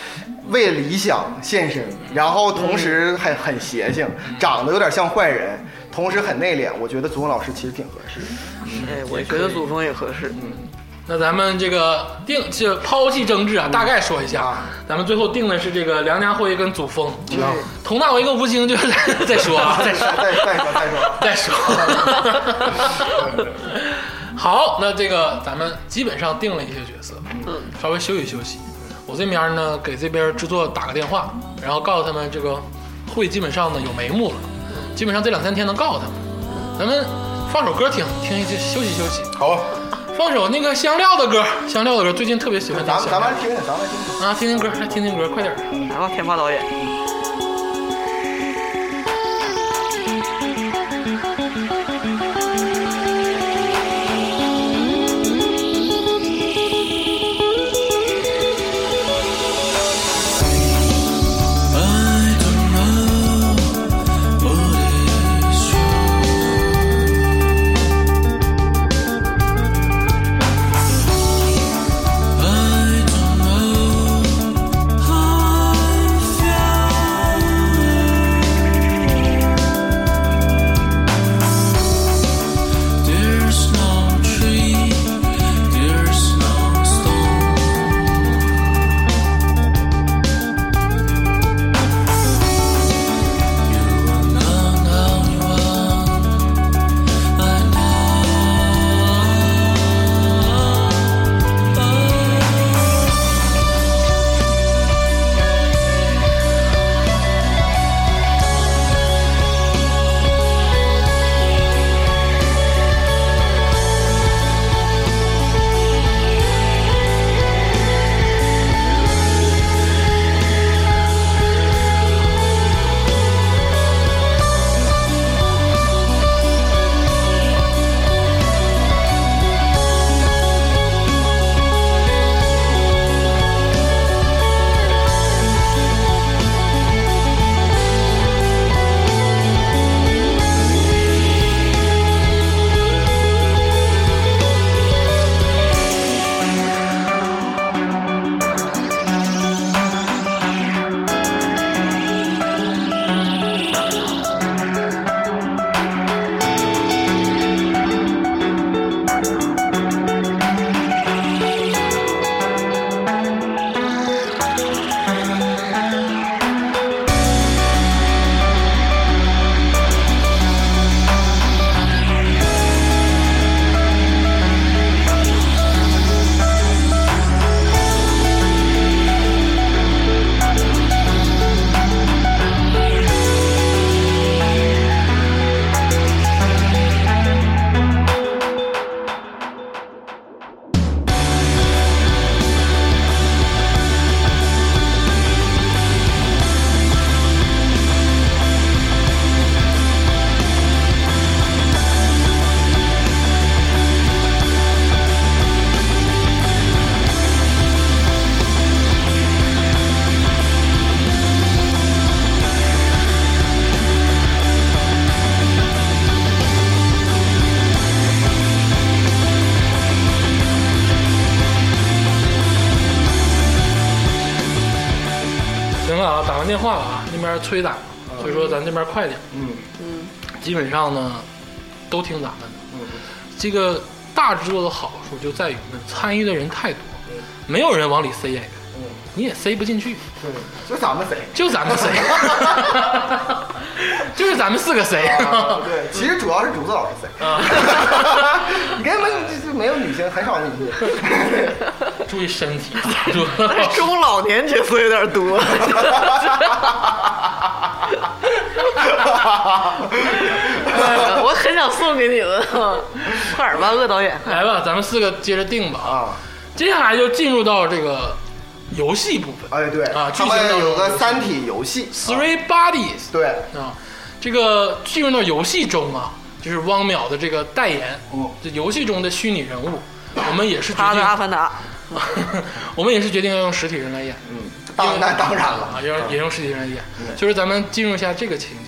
D: 为理想献身，然后同时很很邪性，长得有点像坏人，同时很内敛，我觉得祖峰老师其实挺合适的。
B: 哎，我觉得祖峰也嗯合适。
A: 那咱们这个定就抛弃争执啊，大概说一下
D: 啊，
A: 咱们最后定的是这个梁家辉跟祖峰，佟大为跟吴京 [laughs] 就是再再说啊，再说
D: 再再说再说，
A: 再说。好，那这个咱们基本上定了一些角色，嗯，稍微休息休息。我这边呢，给这边制作打个电话，然后告诉他们这个会基本上呢有眉目了，基本上这两三天能告诉他们。咱们放首歌听听一听，休息休息。
C: 好，
A: 放首那个香料的歌，香料的歌，最近特别喜欢听
D: 咱们
A: 香
D: 咱
A: 料
D: 们听听，咱们听听。
A: 啊，听听歌，来听听歌，快点儿。
B: 来吧，嗯天霸导演，
E: I don't know what is wrong. I don't know how I feel.
A: 了啊，打完电话了啊，那边催打，所以说咱这边快点。嗯嗯，基本上呢都挺打的。嗯，这个大制作的好处就在于呢，参与的人太多，没有人往里塞演员，你也塞不进 [laughs] 去，
D: 对，就咱们谁？
A: 就咱 [laughs] 们塞，就是咱们四个塞。
D: 啊对，其实主要是竹子老师谁？
A: 啊
D: [laughs] 你根本就就没有女性，很少女性。
A: 注意身 [laughs] 体，
B: 哎
A: 哎
B: 中老年角色有点 [laughs] 多，我很想送给你们，快点吧，鄂导演。
A: 来吧，咱们四个接着定吧啊。
D: 啊，
A: 接下来就进入到这个游戏部分。
D: 哎对，
A: 啊
D: 他
A: 剧情当
D: 们
A: 中
D: 有个《三体》游戏，
A: Three Bodies
D: 对，
A: 啊，这个进入到游戏中啊，就是汪淼的这个代言，
D: 嗯
A: 这游戏中的虚拟人物，我们也是决
B: 他的《阿
A: 定，
B: 凡达
A: [laughs] 我们也是决定要用实体人来演，
D: 当那当然了，嗯
A: 啊，要也用实体人来演，就是咱们进入一下这个情节。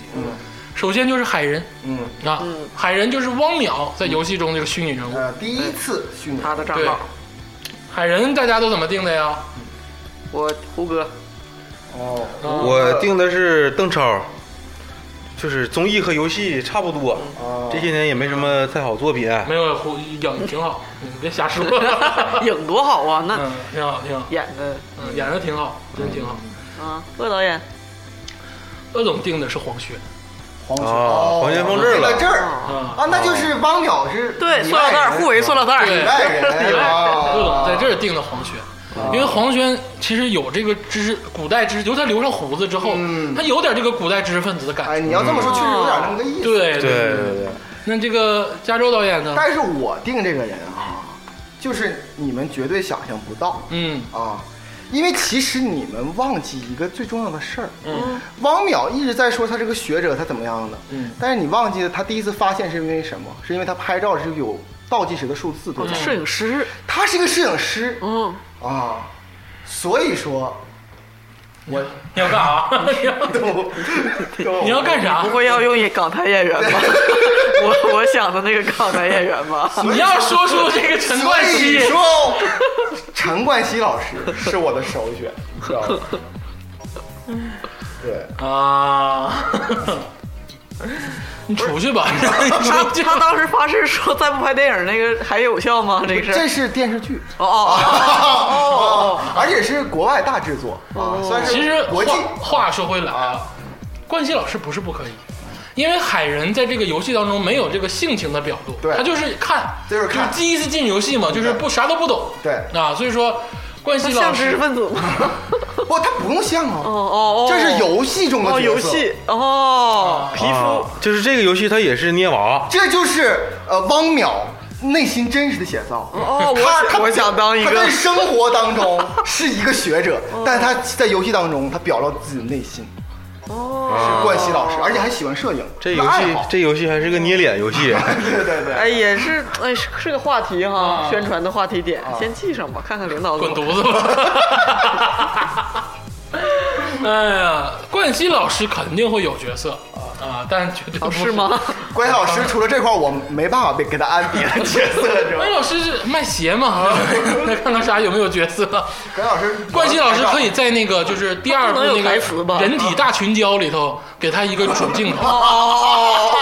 A: 首先就是海人
D: 嗯，
A: 啊，海人就是汪淼在游戏中这个虚拟人物，
D: 呃，第一次虚拟》，
B: 他的账
A: 对
B: 号，，
D: 嗯
A: 海人大家都怎么定的呀？
B: 我胡歌，
D: 哦，
C: 我定的是邓超，就是综艺和游戏差不多，
D: 哦
C: 这些年也没什么太好作品。
A: 没有胡影挺好，你别瞎
D: [laughs]
A: 说，
B: 影多好啊，那
A: 嗯，挺好挺好，
B: 演的
A: 嗯，演的挺好，真挺好。
B: 啊，鄂导演，
A: 鄂总定的是黄轩
D: 黄轩，
C: 哦黄轩放这儿了
D: 定这儿
B: 哦
A: 啊，
D: 啊，那就是汪淼是
B: 对，
D: 里
B: 塑料
D: 外
B: 袋
D: 人
B: 互为塑料袋
A: 对
D: 里
B: 儿，
D: 外人啊，
A: 鄂总在这儿定的黄轩，因为黄轩其实有这个知识，古代知识，尤其他留上胡子之后，
D: 嗯
A: 他有点这个古代知识分子的感
D: 哎，
A: 觉。
D: 你要这么说，确实有点那么个意思。
A: 对
C: 对对对，
A: 那这个加州导演呢？
D: 但是我定这个人啊，就是你们绝对想象不到
A: 嗯，
D: 啊，因为其实你们忘记一个最重要的事儿。
A: 嗯，
D: 汪淼一直在说他这个学者他怎么样的，
A: 嗯，
D: 但是你忘记了他第一次发现是因为什么？是因为他拍照是有倒计时的数字对
A: 哦
D: 吧？
B: 嗯摄影师，
D: 他是个摄影师
B: 嗯，
D: 啊，所以说，
A: 我你要干啥？你要你要干啥
B: 不？会要用港台演员吧？我我想的那个港台演员吧，
A: 你要说出这个陈冠希
D: 所以，说，陈冠希老师是我的首选，知道吗？对，
A: 啊，你出去吧，你
B: 他
A: 出去。
B: 他当时发誓说再不拍电影那个还有效吗？这个事儿
D: 这是电视剧
B: 哦哦
D: 哦，而且是国外大制作啊，算
A: [laughs] 其实
D: 是 [laughs] 国际
A: 话话说回来啊，冠希老师不是不可以，因为海人在这个游戏当中没有这个性情的表露，
D: 对
A: 他就是看，
D: 就是看
A: 第一次进游戏嘛，就是不啥都不懂，
D: 对
A: 啊，所以说冠
B: 哦，
A: 希老
B: 像知识
A: 师
B: 分子吗？
D: 不，它不用像
B: 哦
D: 啊，
B: 哦哦，
D: 这是游戏中的角
B: 哦
D: 色
B: 游，戏哦皮肤
C: 啊，就是这个游戏它也是捏娃，
D: 这就是呃汪淼内心真实的写照。
B: 哦，我
D: 他他
B: 想我想当一
D: 他
B: 个
D: 在生活当中是一个学者，但他在游戏当中他表露自己的内心，
B: 哦，
D: 冠希老师，而且还喜欢摄影，
C: 这
D: 一个
C: 游
D: 爱
C: 戏
D: 好
C: 这游戏还是个捏脸游戏。 [laughs]
D: [laughs] 对对对。
B: 哎也是哎是是个话题哈，宣传的话题点，先记上吧，看看领导怎
A: 滚犊
B: 么
A: 子吧。 [laughs] 哎呀，冠希老师肯定会有角色啊，但绝对不
B: 哦是吗？
D: 关老师除了这块儿，我没办法给他安别的角色，知道
A: 关
D: 吗？
A: 老师是卖鞋嘛？ [laughs] 来看看啥有没有角色。
D: 关老师，
A: 冠希老师可以在那个就是第二部
B: 他不能
A: 那
B: 有台词吧啊哦
A: 个人体大群交里头给他一个主镜头，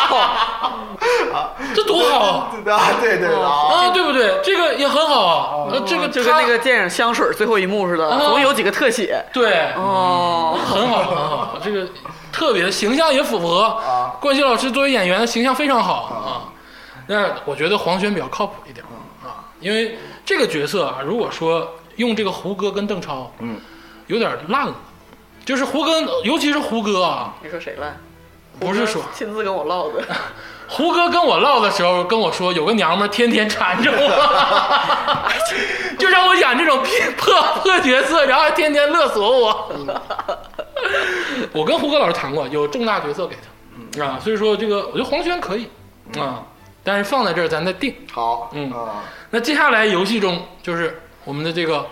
A: [laughs] 这多好啊！
D: 啊，对对对啊，
A: 啊，对不对？这个也很好啊。呃这个
B: 哦就跟那个
A: 他
B: 电影香水最后一幕似的，总有几个特写
A: 对，
B: 哦。
A: 很好很好，这个特别形象也符合。冠希老师作为演员的形象非常好啊。那我觉得黄轩比较靠谱一点啊，因为这个角色啊，如果说用这个胡歌跟邓超，嗯，有点烂了。就是胡歌，尤其是胡歌啊，
B: 你说谁烂？
A: 不是说
B: 嗯亲自跟我唠的，
A: 胡歌跟我唠的时候跟我说，有个娘们儿天天缠着我， [laughs] 就让我演这种破破角色，然后还天天勒索我。
D: 嗯
A: 我跟胡歌老师谈过，有重大角色给
D: 嗯
A: 他啊，所以说这个我觉得黄轩可以啊，但是放在这儿咱再定。
D: 好，
A: 嗯
D: 啊，
A: 那接下来游戏中就是我们的这个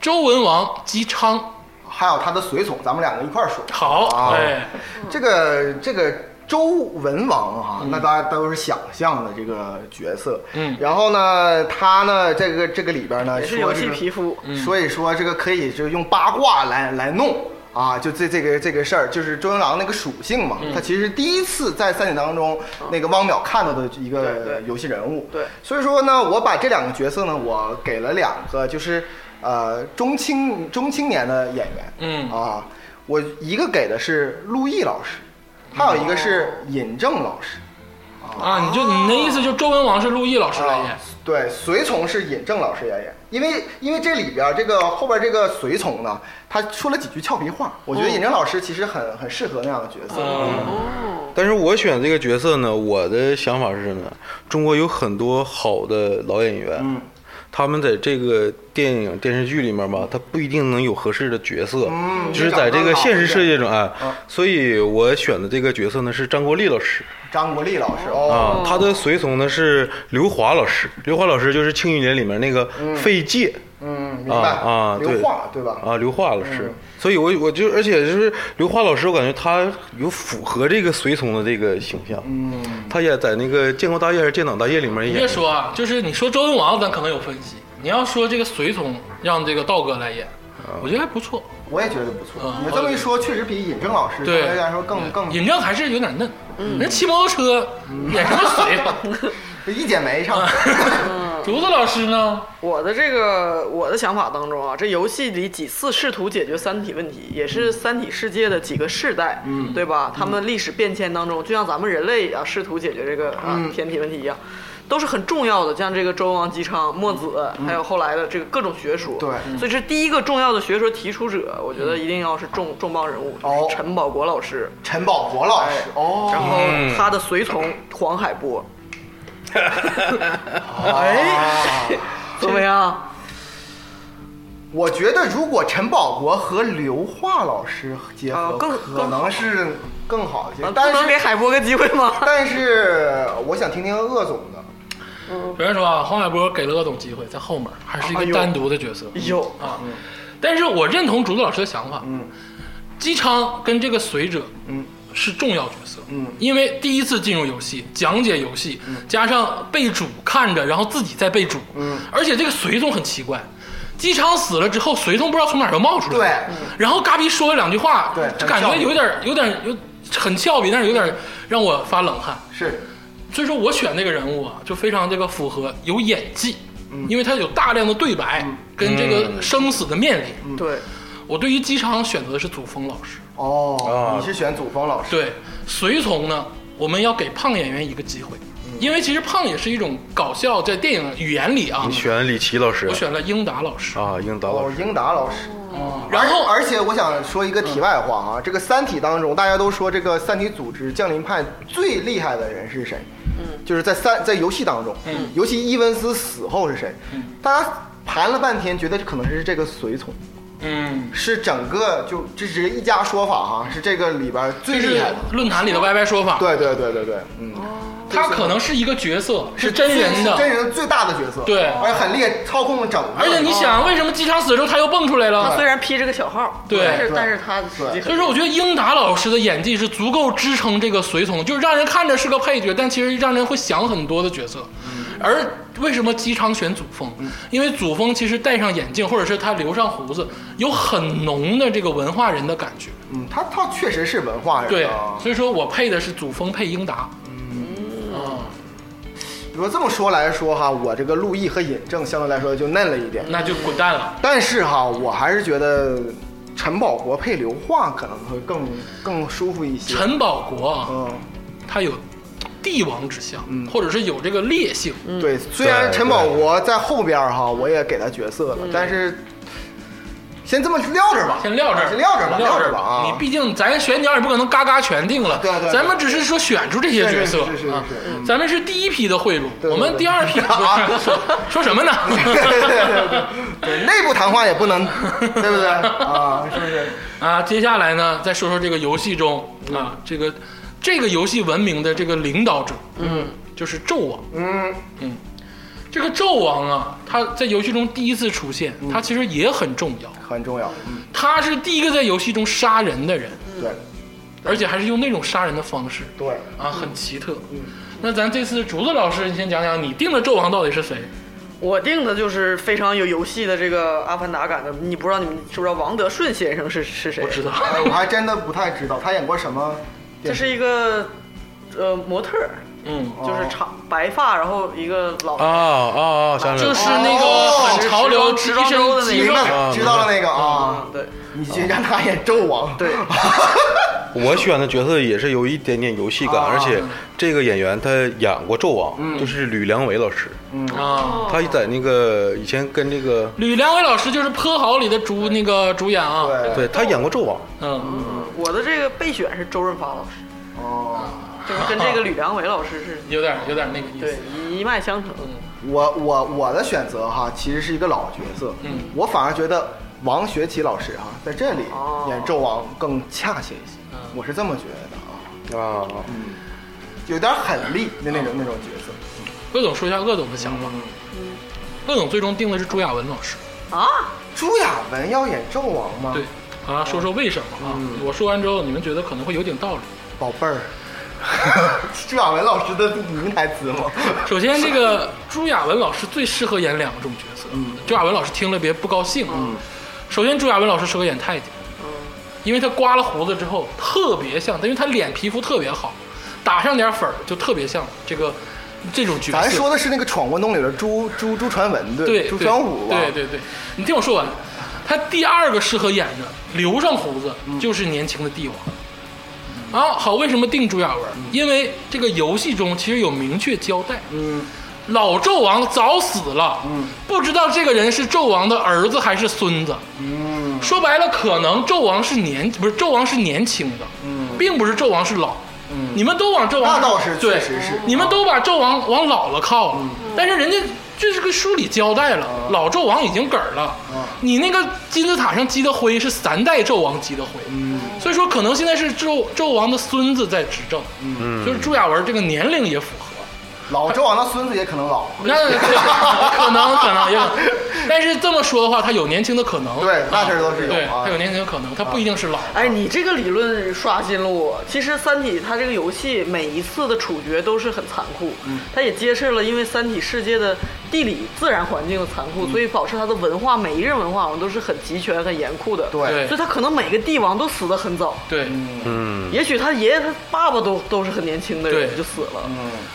A: 周文王姬昌，
D: 还有他的随从，咱们两个一块儿说。
A: 好，
D: 啊
A: 哎，
B: 嗯
D: 这个这个周文王哈、那大家都是想象的这个角色。
A: 嗯
D: 然后呢，他呢，这个这个里边
B: [laughs]
D: 呢，
B: 也是
D: 啊说
B: 游戏
D: 这个
B: 皮肤
D: 所以说这个可以就用八卦来来弄啊，就这这个这个事儿，就是周英郎那个属性
B: 嗯
D: 嘛，他其实是第一次在三体当中那个汪淼看到的一
B: 对对
D: 个游戏人物。
B: 对
D: 所以说呢，我把这两个角色呢，我给了两个，就是呃中青中青年的演员。
A: 嗯
D: 啊，我一个给的是陆毅老师，还有一个是尹正老师。
A: 啊，你就你那意思就周文王是陆毅老师来演
D: 啊，对，随从是尹正老师演演，因为因为这里边儿这个后边儿这个随从呢，他说了几句俏皮话，我觉得尹正老师其实很很适合那样的角色。
A: 嗯
B: 哦，
C: 但是我选这个角色呢，我的想法是呢，中国有很多好的老演员，
D: 嗯
C: 他们在这个电影电视剧里面吧，他不一定能有合适的角色，
D: 嗯
C: 就是在这个现实世界中，哎，
D: 嗯
C: 所以我选的这个角色呢是张国立老师
D: 张国立老师
C: 啊
D: 哦，，
C: 他的随从呢是刘华老师，刘华老师就是《庆余年》里面那个费介。
D: 嗯，明白
C: 啊啊，
D: 刘化对吧？
C: 啊，刘化老师，所以我我就而且就是刘化老师，我感觉他有符合这个随从的这个形象，
D: 嗯，
C: 他也在那个《建国大业》还是《建党大业》里面
A: 你
C: 演，
A: 别说啊，就是你说周文王，咱可能有分析；你要说这个随从让这个道哥来演，我觉得还不错。
D: 我也觉得不错
A: 啊。
D: 你这么一说，确实比尹正老师
A: 对
D: 相来说更更
A: 尹正还是有点嫩，人骑摩托车演什么随从？
D: 一剪梅上。
A: 竹子老师呢？
B: 我的这个我的想法当中啊，这游戏里几次试图解决三体问题，也是三体世界的几个世代，嗯，对吧？他们历史变迁当中，就像咱们人类啊试图解决这个啊天体问题一样。都是很重要的，像这个周王姬昌、墨子，还有后来的这个各种学说。
D: 对
B: 所以这第一个重要的学说提出者，我觉得一定要是重重磅人物，就是
D: 哦
B: 陈宝国老师。
D: 陈宝国老师哦，
B: 然后
C: 嗯
B: 他的随从黄海波，
D: 哎，
B: 怎么样？
D: 我觉得如果陈宝国和刘化老师结
B: 啊
D: 合，
B: 更
D: 可能是更好一些
B: 啊。
D: 但
B: 不能给
D: 是，
B: 海波个机会吗？
D: [laughs] 但是我想听听鄂总的。
A: 比方说啊，黄海波给了鄂总机会，在后面还是一个单独的角色
B: 有，
A: 啊。但是我认同竹子老师的想法，
D: 嗯
A: 姬昌跟这个随者
D: 嗯
A: 是重要角色，
D: 嗯
A: 因为第一次进入游戏，讲解游戏，加上被主看着，然后自己再被主，
D: 嗯，
A: 而且这个随从很奇怪。姬昌死了之后，随从不知道从哪儿又冒出来了，
D: 对
A: 然后嘎逼说了两句话，
D: 对
A: 就感
D: 很
A: 觉
D: 俏皮
A: 有点有点有很俏皮，但是有点让我发冷汗。
D: 是，
A: 所以说我选这个人物啊，就非常这个符合有演技，
D: 嗯
A: 因为他有大量的对白、跟这个生死的面临。
D: 嗯
B: 对，
A: 我对于姬昌选择的是祖峰老师，
D: 哦
C: 啊，
D: 你是选祖峰老师？
A: 对随从呢，我们要给胖演员一个机会，
D: 嗯
A: 因为其实胖也是一种搞笑，在电影语言里啊
C: 你，选李琦老师
A: 我选了英达老师，
C: 啊，英达老
D: 哦
C: 师，，
D: 英达老师。
A: 然后
D: 而而且我想说一个题外话啊，这个《三体》当中，大家都说这个三体组织降临派最厉害的人是谁？嗯，就是在三在游戏当中，
A: 嗯
D: 尤其伊文斯死后是谁？大家盘了半天，觉得可能是这个随从，
A: 嗯，
D: 是整个就这只是一家说法哈、是这个里边最
A: 这
D: 厉
A: 是
D: 害的。
A: 论坛里的歪歪说法，
D: 对对对对对，嗯，
A: 他可能是一个角色，是真人
D: 最
A: 的
D: 是。真人最大的角色，
A: 对
D: 而且很厉害，操控整个。
A: 而且你
D: 啊
A: 想，为什么姬昌死了之后他又蹦出来
B: 他
A: 了
B: 虽？然披着个小号，
A: 对
B: 但是
D: 对
B: 但是他实际
A: 所以说，我觉得英达老师的演技是足够支撑这个随从，就是让人看着是个配角，但其实让人会想很多的角色。而为什么姬昌选祖峰？因为祖峰其实戴上眼镜，或者是他留上胡子，有很浓的这个文化人的感觉。
D: 嗯，他他确实是文化人，
A: 对
D: 啊，
A: 所以说我配的是祖峰配英达。嗯
D: 如果这么说来说哈，我这个陆毅和尹正相对来说就嫩了一点，
A: 那就滚蛋了。
D: 但是哈，我还是觉得陈宝国配刘化可能会更更舒服一些。
A: 陈宝国啊，
D: 嗯，
A: 他有帝王之相，或者是有这个烈性。
D: 对，虽然陈宝国在后边儿哈，我也给他角色了，但是先这么撂这儿吧，
A: 先撂这儿，
D: 先撂这儿吧，
A: 撂
D: 撂
A: 这
D: 这
A: 儿
D: 儿吧啊！
A: 你
D: [laughs]
A: 毕竟咱选角也不可能嘎嘎全定了，
D: 对对对
A: 咱们只是说选出这些角色
D: 是是是是
A: 啊
D: 是，
A: 咱们是第一批的贿赂，
D: 对对
A: 我们第二
D: [laughs]
A: 批
D: 啊
A: 说什么呢？
D: [laughs] 对对对对对，内部谈话也不能，对不对啊？是不是？
A: [laughs] 啊，接下来呢，再说说这个游戏中
D: 嗯
A: 啊，这个这个游戏文明的这个领导者，嗯，就是纣王。
D: 嗯，
A: 这个纣王啊，他在游戏中第一次出现，
D: 嗯
A: 他其实也很重要，
D: 很重要。嗯，
A: 他是第一个在游戏中杀人的人，
D: 对
A: 而且还是用那种杀人的方式。
D: 对。
A: 啊，很奇特。那咱这次竹子老师，你先讲讲你定的纣王到底是谁？
B: 我定的就是非常有游戏的这个阿凡达感的，你不知道你们知不知道王德顺先生是是谁？
A: 我
B: [laughs]
A: 知道，
D: 哎我还真的不太知道他演过什么
B: 这
D: 电视。
B: 是一个呃模特儿，
A: 嗯，
D: 哦
B: 就是长白发，然后一个老
C: 啊
A: 哦
C: 啊啊！想起来
A: 就
C: 了
A: 是那个很潮流，
B: 哦时
A: 一
B: 装周
A: 身
B: 的那
A: 肌
B: 个
A: 肉
B: 啊，
C: 啊
D: 知道了那个啊
B: 嗯，对
D: 你去让他演纣王。
B: 对，
C: 我选的角色也是有一点点游戏感，
D: 啊
C: 而且这个演员他演过纣王，就是吕良伟老师，
A: 啊。
C: 他在那个以前跟这个，
A: 吕良伟老师就是《泼好》里的主那个主演啊，
D: [laughs] 对，
C: 对他演过纣王，
A: 嗯，
B: 我的这个备选是周润发老师，
D: 哦，
B: 就是跟这个吕良伟老师是
A: 有点有点那个意
B: 对
A: 思，
B: 一脉相承。
D: 我我我的选择哈，其实是一个老角色，
A: 嗯
D: 我反而觉得王学圻老师哈在这里
B: 哦
D: 演纣王更恰切一些，
A: 嗯
D: 我是这么觉得啊，
C: 啊，
D: 有点狠力的那种
A: 嗯
D: 那种角色。
A: 鄂总说一下鄂总的想法。嗯鄂总最终定的是朱亚文老师，
B: 啊，
D: 朱亚文要演纣王吗？
A: 对，啊，说说为什么啊？我说完之后，你们觉得可能会有点道理。
D: 宝贝儿， [laughs] 朱亚文老师的名台词吗？ [laughs]
A: [laughs] 首先，这个朱亚文老师最适合演两种角色。
D: 嗯
A: 朱亚文老师听了别不高兴啊。首先，朱亚文老师适合演太监，
D: 嗯
A: 因为他刮了胡子之后特别像，因为他脸皮肤特别好，打上点粉儿就特别像这个这种角色。
D: 咱说的是那个《闯关东》里的朱朱朱传文对
A: 对
D: 朱
A: 对
D: 传武吧？
A: 对对对，你听我说完。他第二个适合演的留上胡子
D: 嗯
A: 就是年轻的帝王。啊，好，为什么定朱亚文？因为这个游戏中其实有明确交代，
D: 嗯，
A: 老纣王早死了，不知道这个人是纣王的儿子还是孙子。
D: 嗯
A: 说白了，可能纣王是年不是纣王是年轻的，并不是纣王是老。你们都往纣王
D: 嗯那倒是
A: 对哦
D: 确实是
A: 你们都把纣王往老了靠
D: 嗯
A: 了，但是人家这是个书里交代了，老纣王已经嗝儿了，
D: 嗯
A: 你那个金字塔上积的灰是三代纣王积的灰，
D: 嗯
A: 所以说可能现在是纣纣王的孙子在执政，
D: 嗯
A: 就是朱亚文这个年龄也符合。
D: 老纣王的孙子也可能老，
A: 那 [laughs] 可能可
D: [laughs]
A: 能也可能，但是这么说的话，他有年轻的可能，
D: 对那事儿都是
A: 哦
D: 有
A: 对，
D: 啊
A: 他有年轻的可能，他不一定是老。
B: 哎，你这个理论刷新了我。其实《三体》它这个游戏每一次的处决都是很残酷，它也揭示了因为《三体》世界的地理自然环境的残酷，所以保持它的文化，每一任文化好像都是很集权、很严酷的。
D: 对
A: 对
B: 所以他可能每个帝王都死得很早，
A: 对，
C: 嗯，
B: 也许他爷爷、他爸爸都都是很年轻的人
A: 对
B: 就死了。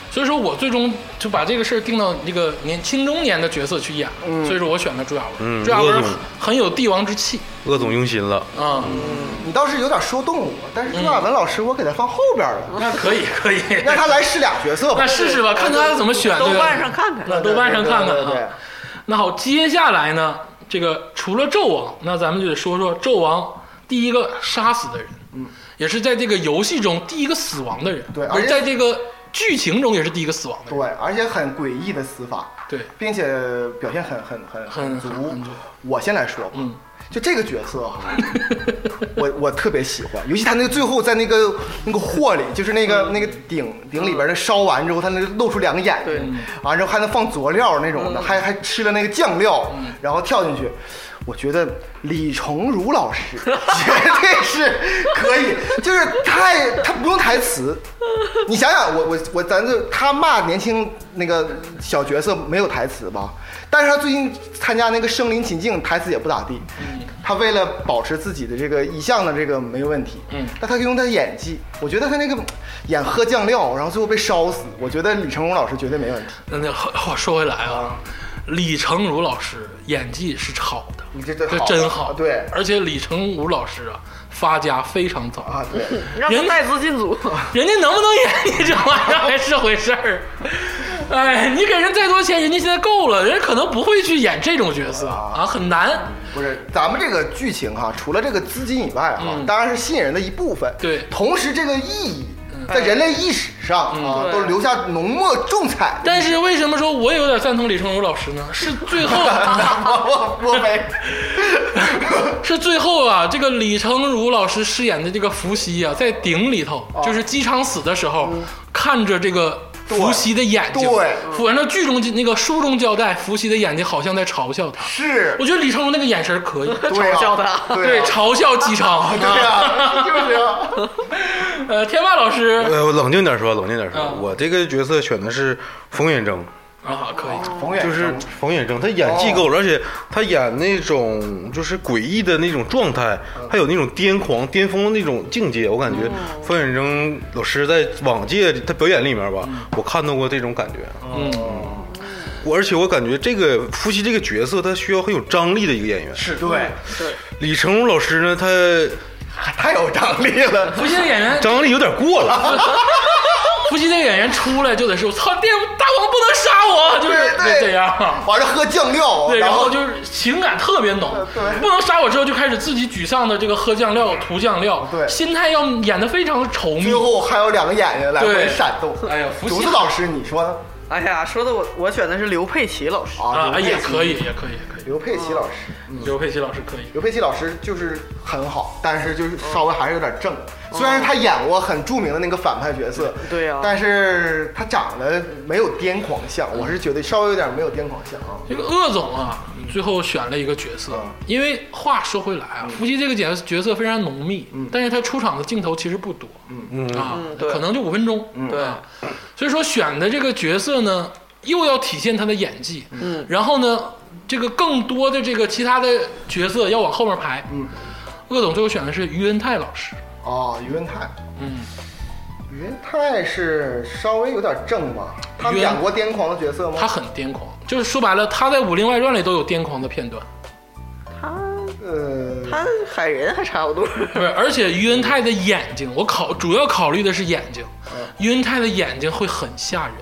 A: 所以说我最终就把这个事儿定到这个年青中年的角色去演，所以说我选了朱亚文，
C: 嗯
A: 朱亚
C: 恶
A: 文
C: 总
A: 很有帝王之气
C: 鄂总用心了，
A: 啊，
D: 你倒是有点说动我，但是朱亚文老师我给他放后边了，
A: 那可以可以，
D: 让他来试俩角色吧
A: 嗯 [laughs] 那。试试吧，看他怎么选。
B: 豆
A: 对吧
B: 瓣上看看
A: 那豆瓣上看看
D: 对对对对
A: 啊。那好，接下来呢，这个除了纣王，那咱们就得说说纣王第一个杀死的人，嗯，也是在这个游戏中第一个死亡的人，
D: 对而
A: 而
D: 且
A: 在这个剧情中也是第一个死亡的人，
D: 对，而且很诡异的死法，
A: 对
D: 并且表现很很很
A: 很
D: 足
A: 很很足。
D: 我先来说吧，
A: 嗯，
D: 就这个角色哈，我我特别喜欢，尤其他那个最后在那个那个货里，就是那
A: 嗯
D: 个那个鼎鼎里边的烧完之后，他那个露出两个眼
B: 对
A: 嗯
D: 睛，完之后还能放佐料那种的，还还吃了那个酱料，
A: 嗯
D: 然后跳进去。我觉得李成儒老师 [laughs] 绝对是可以，就是太他不用台词，你想想，我我我，咱就他骂年轻那个小角色没有台词吧，但是他最近参加那个身临其境，台词也不咋地。他为了保持自己的这个一向的这个没问题，
A: 嗯
D: 但他可以用他的演技，我觉得他那个演喝酱料，然后最后被烧死，我觉得李成儒老师绝对没问题。
A: 那那话话说回来啊，李成儒老师演技是好的，
D: 你这这
A: 这
D: 好啊
A: 真好，
D: 对
A: 而且李成儒老师啊，发家非常早
D: 啊，对，
B: 让他
A: 人
B: 带资进组，
A: 人家能不能演你这玩意儿还是回事儿。哎，你给人再多钱，人家现在够了，人家可能不会去演这种角色啊，很难。
D: 不是咱们这个剧情哈、除了这个资金以外哈、当然是吸引人的一部分，
A: 对
D: 同时这个意义在人类意识上啊，
B: 对
D: 都留下浓墨重彩的
A: [laughs] 但是为什么说我也有点赞同李成儒老师呢？是最
D: [laughs]
A: 后，
D: 我我我没，
A: 是最后啊，这个李成儒老师饰演的这个伏羲啊，在鼎里头，
D: 哦
A: 就是姬昌死的时候，看着这个。伏羲的眼睛，
D: 嗯对，嗯
A: 反正剧中那个书中交代，伏羲的眼睛好像在嘲笑他。
D: 是
A: 我觉得李成儒那个眼神儿可以，
D: [laughs] 对啊
B: 嘲笑他
D: 对啊
A: 嘲笑姬
D: [laughs]
A: 昌，
D: 对呀，就是啊，
A: 呃，天霸老师
C: 呃，我冷静点说，冷静点说，
A: 嗯
C: 我这个角色选的是冯远征，
A: 啊，可以，
D: 冯 [laughs] 远
C: 就是冯远征，他演技够了，而且他演那种就是诡异的那种状态，还有那种癫狂、巅峰的那种境界，我感觉冯远征老师在往届他表演里面吧，我看到过这种感觉。
A: 嗯，
C: 我而且我感觉这个夫妻这个角色，他需要很有张力的一个演员。
A: 是
D: 对，
C: 李成儒老师呢，他
D: 太有张力了。
A: 伏羲的演员，
C: 张力有点过了。
A: 伏羲这个演员出来就得是我操，电大王不能杀我，就是
D: 对
A: 得这样。
D: 完了喝酱料，
A: 对，然
D: 哦后
A: 后就是情感特别浓
D: 对，
A: 不能杀我之后就开始自己沮丧的这个喝酱料、涂酱料，
D: 对
A: 心态要演的非常稠密
D: 最。后还有两个眼睛来回
A: 对
D: 闪动。
A: 哎呀伏羲
D: 竹子老师，你说呢
B: 哎呀，说的我我选的是刘佩琦老师，
A: 啊，
D: 刘佩
A: 也
D: 琦
A: 可以，也可以，也可以。嗯
D: 刘佩琦老师，
A: 刘佩琦老师可以，
D: 刘佩琦老师就是很好，但是就是稍微还是有点正。虽然他演过很著名的那个反派角色，
B: 对啊
D: 但是他长得没有癫狂像，我是觉得稍微有点没有癫狂像啊。
A: 这个鄂总啊，最后选了一个角色，因为话说回来啊，伏羲这个角角色非常浓密，但是他出场的镜头其实不多，嗯啊，
B: 对
A: 可能就五分钟，对，所以说选的这个角色呢，又要体现他的演技，嗯，然后呢，这个更多的这个其他的角色要往后面排，嗯，鄂总最后选的是于恩泰老师，
D: 哦，于文泰，
A: 嗯，
D: 于文泰是稍微有点正吧？他
A: 于文
D: 演过癫狂的角色吗？
A: 他很癫狂，就是说白了，他在《武林外传》里都有癫狂的片段，
D: 呃，
B: 他海人还差不多。 [laughs]
A: 不是，而且于恩泰的眼睛，我考主要考虑的是眼睛，于恩泰的眼睛会很吓人，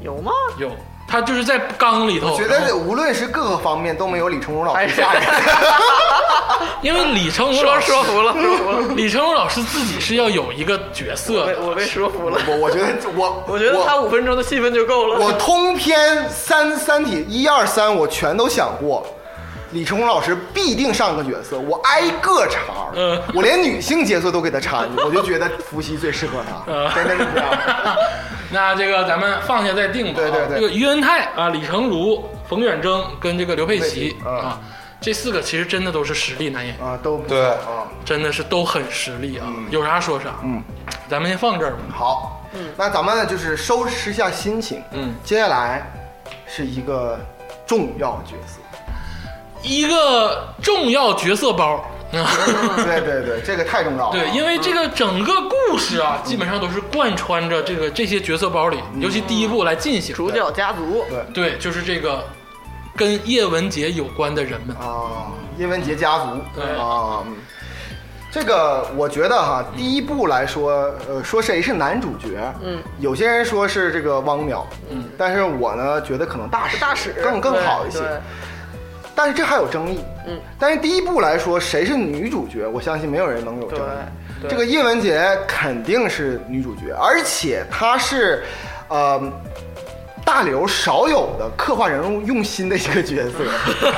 B: 有吗？
A: 有，他就是在缸里头，
D: 觉得无论是各个方面都没有李成儒老师吓人。 [laughs]
A: 因为李成儒
B: 说
A: 老师
B: 说服了，说服了，
A: 李成儒老师自己是要有一个角色
B: 被
A: 的，
B: [laughs] 我被说服了。
D: 我我觉得我
B: 我觉得他五分钟的戏份就够了。
D: 我通篇三三体一二三我全都想过，李成儒老师必定上个角色，我挨个查，
A: 嗯
D: 我连女性角色都给他插进去，我就觉得伏羲最适合
A: 嗯
D: 他，真的是这样。
A: [laughs] 那这个咱们放下再定吧啊。
D: 对对对
A: 这个于恩泰啊，李成儒、冯远征跟这个刘佩琦
D: 嗯
A: 啊，这四个其实真的都是实力男演员，
D: 啊，都不错
C: 对
D: 啊，
A: 真的是都很实力啊，有啥说啥。嗯，咱们先放这儿吧。
D: 好，那咱们就是收拾一下心情，
A: 嗯，
D: 接下来是一个重要角色，
A: 一个重要角色包 [laughs] 啊。
D: 对对对，这个太重要了，
A: 对，因为这个整个故事啊，基本上都是贯穿着这个这些角色包里，尤其第一部来进行。
B: 主角家族，
D: 对
A: 对，就是这个跟叶文洁有关的人们。
D: 啊，叶文洁家族
A: 对
D: 啊。嗯这个我觉得哈，第一部来说，呃，说谁是男主角，嗯，有些人说是这个汪淼，嗯，但是我呢觉得可能大使
B: 大使
D: 更更好一些，
B: 对
D: 但是这还有争议，
B: 嗯，
D: 但是第一部来说谁是女主角，我相信没有人能有争议，
B: 对对
D: 这个叶文洁肯定是女主角，而且她是，呃。大刘少有的刻画人物用心的一个角
B: [laughs]
D: 色，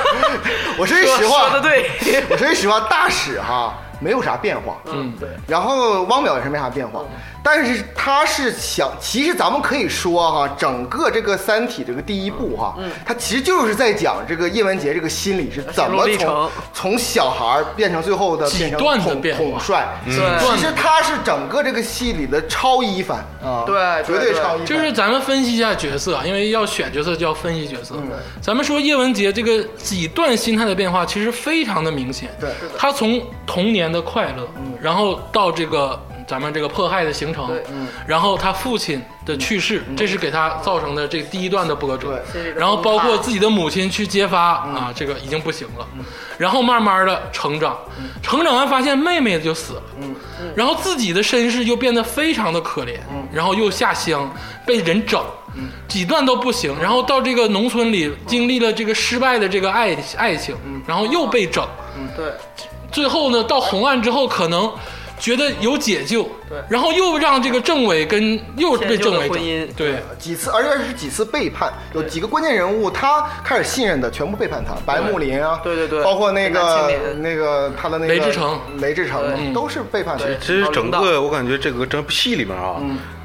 D: 我说句
B: 说
D: 实话，
B: 说的对，
D: [laughs] 我说句实话，大使哈没有啥变化，
A: 嗯，
B: 对，
D: 然后汪淼也是没啥变化，但是他是想，其实咱们可以说哈，整个这个《三体》这个第一部哈，它其实就是在讲这个叶文洁这个心理是怎么
B: 嗯心路历
D: 从
B: 程
D: 从小孩儿变成最后的
A: 几
D: 变成
A: 段的
D: 统
A: 变化嗯
D: 统帅，
B: 对
D: 其实他是整个这个戏里的超一番啊，
B: 对
D: 绝
B: 对对
D: 超一番，
A: 就是咱们分析一下角色，啊因为要选角色就要分析角色。
D: 嗯
A: 咱们说叶文洁这个几段心态的变化，其实非常的明显。
D: 对是嗯
A: 他从童年的快乐，然后到这个咱们这个迫害的形成
B: 对，
D: 嗯
A: 然后他父亲的去世，这是给他造成的这第一段的波折。
D: 对
B: 心里的
A: 然后包括
B: 崩塌
A: 自己的母亲去揭发啊，这个已经不行了，然后慢慢的成长，成长完发现妹妹就死了，然后自己的身世又变得非常的可怜，然后又下乡被人整，几段都不行，然后到这个农村里经历了这个失败的这个爱爱情，然后又被整，
B: 对
A: 最后呢到红岸之后可能。觉得有解救，
B: 对
A: 然后又让这个政委跟又被
B: 现就
A: 政
B: 的
A: 委
B: 婚
A: 整
B: 姻
A: 对，
D: 几次，而且是几次背叛，有几个关键人物，他开始信任的全部背叛他，白木林啊，
B: 对对对
D: 包括那
B: 南青
D: 个
B: 莲
D: 那个他的那个
A: 雷志诚
D: 雷志诚
B: 对
D: 都是背叛他。
B: 对
D: 对
C: 其实整
B: 老领
C: 个我感觉这个整部戏里面啊，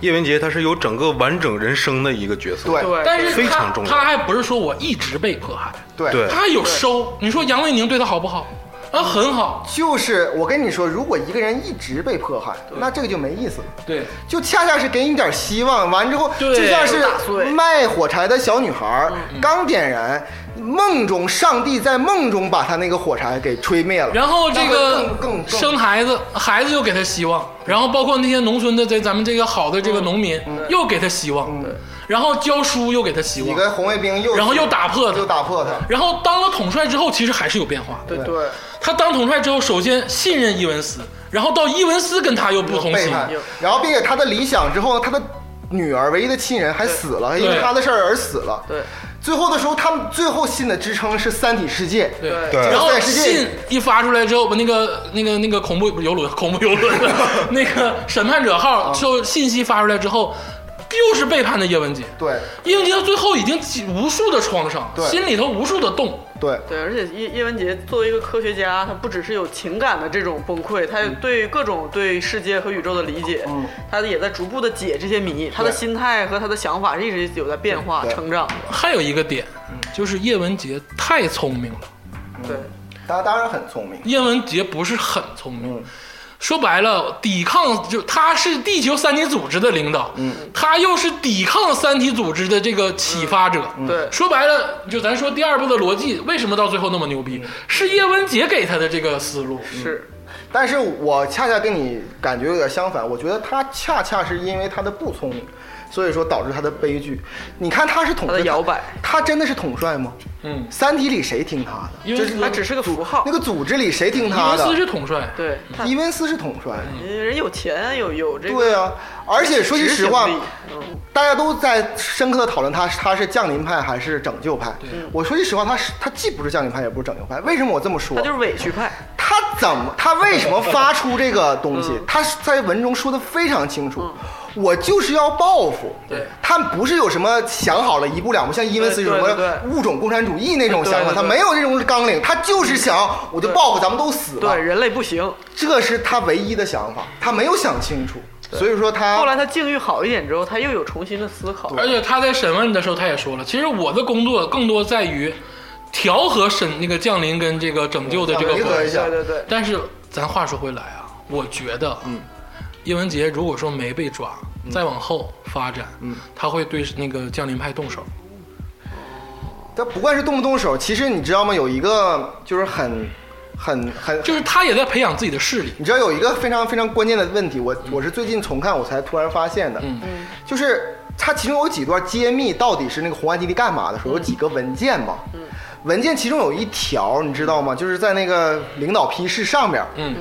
C: 叶文洁她是有整个完整人生的一个角色。
B: 对，
A: 但是
C: 非
A: 他
C: 常重要
A: 他还不是说我一直被迫害，
D: 对
C: 对
A: 他有收。你说杨卫宁对他好不好？啊，很好，
D: 就是我跟你说，如果一个人一直被迫害，那这个就没意思了。
A: 对，
D: 就恰恰是给你点希望，完之后
A: 对
D: 就像
B: 就打
D: 是
B: 碎
D: 卖火柴的小女孩
B: 嗯
D: 儿刚点燃，梦中上帝在梦中把她那个火柴给吹灭了。
A: 然后这
D: 那
A: 个
D: 会更更更
A: 生孩子，孩子又给他希望，然后包括那些农村的，在咱们这个好的这
D: 嗯
A: 个农民又给他希望，然后教书又给他希
D: 几
A: 望，
D: 个红卫兵又
A: 然后又打破他
D: 又打破他，
A: 然后当了统帅之后，其实还是有变化的。
B: 对对，
A: 他当统帅之后，首先信任伊文斯，然后到伊文斯跟他又不同
D: 背
A: 心，
D: 叛，然后并且他的理想之后，他的女儿唯一的亲人还死了，因为他的事儿而死了。
B: 对，
D: 最后的时候，他们最后信的支撑是《三体世界》。
A: 对
C: 对
A: 然后
D: 在世界
A: 信一发出来之后，把那个那个那个恐怖游轮、恐怖游轮 [laughs] 那个审判者
D: 啊
A: 号就信息发出来之后，又是背叛的叶文洁。
D: 对
A: 叶文洁到最后已经几无数的创伤，
D: 对
A: 心里头无数的洞。
D: 对
B: 对，而且叶叶文洁作为一个科学家，他不只是有情感的这种崩溃，他对各种对世界和宇宙的理解，他也在逐步的解这些谜，他的心态和他的想法一直有在变化
D: 对
B: 成长。
A: 还有一个点，就是叶文洁太聪明了。
B: 对，嗯
D: 他当然很聪明，
A: 叶文洁不是很聪明。说白了，抵抗就他是地球三体组织的领导，
B: 嗯
A: 他又是抵抗三体组织的这个启发者。
B: 嗯对
A: 说白了，就咱说第二部的逻辑，为什么到最后那么牛
B: 嗯
A: 逼，是叶文洁给他的这个思路。
B: 是，
D: 但是我恰恰跟你感觉有点相反，我觉得他恰恰是因为他的不聪明，所以说导致他的悲剧。你看他是统
B: 他的
D: 帅，
B: 摇摆
D: 他真的是统帅吗？
A: 嗯，
D: 三体里谁听他的？
A: 因为
B: 他只是个符号
D: 那。个组织里谁听
A: 伊
D: 他
A: 文
D: 的
A: 斯？是统帅，
B: 对，他
D: 伊文斯是统帅，
B: 人有钱，有有这个。
D: 对啊。而且说句实话
B: 执行力，嗯
D: 大家都在深刻的讨论他，他是降临派还是拯救派？我说句实话，他是他既不是降临派，也不是拯救派。为什么我这么说？
B: 他就是委屈派，
D: 他怎么，他为什么发出这个东
B: 嗯
D: 西？他在文中说的非常清楚，我就是要报复。
A: 对，
D: 他不是有什么想好了一步两步，像伊文斯有什
B: 对对
D: 么
B: 对
D: 物种共产主义那种想
B: 对
D: 法，
B: 对对
D: 他没有这种纲领，他就是想我就报复，咱们都死吧
B: 对。人类不行。
D: 这是他唯一的想法，他没有想清楚，所以说他
B: 后来他境遇好一点之后，他又有重新的思考。
A: 而且他在审问的时候，他也说了，其实我的工作更多在于调和审那个降临跟这个拯救的这个
D: 想维
A: 关
D: 和
A: 系
D: 一。下
B: 对，对对，
A: 但是咱话说回来啊，我觉得，嗯，叶文洁如果说没被抓，
D: 嗯
A: 再往后发展，嗯，他会对那个降临派动手。
D: 他不管是动不动手，其实你知道吗？有一个就是很很很
A: 就是他也在培养自己的势力。
D: 你知道有一个非常非常关键的问题，我我是最近重看我才突然发现的，
A: 嗯
D: 就是它其中有几段揭秘到底是那个红岸基地干嘛的
A: 嗯
D: 时候，有几个文件嘛，文件其中有一条你知道吗？就是在那个领导批示上面，
A: 嗯，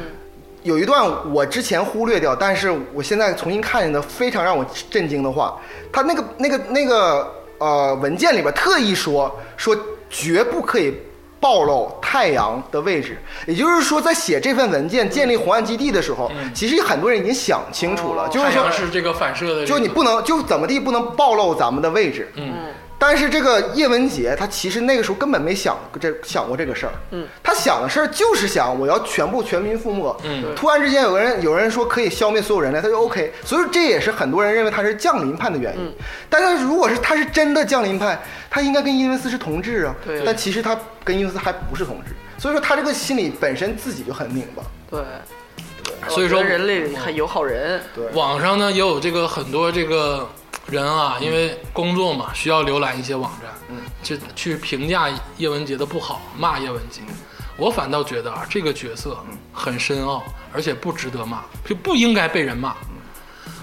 D: 有一段我之前忽略掉，但是我现在重新看见的非常让我震惊的话，他那个那个那个呃文件里边特意说说绝不可以暴露太阳的位置，也就是说，在写这份文件建立红岸基地的时候，其实很多人已经想清楚了，就是
A: 嗯哦太
D: 说
A: 阳是这个反射的这个，
D: 就是你不能就怎么地不能暴露咱们的位置，
A: 嗯，
D: 但是这个叶文洁，他其实那个时候根本没想这想过这个事儿。
B: 嗯，
D: 他想的事儿就是想我要全部全民覆没。
A: 嗯对
D: 突然之间有个人有人说可以消灭所有人类，他就 OK。所以这也是很多人认为他是降临派的原因。但他如果是他是真的降临派，他应该跟伊文斯是同志啊。
B: 对
D: 但其实他跟伊文斯还不是同志，所以说他这个心里本身自己就很拧巴。
B: 对。
A: 所以说嗯
B: 我觉得人类还有好人，
A: 网上呢也有这个很多这个人啊，因为工作嘛，需要浏览一些网站，嗯，就去评价叶文洁的不好，骂叶文洁。我反倒觉得啊，这个角色很深奥，而且不值得骂，就不应该被人骂。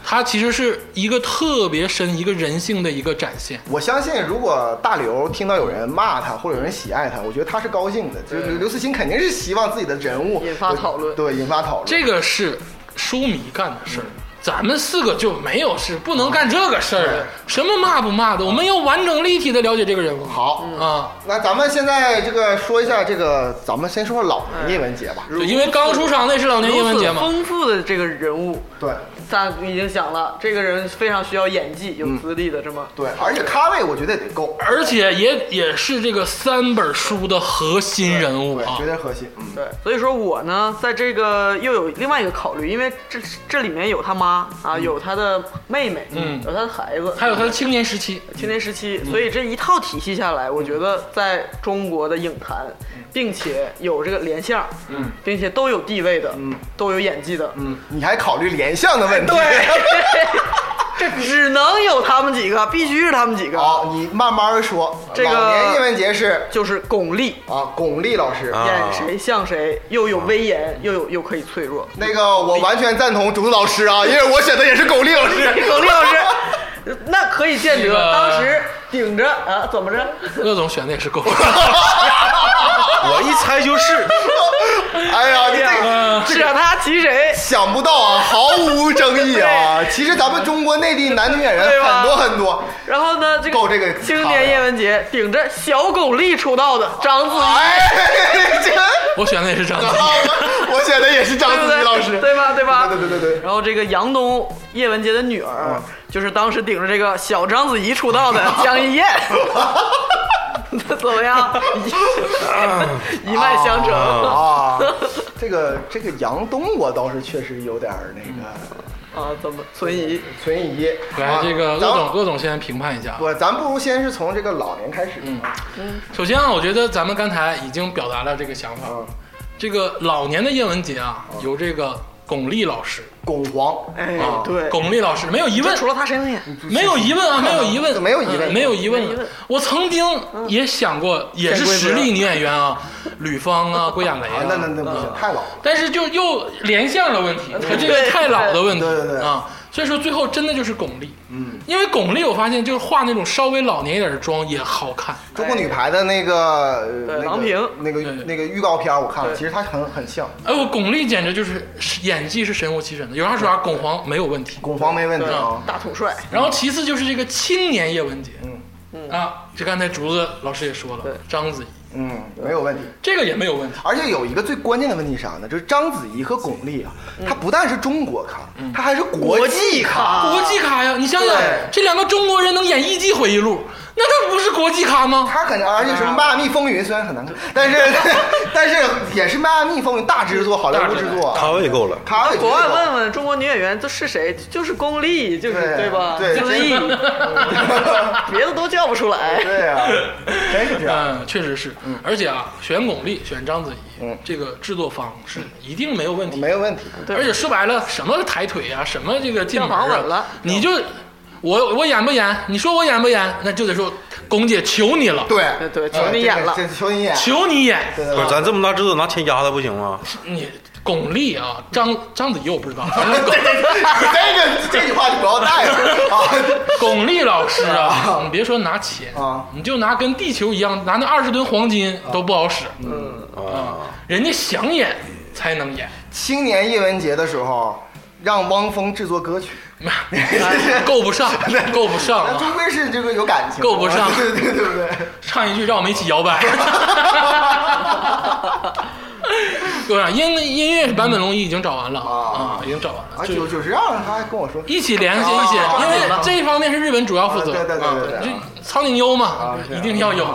A: 他其实是一个特别深、一个人性的一个展现。
D: 我相信，如果大刘听到有人骂他或者有人喜爱他，我觉得他是高兴的。就是刘慈欣肯定是希望自己的人物
B: 嗯引发讨论
D: 对，引发讨论。
A: 这个是书迷干的事儿。咱们四个就没有是不能干这个事儿的，什么骂不骂的，我们要完整立体的了解这个人物。好
B: 嗯
A: 啊，
D: 那咱们现在这个说一下这个，咱们先说说老
B: 哎
D: 年叶文洁吧。
A: 对因为刚出场那是老年英文节
B: 如此
A: 嘛，
B: 丰富的这个人物，
D: 对
B: 咱已经想了，这个人非常需要演技、
D: 嗯
B: 有资历的这么。
D: 对，而且咖位我觉得也得够，
A: 而且也也是这个三本书的核心人物
D: 对，
A: 啊
D: 绝。对核心。嗯，
B: 对，所以说我呢，在这个又有另外一个考虑，因为这这里面有他妈妈
D: 嗯
B: 啊，有他的妹妹，
A: 嗯
B: 有他的孩子，
A: 还有他的青年时期，
B: 青年时期，所以这一套体系下来，我觉得在中国的影坛，并且有这个联想，嗯，并且都有地位的，嗯，都有演技的，嗯，
D: 你还考虑联想的问题？
B: 哎这 [laughs] 只能有他们几个，必须是他们几个，
D: 好，你慢慢地说。
B: 这个
D: 老年叶文洁是
B: 就是巩俐
D: 啊，巩俐老师。
C: 啊
B: 演谁像谁，又有威严，又有又可以脆弱。
D: 那个我完全赞同竹子老师啊，因为我选的也是巩俐
B: [laughs]
D: 老师。
B: 巩俐老师，那可以见
A: 这
B: 得，
A: 个
B: 当时顶着啊，怎么着？
A: 鄂总选的也是够。
D: [laughs]
C: 我一猜就是，
D: 哎呀，你这个
B: [laughs] 是啊，他骑谁？
D: 想不到啊，毫无争议啊。其实咱们中国内地男女演员
B: 对吧
D: 很多很多。
B: 然后呢，这
D: 够这个
B: 青年叶文洁顶着小巩俐出道的章子怡，
D: 哎，这个
A: 我选的也是张子
D: 啊
A: 怡，
D: 我我选的也是章
B: 对不
D: 子怡
B: 对？
D: 老师。
B: 对吧？对吧？
D: 对对对对对嗯
B: 然后这个杨东，叶文洁的女儿，就是当时顶着这个小章子怡出道
D: [laughs]
B: 的江一燕。怎么样？一一脉相承
D: 嗯啊，这个这个杨东，我倒是确实有点儿那个
B: 啊？怎么存疑？
D: 存疑。
A: 来
D: 啊
A: 这个鄂
D: 咱
A: 总，鄂总先评判一下啊。
D: 不，咱不如先是从这个老年开始。嗯，
B: 哎
A: 首先啊，我觉得咱们刚才已经表达了这个想法。
D: 嗯
A: 这个老年的叶文洁啊，由这个巩俐老师
D: 巩皇，
B: 哎
A: 啊，，
B: 对，
A: 巩俐老师没有疑问
B: 这，除了他谁能演？
A: 没有疑问啊，没有疑问，
D: 没有疑问
A: 嗯没有疑
B: 没疑
A: 问嗯
B: 问。
A: 我曾经也想过，也是实力女演员啊，吕方
D: [laughs]
A: 啊，郭亚蕾啊，，
D: 啊那那那
B: 嗯
D: 不行，太老
B: 哎
D: 了。
A: 但是就又连线了问题，和这个
B: 对
A: 太老的问题
D: 对对对
A: 啊，所以说最后真的就是巩俐，嗯，因为巩俐我发现就是化那种稍微老年一点的妆也好看，
D: 中国女排的那个呃那
B: 对
D: 个
B: 郎平
D: 那个
A: 对
D: 那个预告片我看了，
B: 对
D: 其实她很很像
A: 哎呦，巩俐简直就是演技是神乎其神的，有啥说啥，巩皇没有问题。
D: 巩皇没问题
B: 对
D: 啊，。
B: 嗯大统帅，
A: 然后其次就是这个青年叶文洁，嗯啊，这刚才竹子老师也说了
B: 对，
A: 章子怡
D: 嗯，没有问题。
A: 这个也没有问题。
D: 而且有一个最关键的问题是啥呢？就是章子怡和巩俐啊，
B: 嗯
D: 她不但是中国咖，她还是国际咖。
A: 国际咖呀！你想想
D: 啊对，
A: 这两个中国人能演一季回忆录，那这不是国际咖吗？
D: 她肯定，而且什么《迈阿密风云》虽然很难看，
B: [laughs]
D: 但是但是也是《迈阿密风云》大制作，好莱坞制作啊，
C: 咖位够了。
D: 咖位
B: 国外问问中国女演员这是谁，就是巩俐，就是
D: 对
B: 吧？
D: 对
B: 就是
D: 真 [laughs]
B: 别的都叫不出来。
D: 对啊，真是
B: [laughs]
D: 这样。
A: 嗯，确实是。而且啊，选巩俐、选章子怡，这个制作方是一定没有问题。
D: 没有问题，
A: 而且说白了，什么抬腿啊，什么这个进门
B: 票
A: 啊
B: 房稳了
A: 你就我我演不演？你说我演不演？那就得说龚姐求你了，
D: 对
B: 对对求你演了
D: 这个这求你演， [laughs]
A: 求你演。
D: 对
C: 不是，咱这么大制作，拿钱压他不行吗？
A: 你巩俐啊，章章子怡我不知道，反正巩
D: 这个这句话你不要带了
A: 巩俐老师啊，你别说拿钱
D: 啊
A: 你就拿跟地球一样，拿那二十吨黄金都不好使。嗯啊，人家想演才能演。
D: 啊！青年叶文洁的时候，让汪峰制作歌曲，
A: [laughs] 够不上，够不上
D: 那终
A: 啊！
D: 归是这个有感情，
A: 够不上
D: [laughs] 对对对对
A: 唱一句让我们一起摇摆。 [laughs] 对吧？音音乐版本龙一已经找完了
D: 啊
A: 啊，已经找完了，
D: 啊，
A: 就
D: 九九十二，他还跟我说，
A: 一起联系一起，
D: 啊
A: 因为这一方面是日本主要负责。
D: 啊对对对对对
A: 啊
D: 对
A: 这苍井优嘛，
D: 是啊
A: 一定要有。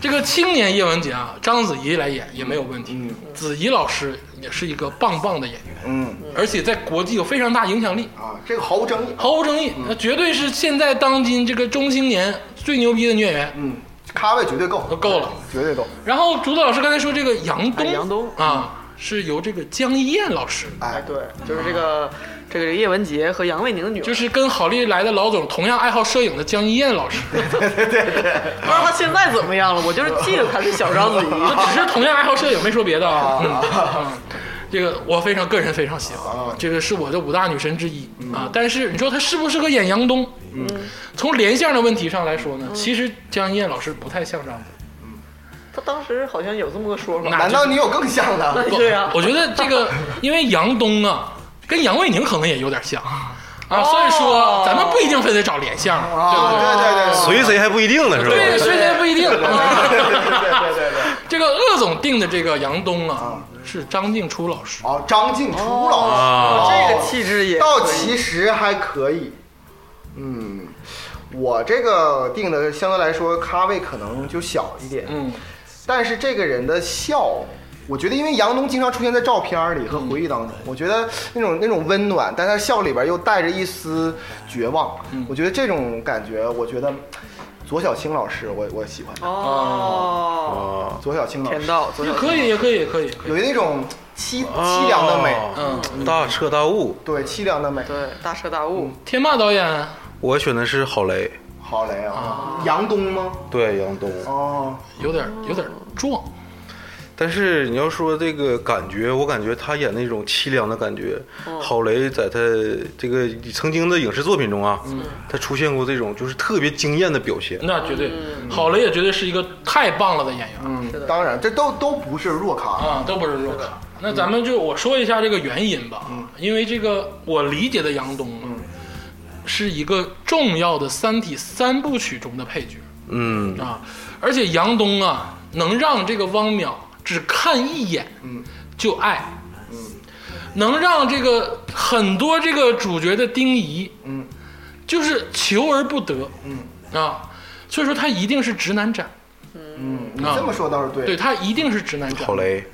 A: 这个青年叶文洁啊，章子怡来演也没有问题。子怡老师也是一个棒棒的演员，
D: 嗯
A: 而且在国际有非常大影响力，
D: 啊，这个毫无争议，
A: 毫无争议，那绝对是现在当今这个中青年最牛逼的女演员，
D: 嗯，咖位绝对够，
A: 都够了。
D: 绝对够，
A: 然后竹子老师刚才说这个杨东，
B: 哎杨东
A: 啊，是由这个江一燕老师，
B: 哎
D: 哎，，
B: 对，就是这个这个叶文洁和杨卫宁的女儿，
A: 就是跟好利来的老总同样爱好摄影的江一燕老师，
B: 不知道她现在怎么样了。我就是记得她是小章子
A: [laughs]
B: 怡，
A: 只是同样爱好摄影，没说别的啊。嗯嗯这个我非常个人非常喜欢，这个是我的五大女神之一啊。但是你说她适不适合演杨东？嗯，从联想的问题上来说呢，其实江一燕老师不太像张子怡。
B: 她当时好像有这么个说法。
A: 那
D: 难道你有更像的？
A: 我
B: 对啊
A: 我觉得这个，因为杨东啊，跟杨卫宁可能也有点像啊，所以说咱们不一定非得找联想，对不
D: 啊，
A: 对？
D: 对对对，
C: 随谁还不一定呢，是
A: 哦对，
C: 吧？
A: 所以咱不一定。 [laughs]
D: 对对对对，
A: 这个鄂总定的这个杨东啊，是张静初老师。
D: 哦，张静初老师，
B: 这
D: 哦
B: 个气质也
D: 倒
B: 可以
D: 其实还可以，嗯，我这个定的相对来说咖位可能就小一点，
A: 嗯，
D: 但是这个人的笑我觉得，因为杨东经常出现在照片里和回忆当中，我觉得那种那种温暖，但他笑里边又带着一丝绝望。我觉得这种感觉，我觉得左小青老师我，我喜欢他。
B: 哦，
C: 啊，
D: 左小青老
B: 天
D: 师
B: 道，左
A: 也嗯
B: 小
A: 可以，也可以，也可以。
D: 有那种凄
C: 哦
D: 凄凉的美，
A: 嗯
D: 嗯
C: 啊大彻大悟。
D: 对，凄凉的美。
B: 对大彻大悟，
A: 天霸导演，
C: 我选的是郝雷，
D: 好嘞啊，杨东吗？
C: 对杨东。
D: 哦，
A: 有点有点壮，
C: 但是你要说这个感觉，我感觉他演那种凄凉的感觉，
A: 哦
C: 郝雷在他这个曾经的影视作品中啊，
A: 嗯
C: 他出现过这种就是特别惊艳的表现。
A: 那绝对。郝雷也绝对是一个太棒了的演员
D: 嗯，当然，这都都不是弱咖。
A: 啊，都不是弱咖。那咱们就我说一下这个原因吧，
D: 嗯
A: 因为这个我理解的杨东啊，是一个重要的《三体》三部曲中的配角
C: 嗯，
A: 啊，而且杨东啊，能让这个汪淼只看一眼，
D: 嗯
A: 就爱，能让这个很多这个主角的丁仪，
D: 嗯，
A: 就是求而不得，嗯啊，所以说他一定是直男斩，
D: 嗯，你这么说倒是对。
A: 对他一定是直男斩，
C: 郝雷，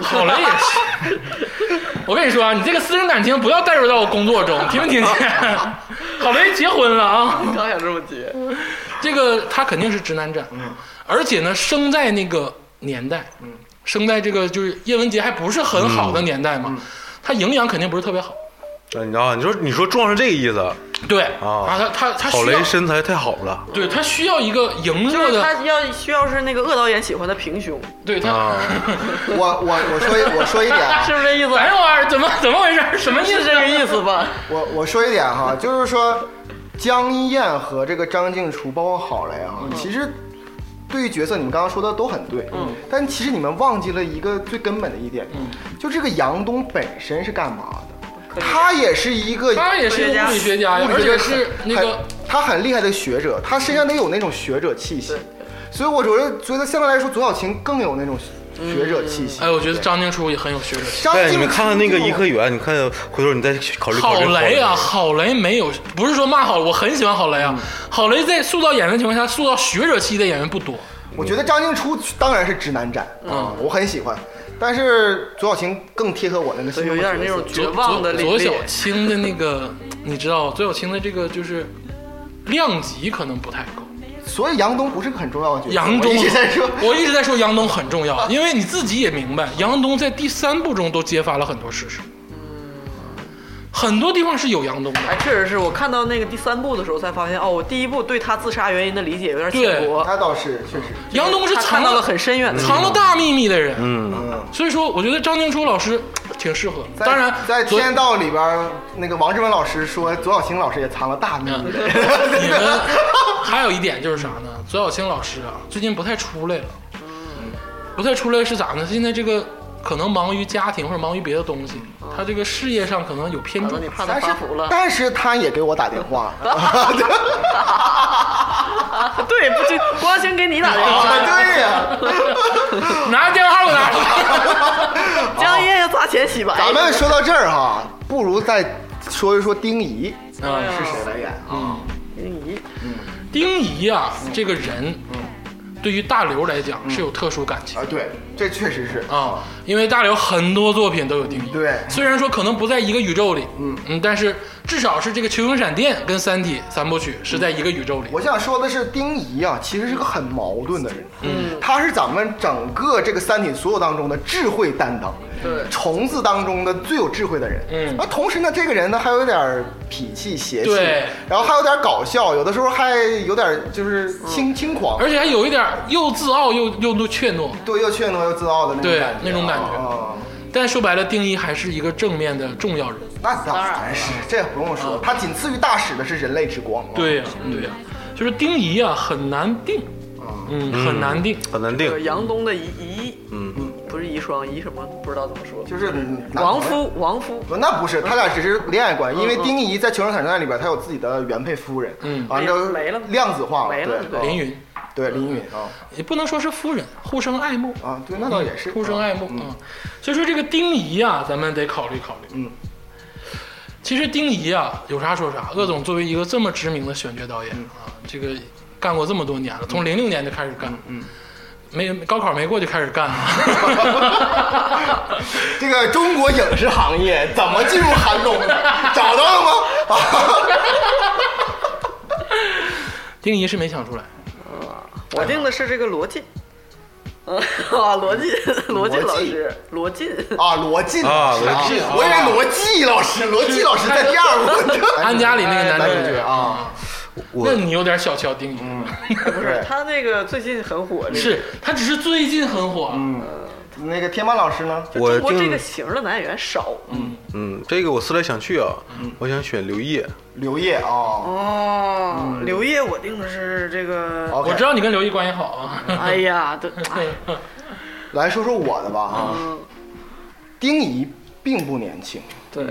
A: 好了也是。我跟你说啊，你这个私人感情不要带入到我工作
B: [laughs]
A: 中，听没听见？郝雷结婚了啊，
B: 刚想这么嗯接，
A: 这个他肯定是直男斩，而且呢，生在那个年代，
B: 嗯
A: 生在这个就是叶文洁还不是很好的年代嘛，
B: 嗯
A: 他营养肯定不是特别好。
C: 啊你知道，你说你说撞上这个意思，
A: 对
C: 啊
A: 他他他
C: 郝
A: 需要
C: 雷，身材太好了
A: 对他需要一个羸
B: 就
A: 弱
B: 是他
A: 嗯的，
B: 要需要是那个恶导演喜欢的平胸，
A: 对他。
C: 啊，
D: 我我我说一我说一点啊，
B: 是不是这意思？
A: 哎呦啊，怎么怎么回
B: [laughs]
A: 事？什么意
B: 是
A: 思
B: 这？个意思
A: [laughs]
B: 吧？
D: 我我说一点哈，就是说江一燕和这个张静初，包括郝蕾啊，其实对于角色，你们刚刚说的都很对，嗯，但其实你们忘记了一个最根本的一点，嗯，就这个杨东本身是干嘛的？他也是一个
A: 他也是一个物理学家呀，
D: 物
A: 而
D: 理
A: 且
D: 学
A: 是那个
D: 他很厉害的学者，他身上得有那种学者气息，所以我觉得觉得相对来说，左小琴更有那种学者气息。
A: 哎，我觉得张静初也很有学者
D: [laughs]
A: 气。
D: 张
C: 对，哎你
D: 静
C: 们看看那个
D: 初
C: 颐和园，你看回头你再考虑考
A: 郝
C: 虑。
A: 雷啊，郝雷没有，不是说骂郝，我很喜欢郝雷啊。郝雷在塑造演员的情况下，塑造学者期的演员不多。
D: 我觉得张静初当然是直男斩啊、我很喜欢，但是左小晴更贴合我那个
B: 所
D: 性
B: 以
D: 格，
B: 有点那种绝
A: 左
B: 望的
A: 左
B: 凛
A: 小
B: 冽，
A: 青的那个，你知道，左小青的这个就是量级可能不太够。
D: 所以杨东不是个很重要的角色。
A: 杨东
D: 我一直在
A: [laughs]
D: 说，
A: 我一直在说杨东很重要，因为你自己也明白，杨东在第三部中都揭发了很多事实，很多地方是有杨东的。
B: 哎，确实是我看到那个第三部的时候才发现，哦，我第一部对他自杀原因的理解有点浅薄，
D: 他倒是确实，
A: 杨东是
B: 他看
A: 藏
B: 到了很深远的地方
A: 藏了大秘密的人，
C: 嗯，
D: 嗯，
A: 所以说我觉得张静初老师挺适合。
D: 在
A: 当然，
D: 在
A: 昨
D: 天道里边，那个王志文老师说左小晴老师也藏了大秘密， [laughs]
A: 你们 [laughs] 还有一点就是啥呢？左小青老师啊，最近不太出来了，
D: 嗯
A: 不太出来是咋呢？现在这个可能忙于家庭或者忙于别的东西，
D: 嗯
A: 他这个事业上可能有偏
B: 完
A: 重
B: 了你。怕他
D: 但是
B: 发福了，
D: 但是他也给我打电话，
B: 对，不就不光先给你打电
D: 啊
B: 话，
D: 对呀、
A: 拿电话给我拿出来。
B: 江夜要砸钱洗白，
D: 哦咱们说到这儿哈，不如再说一说丁仪
A: 啊
D: 是谁来演啊？
B: 咦，
A: 丁仪啊，
D: 嗯
A: 这个人，对于大刘来讲是有特殊感情
D: 啊，对，这确实是
A: 啊，因为大刘很多作品都有丁仪。
D: 嗯对
A: 虽然说可能不在一个宇宙里，嗯嗯，但是至少是这个《球形闪电》跟《三体》三部曲是在一个宇宙里。
D: 我想说的是，丁仪啊，其实是个很矛盾的人。嗯，他是咱们整个这个《三体》所有当中的智慧担当，
B: 对
D: 虫子当中的最有智慧的人。
A: 嗯
D: 而同时呢，这个人呢还有点儿痞气、邪气
A: 对，
D: 然后还有点搞笑，有的时候还有点就是轻轻狂，
A: 嗯而且还有一点儿又自傲又又怯懦。
D: 对，又怯懦又自傲的那种
A: 对
D: 感觉啊。
A: 那种感觉
D: 啊，
A: 但说白了，丁一还是一个正面的重要人。
D: 那当然是，这不用说，他仅次于大使的是人类之光。，
A: 嗯
D: 啊
A: 对呀、啊对呀、就是丁仪啊，很难定，嗯，很难定。
C: 很难
B: 有
C: 定。
B: 杨东的遗遗，
C: 嗯，
B: 不是遗孀，遗什么不知道怎么说，
D: 就是
B: 亡。夫亡夫，
D: 那不是，他俩只是恋爱关系，因为丁仪在《求生挑战》里边，他有自己的原配夫人，
A: 嗯
D: 啊，就
B: 没了
D: 量子化
B: 没了
D: 对，
A: 林云
D: 对嗯林允啊
A: 也不能说是夫人，互生爱慕，
D: 啊，嗯对，那倒也是，
A: 互嗯生爱慕啊。所以说这个丁仪啊，咱们得考虑考虑。
D: 嗯，
A: 其实丁仪啊，有啥说啥。鄂总作为一个这么
D: 嗯
A: 知名的选角导演啊，这个干过这么多年了，从零六年就开始干，嗯，没高考没过就开始干啊。
D: [laughs] 这个中国影视行业怎么进入寒冬的？找到了吗？啊，
A: 定义是没想出来，
B: 我定的是这个罗晋，
D: 哎
B: 嗯 [laughs] 啊，罗晋，罗晋老师，罗晋，
D: 啊罗晋老师
C: 啊罗晋
D: 我以为罗辑老师，罗辑老师在第二部。
A: 安家里那个
D: 男
A: 男
D: 主
A: 主
D: 角
A: 角，
D: 啊，嗯
A: 那你有点小瞧定义。
B: 不是
D: 对
B: 他那个最近很火，这个
A: 是 [laughs] 他只是最近很火，
D: [laughs] 嗯那个天霸老师呢？
B: 就
C: 我
B: 中国这个
C: 定
B: 型儿的男演员少，嗯，
C: 嗯，这个我思来想去啊，我想选刘烨。
D: 刘烨啊，
B: 哦，嗯刘烨我定的是这个，
A: 我
D: OK
A: 知道你跟刘毅关系好啊。
B: 哎呀，对，哎
D: 来说说我的吧啊，
B: 嗯
D: 丁仪并不年轻，
A: [laughs] 对，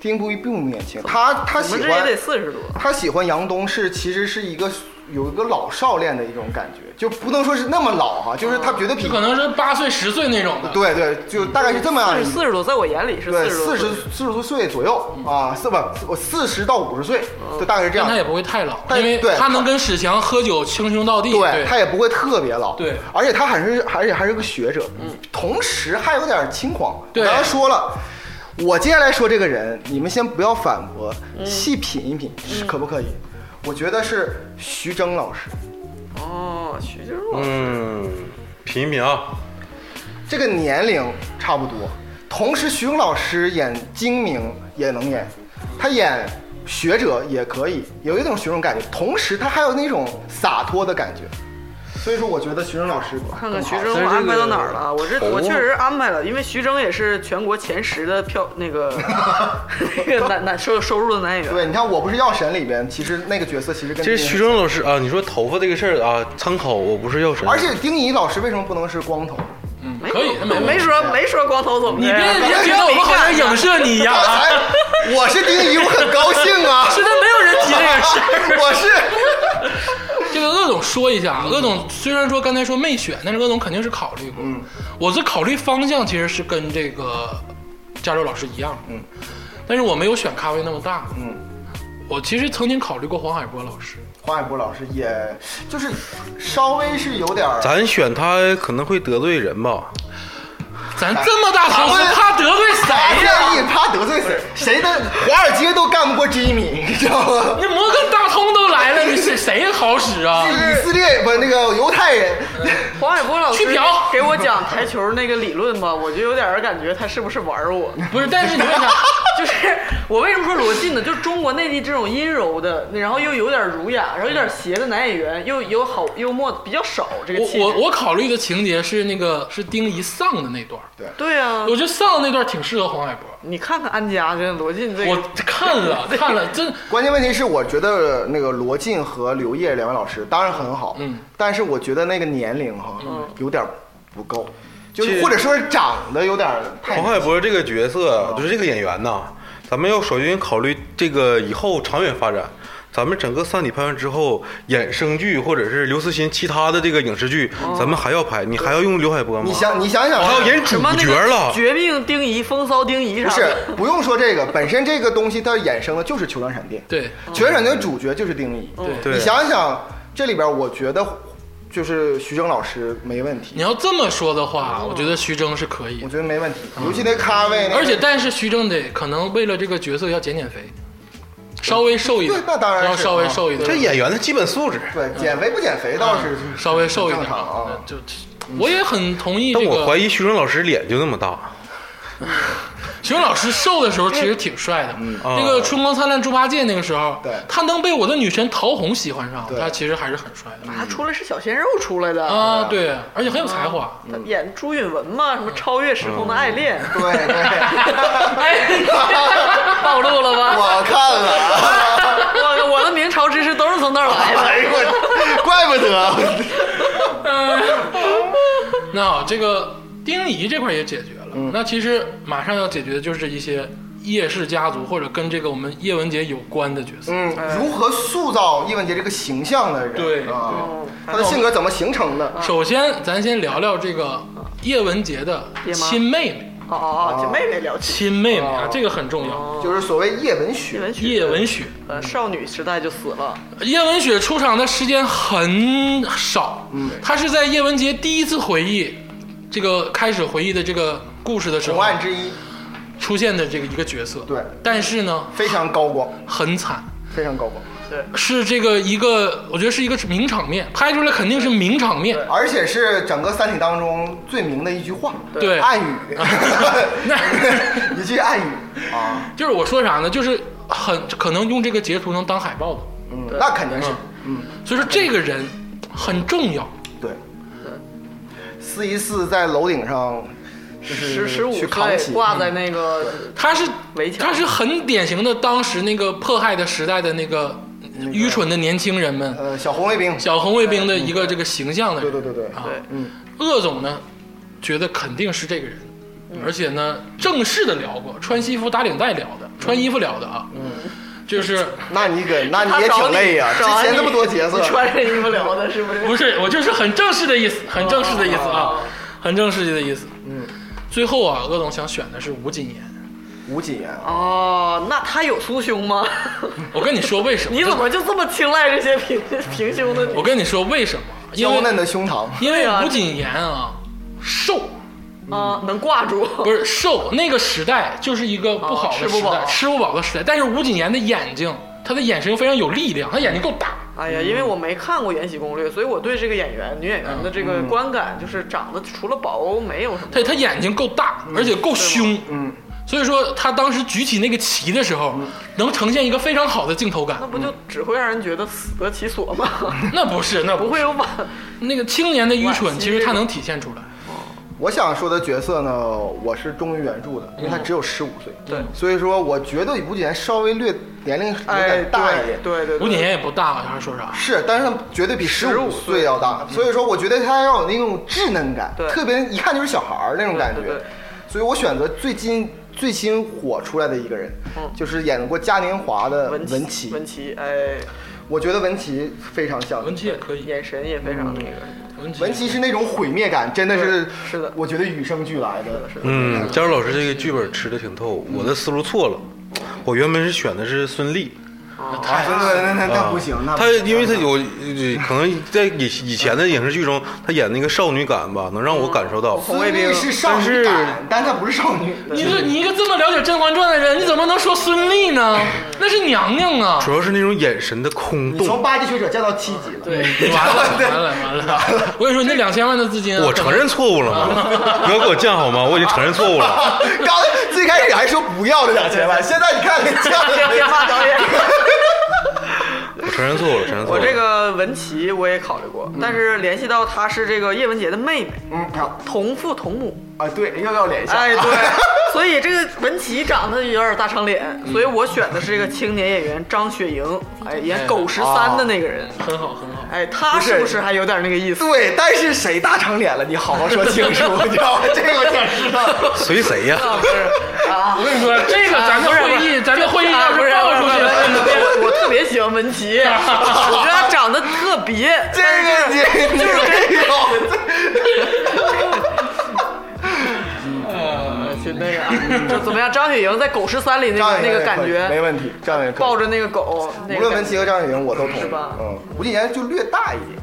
D: 丁不一并不年轻，他 [laughs] 他
B: 我
D: 喜
B: 们这
D: 欢
B: 也得四十多，
D: 他喜欢杨东是其实是一个有一个老少恋的一种感觉，就不能说是那么老哈，就是他绝对比
A: 就可能是八岁十岁那种的。
D: 对对，就大概是这么
B: 四
D: 样一
B: 十
D: 个。
B: 四十多，在我眼里是
D: 对，
B: 十
D: 四
B: 多
D: 十
B: 岁，
D: 四十多岁左右啊，四不我四十到五十岁，就大概是这
A: 但
D: 样
A: 他。也不会太老，
D: 但
A: 因为
D: 对
A: 他能跟史强喝酒称兄道弟。
D: 对他也不会特别老，
A: 对
D: 而且他还是而且还是个学者，嗯，同时还有点轻狂。
A: 对
D: 我刚才说了，我接下来说这个人，你们先不要反驳，细品一品，是可不可以？我觉得是徐峥老师，
B: 哦，徐静茹，
C: 嗯，品一品啊，
D: 这个年龄差不多。同时，徐峥老师演精明也能演，他演学者也可以，有一种学生感觉。同时，他还有那种洒脱的感觉。所以说，我觉得徐峥老师
B: 看看
D: 更好
B: 徐峥我安排到哪儿了啊？我这
C: 头
B: 我确实安排了，因为徐峥也是全国前十的票那
D: [laughs]
B: 个那个男男收收入的男演员。
D: 对，你看《我不是药神》里边，其实那个角色其实跟
C: 其实
D: 丁仪
C: 徐峥老师啊，你说头发这个事儿啊，参考我不是药神，
D: 而且丁仪老师为什么不能是光头？
A: 嗯，
B: 没
A: 可以，没
B: 没
A: 问题啊
B: 说没说光头啊怎么的
A: 你
B: 呀
A: 别别觉
B: 这
A: 得
B: 么
A: 我们好像
B: 敏感
A: 影射你一样啊！
D: 哎，我是丁仪，我很高兴
C: [laughs]
D: 啊！
A: 现在没有人提这个事。
D: 我是
A: 这个鄂总说一下啊，鄂总虽然说刚才说没选，但是鄂总肯定是考虑过。
D: 嗯
A: 我这考虑方向其实是跟这个加州老师一样。嗯，但是我没有选咖位那么大。
D: 嗯，
A: 我其实曾经考虑过黄海波老师。
D: 黄海波老师，也就是稍微是有点儿
C: 咱选他可能会得罪人吧。
D: 哎
A: 咱这么大投资
D: 咱们，
A: 怕得罪
D: 咱
A: 谁呀、
D: 愿意怕得罪谁？谁的华尔街都干不过 Jimmy，你知道
A: [laughs]
D: 吗？
A: 那摩根大通都来了，你是谁好使啊？
D: 以色列不那个犹太人，
B: [laughs] 黄海波老师
A: 去嫖
B: 给我讲台球那个理论吧，我就有点儿感觉他是不是玩我？
A: 不是，但是你为啥？
B: 就是我为什么说罗晋呢？就是中国内地这种阴柔的，然后又有点儒雅，然后有点邪的男演员，又有好幽默比较少这个
A: 我
B: 气质。
A: 我我考虑的情节是那个是丁仪丧的那段儿，
B: 对啊，
A: 我觉得丧的那段儿挺适合黄海波。
B: 你看看安家跟罗晋这个，
A: 我看了看了，真
D: 关键问题是，我觉得那个罗晋和刘烨两位老师当然很好，
A: 嗯，
D: 但是我觉得那个年龄哈、有点不够，就
C: 其
D: 是
C: 实
D: 或者说是长得有点太
C: 黄海波这个角色，就是这个演员呐，咱们要首先考虑这个以后长远发展。咱们整个《三体》拍完之后，衍生剧或者是刘慈欣其他的这个影视剧，咱们还要拍，你还要用刘海波吗？
D: 你想你想想，啊
C: 还要演主
B: 什么那
C: 角
B: 个
C: 了？
B: 绝命丁仪、风骚丁仪
D: 不
B: 啥
D: 是
B: 的，
D: 不用说这个，本身这个东西它衍生的就是《球状闪电》，
A: 对
D: 《球状闪电》的主角就是丁一，
C: 对
D: 你想想这里边，我觉得就是徐峥老师没问
A: 你
D: 题，
A: 要这么说的话，我觉得徐峥是可以
D: 我，觉得没问题，尤其那咖位那个，
A: 而且但是徐峥得可能为了这个角色要减减肥，稍微瘦一点
D: 对，那当然是啊
A: 要稍微瘦一
C: 这
A: 点，
C: 演员的基本素质。
D: 对减肥不减肥倒是就是
A: 嗯稍微瘦一
D: 正
A: 点嗯
D: 常啊，
A: 就我也很同意
C: 但
A: 这
C: 我怀
A: 个。
C: 疑徐峥老师脸就那么大，
A: 徐峥老师瘦的时候其实挺帅的，那
C: 嗯
A: 个《春光灿烂猪八戒》那个时候
D: 嗯对，
A: 他能被我的女神陶虹喜欢上，
D: 对
A: 他其实还是很帅的
B: 他出来是小鲜肉出来的，
D: 嗯
A: 啊，对，而且很有才华。
B: 他演朱允文嘛，
D: 嗯
B: 什么超越时空的爱恋，
D: 对对，
B: 哎，暴露了吧？
D: [laughs] 我看了。啊
B: 我我的明朝知识都是从那儿来的。
D: 哎呦我，怪不
A: [laughs]
D: 得。
A: 那好，这个丁仪这块也解决了。那其实马上要解决的就是一些叶氏家族或者跟这个我们叶文洁有关的角色。
D: 嗯，如何塑造叶文洁这个形象的人？
A: 对
D: 啊，
B: 哦
D: 他的性格
A: 嗯
D: 怎么形成的？
A: 首先，咱先聊聊这个叶文洁的亲妹妹
B: 哦哦哦，
D: 啊
B: 这妹妹聊起
A: 亲妹妹啊，这个很重要。
B: 哦，
D: 就是所谓叶文
B: 叶
D: 学
B: 文雪，
A: 叶文雪，
B: 呃，少女时代就死了，
A: 叶文雪出场的时间很少，嗯，她是在叶文洁第一次回忆这个开始回忆的这个故事的时候
D: 红岸之一，
A: 出现的这个一个角色，
D: 对
A: 但是呢
D: 非常高光，
A: 很惨，
D: 非常高光，
B: 对，
A: 是这个一个我觉得是一个名场面，拍出来肯定是名场面，
D: 而且是整个《三体》当中最名的一句话，
A: 对
D: 暗语，
A: [laughs] 那
D: [laughs] 一句暗语啊，
A: 就是我说啥呢，就是很可能用这个截图能当海报的，
D: 嗯，那肯定是，嗯，
A: 所以说这个人很重要，
D: 对，四一四在楼顶上就是
B: 十十五
D: 去扛
B: 岁
D: 起
B: 挂在那个
A: 他是
B: 围墙
A: 他是很典型的当时那个迫害的时代的那个愚蠢的年轻人们，
D: 呃小红卫兵，
A: 小红卫兵的一个这个形象的
D: 对
A: 人。
D: 对对对，
A: 啊，
B: 对
A: 鄂总呢，觉得肯定是这个人，而且呢，正式的聊过，穿西服打领带聊的，穿衣服聊的啊，嗯，就是
D: 那你搁那你
B: 他
D: 也
B: 找
D: 挺累啊呀，之
B: 找完
D: 前
B: 你
D: 那么多角色
B: 你， [laughs] 穿着衣服聊的，是不
A: [laughs]
B: 是？
A: 不是我就是很正式的意思，很正式的意思啊
B: 哦，
A: 很正式的意思。
D: 嗯，
A: 最后啊，鄂总想选的是吴谨言，
D: 吴谨言，
B: 哦，那他有酥胸吗？ [laughs]
A: 我跟你说为什么？
B: 你怎么就这么青睐这些平平胸的
A: 我
B: 女？
A: 跟你说为什么？因
D: 娇
A: 为
D: 嫩的胸膛，
A: 因为
B: 对啊
A: 吴谨言啊，瘦。
B: 啊，能挂住？ [laughs]
A: 不是瘦，那个时代就是一个不好的
B: 吃不
A: 时代，
B: 饱
A: 吃不饱的时代。但是吴谨言的眼睛，他的眼神非常有力量，他眼睛够大。
B: 哎呀，因为我没看过《延禧攻略》，所以我对这个演员、女演员的这个观感就是长得除了薄没有什么。
A: 他他眼睛够大，而且够凶，
D: 嗯，
A: 所以说他当时举起那个旗的时候，能呈现一个非常好的镜头感
B: 那。不就只会让人觉得死得其所吗？
D: [laughs]
A: 那不是，那
B: 不会有晚
A: 那个青年的愚
B: 惋
A: 蠢，
B: 惜
A: 其实他能体现出来。
D: 我想说的角色呢，我是忠于原著的，因为他只有十五岁，
B: 嗯对
D: 所以说我觉得吴谨言稍微略年龄有
B: 哎，
D: 点大一
B: 对
D: 点，
B: 对对，对
A: 吴谨言也不大，还是说啥？
D: 是，但是他绝对比十
B: 15
D: 五岁要大，所以说我觉得他要有那种稚嫩感，
B: 嗯对
D: 特别一看就是小孩儿那种感觉，
B: 对对对
D: 所以我选择最近最新火出来的一个人，
B: 嗯
D: 就是演过嘉年华的
B: 文
D: 文
B: 琪
D: 琪，
B: 文琪，哎，
D: 我觉得文琪非常像
A: 文琪也可以，
B: 眼神也非
D: 嗯
B: 常那个。 [laughs]
A: 文琪
D: 文琪是那种毁灭感，真的是
B: 对是的
D: 我觉得与生俱来的，
B: 是的
C: 嗯，佳茹老师这个剧本吃的挺透，我的思路错了，我原本是选的是孙俪。
D: 啊，真的那那那不行，那不
C: 他
D: 行
C: 因为他有呃可能在以以前的影视剧中，他演那个少女感吧，能让我感受到。
D: 孙俪是少女感，但她不是少女。
A: 你这你一个这么了解《甄嬛传》的人，你怎么能说孙俪呢？那是娘娘啊！
C: 主要是那种眼神的空
D: 你从
C: 洞。
D: 八级学者降到七级了，
B: 对，
A: 嗯完了完了完了！ [laughs] 我跟你说，你那两千万的资金啊，
C: 我承认错误了吗？不要给我犟好吗？我已经承认错误了。
D: [laughs] 刚才最开始还说不要这两千万，现在你看给
B: [laughs]
D: 降了。
B: 别骂导
D: [laughs]
B: 演。
C: 我承认错误了，承认错
B: 我
C: 误了。
B: 这个文琪我也考虑过，但是联系到她是这个叶文洁的妹妹，
D: 嗯，好
B: 同父同母。
D: 啊，对，又要连一下。
B: 哎，对， [laughs] 嗯所以这个文琪长得有点大长脸，所以我选的是这个青年演员张雪迎，哎，演狗十三的那个人。
A: 很好很好。
B: 哎，他是不是还有点那个意思？
D: 对，但是谁大长脸了？你好好说清楚，你知道吗？这个我想知道。
B: [laughs]
C: 随谁呀？
B: 啊，不 [laughs] 是啊
A: 我。跟你说，啊这个咱的
B: 不是不
A: 会
B: 是
A: 议，咱的会议要
B: 啊不是
A: 报出去，
B: 我我特别喜欢文 [laughs] 琪，我觉得她长得特别，
D: 这个你
B: 就是呃，就那 [laughs] 个，就怎么样？张雪迎在《狗十三》里那
D: 张
B: 个
D: 远
B: 那个感
D: 没
B: 觉，
D: 问题，张远可以
B: 抱着那个狗，那
D: 无
B: 个
D: 论
B: 感
D: 文
B: 觉
D: 琪和张雨莹我都同
B: 是
D: 意。
B: 吧
D: 嗯，吴谨言就略大一点。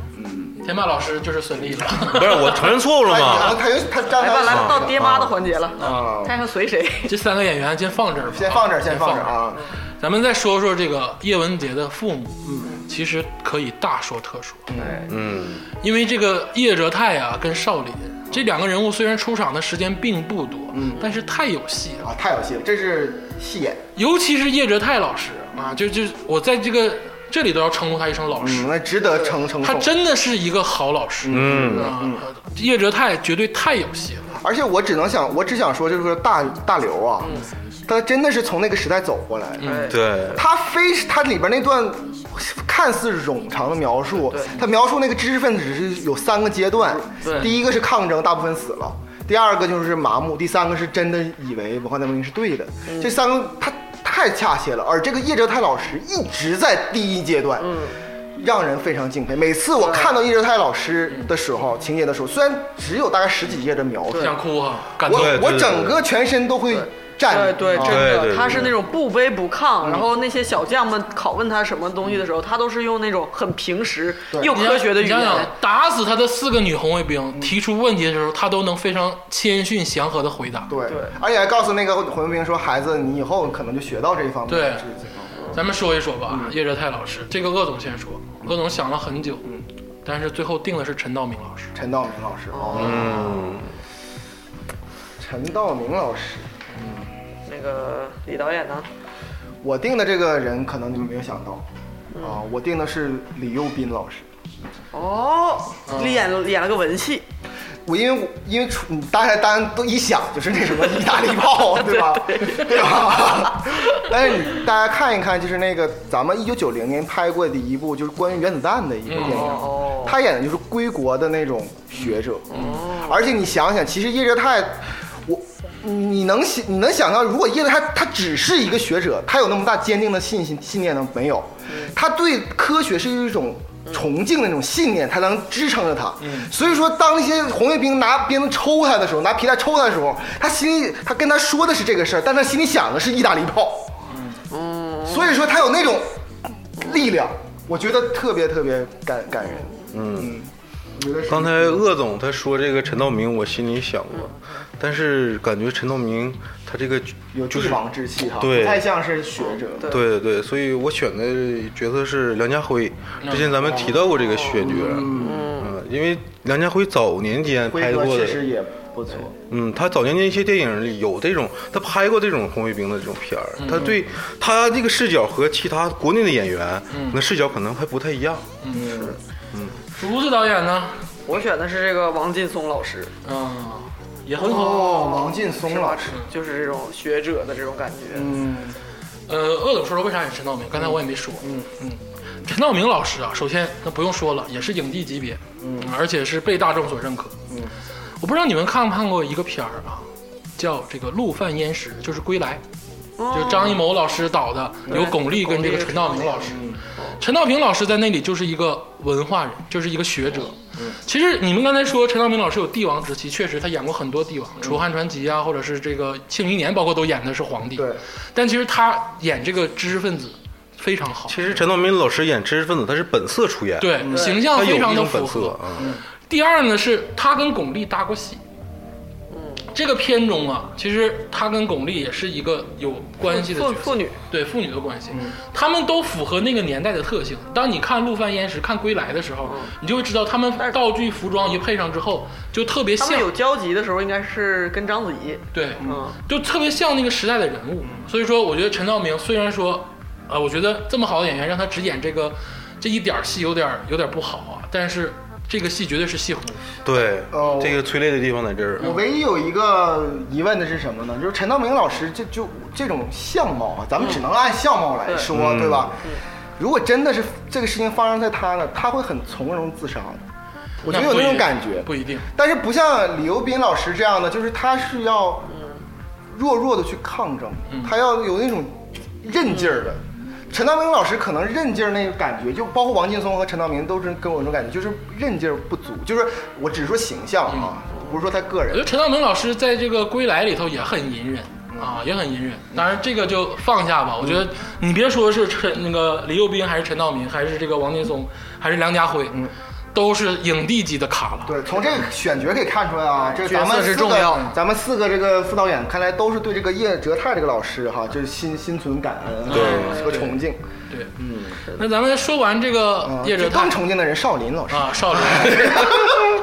A: 天霸老师就是孙俪了。[laughs]
C: 不是我承认错误了
D: 他
C: 吗？
D: 他又他张
B: 来吧，
D: 他
B: 来吧，到爹妈的环节了，
D: 啊
B: 看看随谁。
A: 这三个演员先放这儿吧，
D: 先放这儿，
A: 啊
D: 先放这儿。啊。
A: 咱们再说说这个叶文洁的父母，嗯，其实可以大说特说，
C: 嗯，
A: 因为这个叶哲泰啊跟邵林这两个人物虽然出场的时间并不多，嗯，但是太有戏了，
D: 啊，太有戏了，这是戏演。
A: 尤其是叶哲泰老师啊，就就我在这个这里都要称呼他一声老师，
D: 嗯，那值得称称
A: 他
D: 颂。
A: 真的是一个好老师，
C: 嗯
A: 啊，叶哲泰绝对太有戏了，
D: 而且我只能想，我只想说，就是说大大刘啊，他真的是从那个时代走过来的。
B: 哎，
C: 对，
D: 他非他里边那段看似冗长的描述
B: 对，
D: 他描述那个知识分子是有三个阶段
A: 对，
D: 第一个是抗争，大部分死了；第二个就是麻木；第三个是真的以为文化大革命是对的。这三个他太恰切了，而这个叶哲泰老师一直在第一阶段。让人非常敬佩。每次我看到叶哲泰老师的时候，情节的时候，虽然只有大概十几页的描述，
A: 想哭啊，感动。
D: 我
C: 对
D: 我
C: 对
D: 整个全身都会站
B: 对对，
D: 立。啊
B: 真
C: 对对
B: 的，他嗯是
C: 对
B: 那种不卑不亢，然后那些小将们拷问他什么东西的时候，他都是用那种很平实又
A: 你想
B: 科学的语
A: 你想想
B: 言。，
A: 打死他的四个女红卫兵提出问题的时候，他都能非常谦逊祥和的回答。
D: 对
B: 对
D: 而且还告诉那个混兵说：“孩子，你以后可能就学到这一方面
A: 对
D: 的知识。
A: 咱们说一说吧，叶哲泰老师，这个鄂总先说，鄂总想了很久，但是最后定的是陈道明老师。
D: 陈道明老师，哦，
C: 嗯，
D: 陈道明老师，
B: 那个李导演呢？
D: 我定的这个人可能你们没有想到，
B: 嗯
D: 啊，我定的是李幼斌老师。
B: 哦，演演了个文戏，
D: 我因为我因为出你大家单都一想就是那什么意大利炮，对吧？ [laughs] 对吧？但是你大家看一看，就是那个咱们一九九零年拍过的一部就是关于原子弹的一个电影，
B: 哦
D: 他演的就是归国的那种学者。而且你想想，其实叶哲泰，我你能想你能想到，如果叶哲泰他只是一个学者，他有那么大坚定的信心信念呢？没有，他对科学是一种。崇敬的那种信念，他能支撑着他。所以说，当那些红卫兵拿鞭子抽他的时候，拿皮带抽他的时候，他心里他跟他说的是这个事儿，但他心里想的是意大利炮。所以说他有那种力量，我觉得特别特别感感人。嗯，我觉得是
C: 刚才鄂总他说这个陈道明，我心里想过，但是感觉陈道明他这个
D: 有
C: 就
D: 帝
C: 是
D: 王之气哈，
C: 对嗯
D: 不太像是学者。
B: 对
C: 对对对，所以我选的角色是梁家辉。之前咱们提到过这个选角，嗯，因为梁家辉早年间拍
D: 辉哥
C: 过的
D: 确，实也不错，
C: 嗯，他早年间一些电影里有这种，他拍过这种红卫兵的这种片儿，
A: 嗯
C: 他对他这个视角和其他国内的演员，
A: 嗯
C: 那视角可能还不太一样。
A: 竹子导演呢？
B: 我选的是这个王劲松老师，
A: 嗯，也很好。
D: 哦，王劲松老师，
B: 就是这种学者的这种感觉。
D: 嗯，
A: 呃，鄂总说说为啥选陈道明？刚才我也没说。嗯嗯，陈道明老师啊，首先那不用说了，也是影帝级别，嗯，而且是被大众所认可。嗯，我不知道你们看没看过一个片儿啊，叫这个《陆犯焉识》，就是《归来》。就张艺谋老师导的，有哦巩俐哦跟这个陈道明老师。陈道明老师在那里就是一个文化人，就是一个学者。其实你们刚才说陈道明老师有帝王之气，确实他演过很多帝王，楚汉传奇》啊，或者是这个《庆余年》，包括都演的是皇帝。
D: 对，
A: 但其实他演这个知识分子非常好，
C: 其实陈道明老师演知识分子，他是本色出演，，
A: 对形象
C: 他有
A: 非常
C: 一
A: 的
C: 种
A: 符
C: 本
A: 合
C: 色。啊。嗯
A: 第二呢，是他跟巩俐搭过戏。
B: 嗯
A: 这个片中啊，其实他跟巩俐也是一个有关嗯系的
B: 妇
A: 角色
B: 妇女，
A: 对父女的关系，
C: 嗯
A: 他们都符合那个年代的特性。当你看《陆犯焉识》、看《归来》的时候，
B: 嗯
A: 你就会知道他们道具、服装一配上之后，就特别
B: 他
A: 像
B: 们，有交集的时候，应该是跟章子怡。
A: 对，
B: 嗯，
A: 就特别像那个时代的人物。所以说，我觉得陈道明虽然说，呃，我觉得这么好的演员让他只演这个这一点儿戏有点儿有点儿不好啊，但是这个戏绝对是戏红。
C: 对
D: 哦，
C: 这个催泪的地方在这儿。
A: 嗯
D: 我唯一有一个疑问的是什么呢？就是陈道明老师这就这种相貌啊，咱们只能按相貌来说，
C: 嗯
D: 对吧？如果真的是这个事情发生在他呢，他会很从容自杀的，我觉得有那种感觉。
A: 不一定。
D: 但是不像李幼斌老师这样的，就是他是要
B: 嗯
D: 弱弱的去抗争，他要有那种韧劲儿的。
B: 嗯
D: 陈道明老师可能韧劲儿那个感觉，就包括王劲松和陈道明都是跟我有种感觉，就是韧劲儿不足。就是我只是说形象啊，
B: 嗯
D: 不是说他个
A: 我觉
D: 人。
A: 得陈道明老师在这个《归来》里头也很隐忍
D: 嗯
A: 啊，也很隐忍。当然，这个就放下吧。我觉得你别说是陈那个李幼斌，还是陈道明，还是这个王劲松，还是梁家辉，都是影帝级的咖了。
D: 嗯对，从这个选角可以看出来啊，这
B: 嗯角色
D: 咱们
B: 是
D: 四个
B: 重要的
D: 咱们四个这个副导演看来都是对这个叶哲泰这个老师哈，就是心心存感恩啊
C: 对
D: 和崇敬。啊
A: 对，嗯。那咱们说完这个叶哲
D: 嗯就更
A: 泰
D: 崇敬的人少林老师，
A: 啊，少林，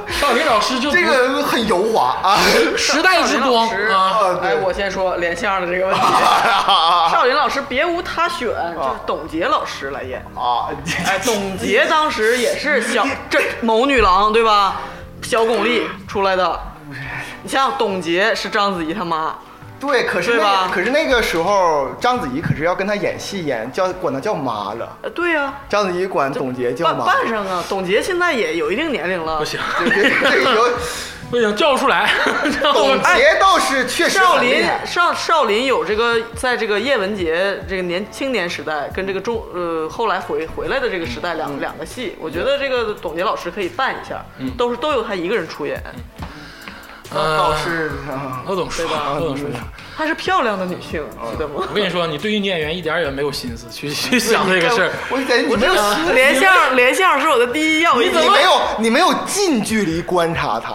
A: 少林老师就不
D: 这个很油滑啊。
A: 时代之光
B: 少林
A: 啊，
B: 老师哎，我先说连相的这个问 [laughs] 题。
D: 啊
B: 少林老师别无他选，就是董洁老师来演。
D: 啊，
B: 哎，董洁当时也是小这某女郎对吧？小巩俐出来的。你像董洁是章子怡他妈，
D: [laughs] 对，可是
B: 对
D: 那
B: 吧
D: 可是那个时候，章子怡可是要跟他演戏演，叫管他叫妈了。
B: 呃，对呀、
D: 章子怡管董洁叫
B: 扮
D: 妈，
B: 扮上啊。董洁现在也有一定年龄了，
A: 不行，
D: [laughs]
B: [laughs]
D: 对对对有
A: 不行，叫不出来。然后我 [laughs] 们
D: 董洁倒是确实
B: 哎少
D: 很厉
B: 林
D: 害，
B: 少少林有这个，在这个叶文洁这个年青年时代，跟这个中呃后来回回来的这个时代两、两个戏，我觉得这个董洁老师可以办一下，都是都由她一个人出演，
D: 倒
A: 呃，
D: 是啊
A: 我总说，我总说。
B: 她是漂亮的女性，记得吗
A: 我？跟你说，你对于女演员一点儿也没有心思去去想这个事儿。
D: 我感觉你没有心，
B: 连相连相是我的第一要义，
D: 你没有你没有近距离观察
B: [laughs]
D: 他，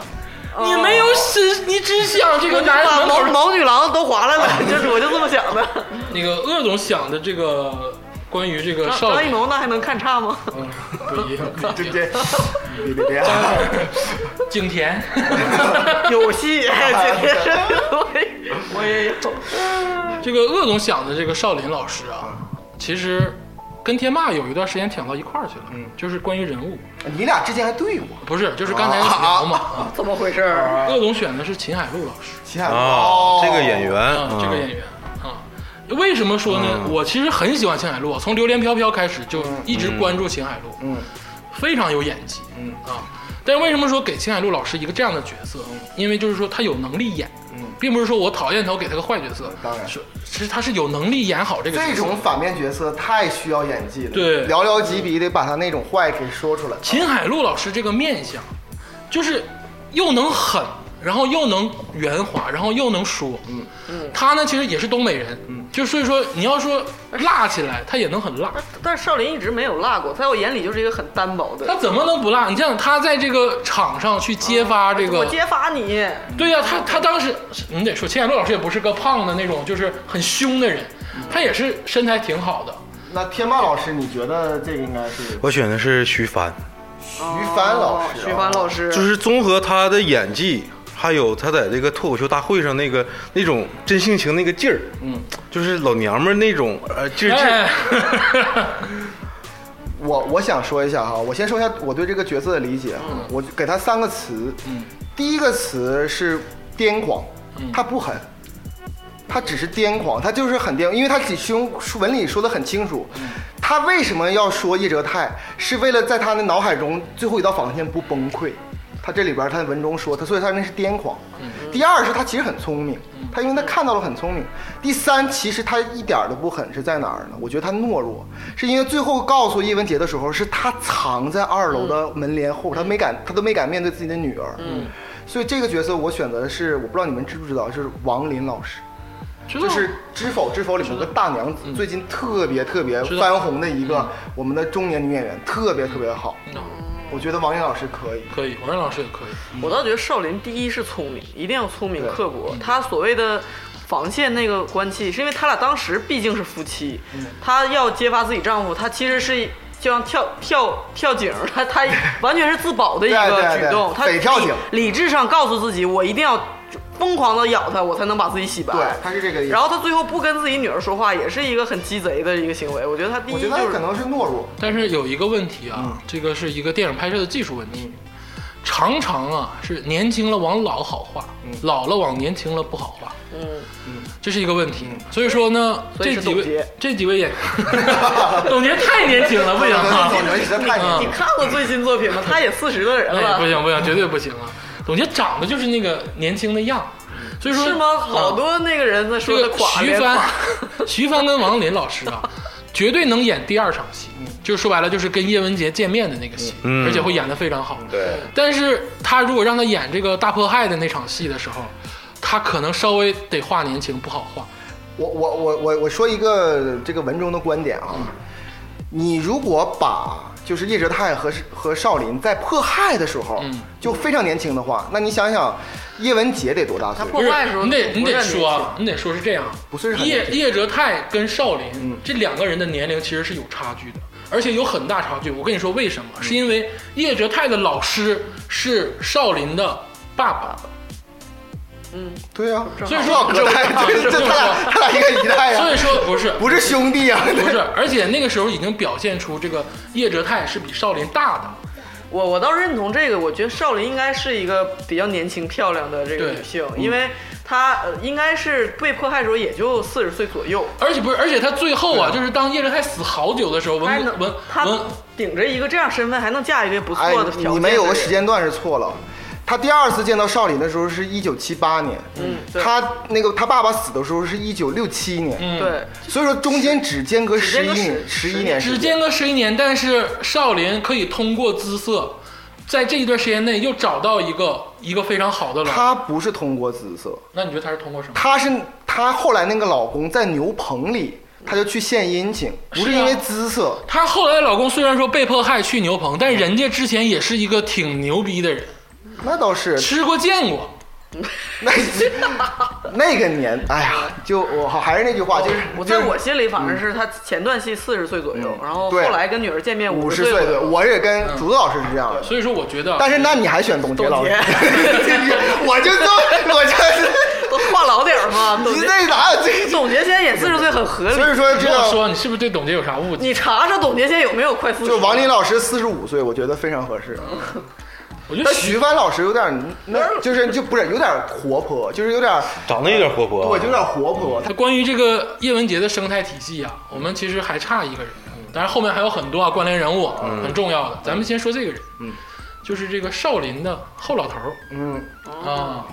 A: 你没有心，你只想这
B: 我
A: 个
B: 就
A: 男
B: 把
A: 门口
B: 毛 [laughs] 毛女郎都划 [laughs] 来了，就是我就这么想的。
A: 那个鄂总想的这个关于这个
B: 张
A: 少
B: 张艺
A: 林，
B: 谋那还能看差吗？
A: 嗯不一样，不一样
D: 这别别啊别，
A: 景甜，
B: [laughs] 有戏， [laughs] 哎这个是我也我也有。
A: 这个鄂总想的这个少林老师啊，其实跟天霸有一段时间挺到一块儿去了，就是关于人物，
D: 你俩之前还对过，
A: 不是，就是刚才聊嘛。啊
B: [laughs] 怎么回事儿？
A: 鄂总选的是秦海璐老师
D: 秦海璐
C: 啊，这个演员，
D: 嗯
A: 啊，这个演员啊。为什么说呢？我其实很喜欢秦海璐，我从《榴莲飘飘》开始就一直关注秦海璐，
D: 嗯，
A: 非常有演技，嗯啊。但是为什么说给秦海璐老师一个这样的角色？
D: 嗯
A: 因为就是说他有能力演，嗯，并不是说我讨厌他，我给他个坏角色，
D: 当然
A: 是，其实他是有能力演好这个角色。
D: 这种反面角色太需要演技了，
A: 对
D: 寥寥几笔得把他那种坏给说出来。
A: 秦海璐老师这个面相，就是又能狠，然后又能圆滑，然后又能说。嗯嗯，他呢其实也是东北人，嗯，就所以说你要说辣起来，他也能很辣。
B: 但是少林一直没有落过，在我眼里就是一个很单薄的
A: 他。怎么能不辣？你想他在这个场上去啊揭发这
B: 我
A: 个，
B: 揭发你，
A: 对呀、他他当时你得说秦海璐老师也不是个胖的那种，就是很凶的人，他也是身材挺好的。
D: 那天霸老师，你觉得这个应该是
C: 我选的是徐帆，
D: 徐帆老师啊、
B: 哦徐帆老师
C: 就是综合他的演技，还有他在这个脱口秀大会上那个那种真性情那个劲儿，嗯，就是老娘们儿那种呃劲儿劲儿
A: 哎，
D: 我我想说一下哈，我先说一下我对这个角色的理解哈，
B: 嗯
D: 我给他三个词，
A: 嗯
D: 第一个词是癫狂，
B: 嗯
D: 他不狠，他只是癫狂，他就是很癫，因为他自己胸文里说的很清楚，他为什么要说叶哲泰，是为了在他的脑海中最后一道防线不崩溃。他这里边他文中说他，所以他那是癫狂。第二是他其实很聪明，他因为他看到了很聪明。第三，其实他一点儿都不狠，是在哪儿呢？我觉得他懦弱，是因为最后告诉叶文洁的时候，是他藏在二楼的门帘后，他没敢，他都没敢面对自己的女儿。嗯，所以这个角色我选择的是，我不知道你们知不知道，是王林老师。
A: 就
D: 就是《知否知否》里面有个大娘子，最近特别特别
A: 知道
D: 翻红的一个我们的中年女演员，特别特别好。我觉得王源老师可以，
A: [laughs] 可以，王源老师也可以。
B: 我倒觉得少林第一是聪明，一定要聪明刻薄。他所谓的防线那个关系，是因为他俩当时毕竟是夫妻，
D: 嗯
B: 他要揭发自己丈夫，他其实是。就像跳跳跳井，他他完全是自保的一
D: 对对
B: 个
D: 对
B: 举动，他
D: 匪跳井
B: 理理智上告诉自己，我一定要疯狂的咬他，我才能把自己洗白。
D: 对，他是这个意思。
B: 然后他最后不跟自己女儿说话，也是一个很鸡贼的一个行为。我觉得他第
D: 我
B: 一
D: 觉
B: 就
D: 得他
B: 是
D: 可能是懦弱，
A: 但是有一个问题啊，这个是一个电影拍摄的技术问题，常常啊是年轻了往老好画，老了往年轻了不好画，
B: 嗯，
A: 这是一个问题。所以说呢，
B: 所
A: 这
B: 以是
A: 几
B: 董
A: 位
B: 洁
A: 这几位演，董洁太年轻了，不行
D: [laughs]
A: 啊，
D: 你们实在太年
A: 嗯
B: 你看过最新作品吗？他也四十的人
A: 哎，不
B: 了，
A: 行不行，绝对不行啊！董洁长得就是那个年轻的样儿，所以说
B: [laughs] 是吗？好
A: 啊
B: 多那个人在
A: 这
B: 说他
A: 个
B: 垮
A: 徐
B: 脸
A: 帆
B: 垮，
A: [laughs] 徐帆跟王林老师啊，绝对能演第二场戏，就说白了就是跟叶文洁见面的那个戏，
C: 嗯
A: 而且会演得非常好。
C: 对，
A: 但是他如果让他演这个大迫害的那场戏的时候，他可能稍微得画年轻，不好画。
D: 我我我我我说一个这个文中的观点啊，你如果把就是叶哲泰和和少林在迫害的时候
A: 嗯
D: 就非常年轻的话，那你想想叶文洁得多大岁
B: 他
D: 数
B: 迫？
A: 不是
B: 外时候
A: 你得
B: 不
A: 你得
B: 认
A: 说
B: 年
A: 啊，你得说是这样，
D: 不是很
A: 叶
D: 年轻
A: 叶哲泰跟少林、这两个人的年龄其实是有差距的，而且有很大差距。我跟你说为什么？是因为叶哲泰的老师是少林的爸爸，
D: 对呀、
A: 所以
D: 多少
A: 说
D: 隔代？对，这他俩他俩一个一代呀、啊
A: 所以说不是
D: 不是兄弟啊
B: [laughs]
D: 呀、
A: 不是，而且那个时候已经表现出这个叶哲泰是比少林大的。
B: 我我倒是认同这个，我觉得少林应该是一个比较年轻漂亮的这个
A: 对嗯
B: 女性，因为她呃应该是被迫害的时候也就四十岁左右，
A: 而且不是，而且他最后啊，就是当叶哲泰死好久的时候，
B: 她
A: 文
B: 能
A: 文
B: 她
A: 文
B: 顶着一个这样身份还能嫁一个不
D: 哎
B: 错的，条件，
D: 你们有个时，间段是错了。他第二次见到少林的时候是一九七八年，
B: 嗯对嗯
D: 他那个他爸爸死的时候是一九六七年，
B: 对，
A: 嗯
D: 所以说中间只间隔
B: 只
D: 十
B: 间
D: 一
B: 隔
D: 年，
B: 十
D: 十
B: 十
D: 一年时
A: 只
D: 间。
A: 间隔十一年，但是少林可以通过姿色，在这一段时间内又找到一个一个非常好的老。
D: 她不是通过姿色，
A: 那你觉得他是通过什么？
D: 她是她后来那个老公在牛棚里，她就去献殷勤，不
A: 是
D: 是
A: 啊
D: 因为姿色。
A: 她后来老公虽然说被迫害去牛棚，但人家之前也是一个挺牛逼的人，
D: 那倒是，
A: 吃过见过。
D: 那 [laughs] 那个年，哎呀，就我还是那句话，就是
B: 我
D: 就
B: 在
D: 是嗯
B: 我心里反正是他前段戏四十岁左右，然后后
D: 对
B: 来跟女儿见面
D: 五
B: 十
D: 十岁
B: 左
D: 的，
B: 右。
D: 我也跟
B: 嗯
D: 竹子老师是这样的。
A: 所以说，我觉得啊，
D: 但是那你还选董洁老师？
B: 董
D: [laughs] 我就这，我就是
B: 都话痨点儿嘛，董
D: 你
B: 洁，
D: 这哪有啊这？
B: 董洁现在演四十岁很合
A: [laughs]
D: 所
B: 理。
D: 以说
A: 你
D: 这
A: 跟我
D: 个，
A: 说，你是不是对董洁有啥误解？
B: 你查查董洁现在有没有快速？
D: 就王林，老师四十五岁，我觉得非常合适。
A: 嗯
D: [laughs]
A: 我觉得
D: 但徐帆老师有点，那就是就不是有点活泼，就是有点，
C: 长得有点活泼啊，
D: 对，就有点活泼。他
A: 那关于这个叶文洁的生态体系啊，我们其实还差一个人，嗯当然后面还有很多啊关联人物很重要的。咱们先说这个人，嗯，就是这个少林的后老头儿
D: 嗯，
A: 啊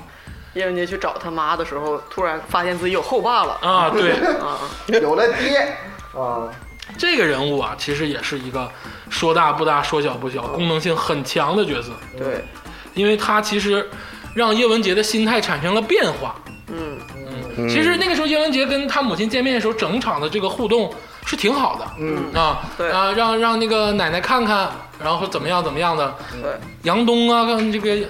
B: 叶文洁去找他妈的时候，突然发现自己有后爸了。
A: 啊，对，
D: 有了
A: [laughs]
D: 爹啊，
A: 这个人物啊，其实也是一个说大不大，说小不小，功能性很强的角色，
B: 对，
A: 因为他其实让叶文洁的心态产生了变化。
B: 嗯，
A: 嗯，其实那个时候叶文洁跟他母亲见面的时候，整场的这个互动是挺好的。嗯啊，
B: 对
A: 啊，让让那个奶奶看看，然后怎么样怎么样的。
B: 嗯对，
A: 杨东啊，跟这个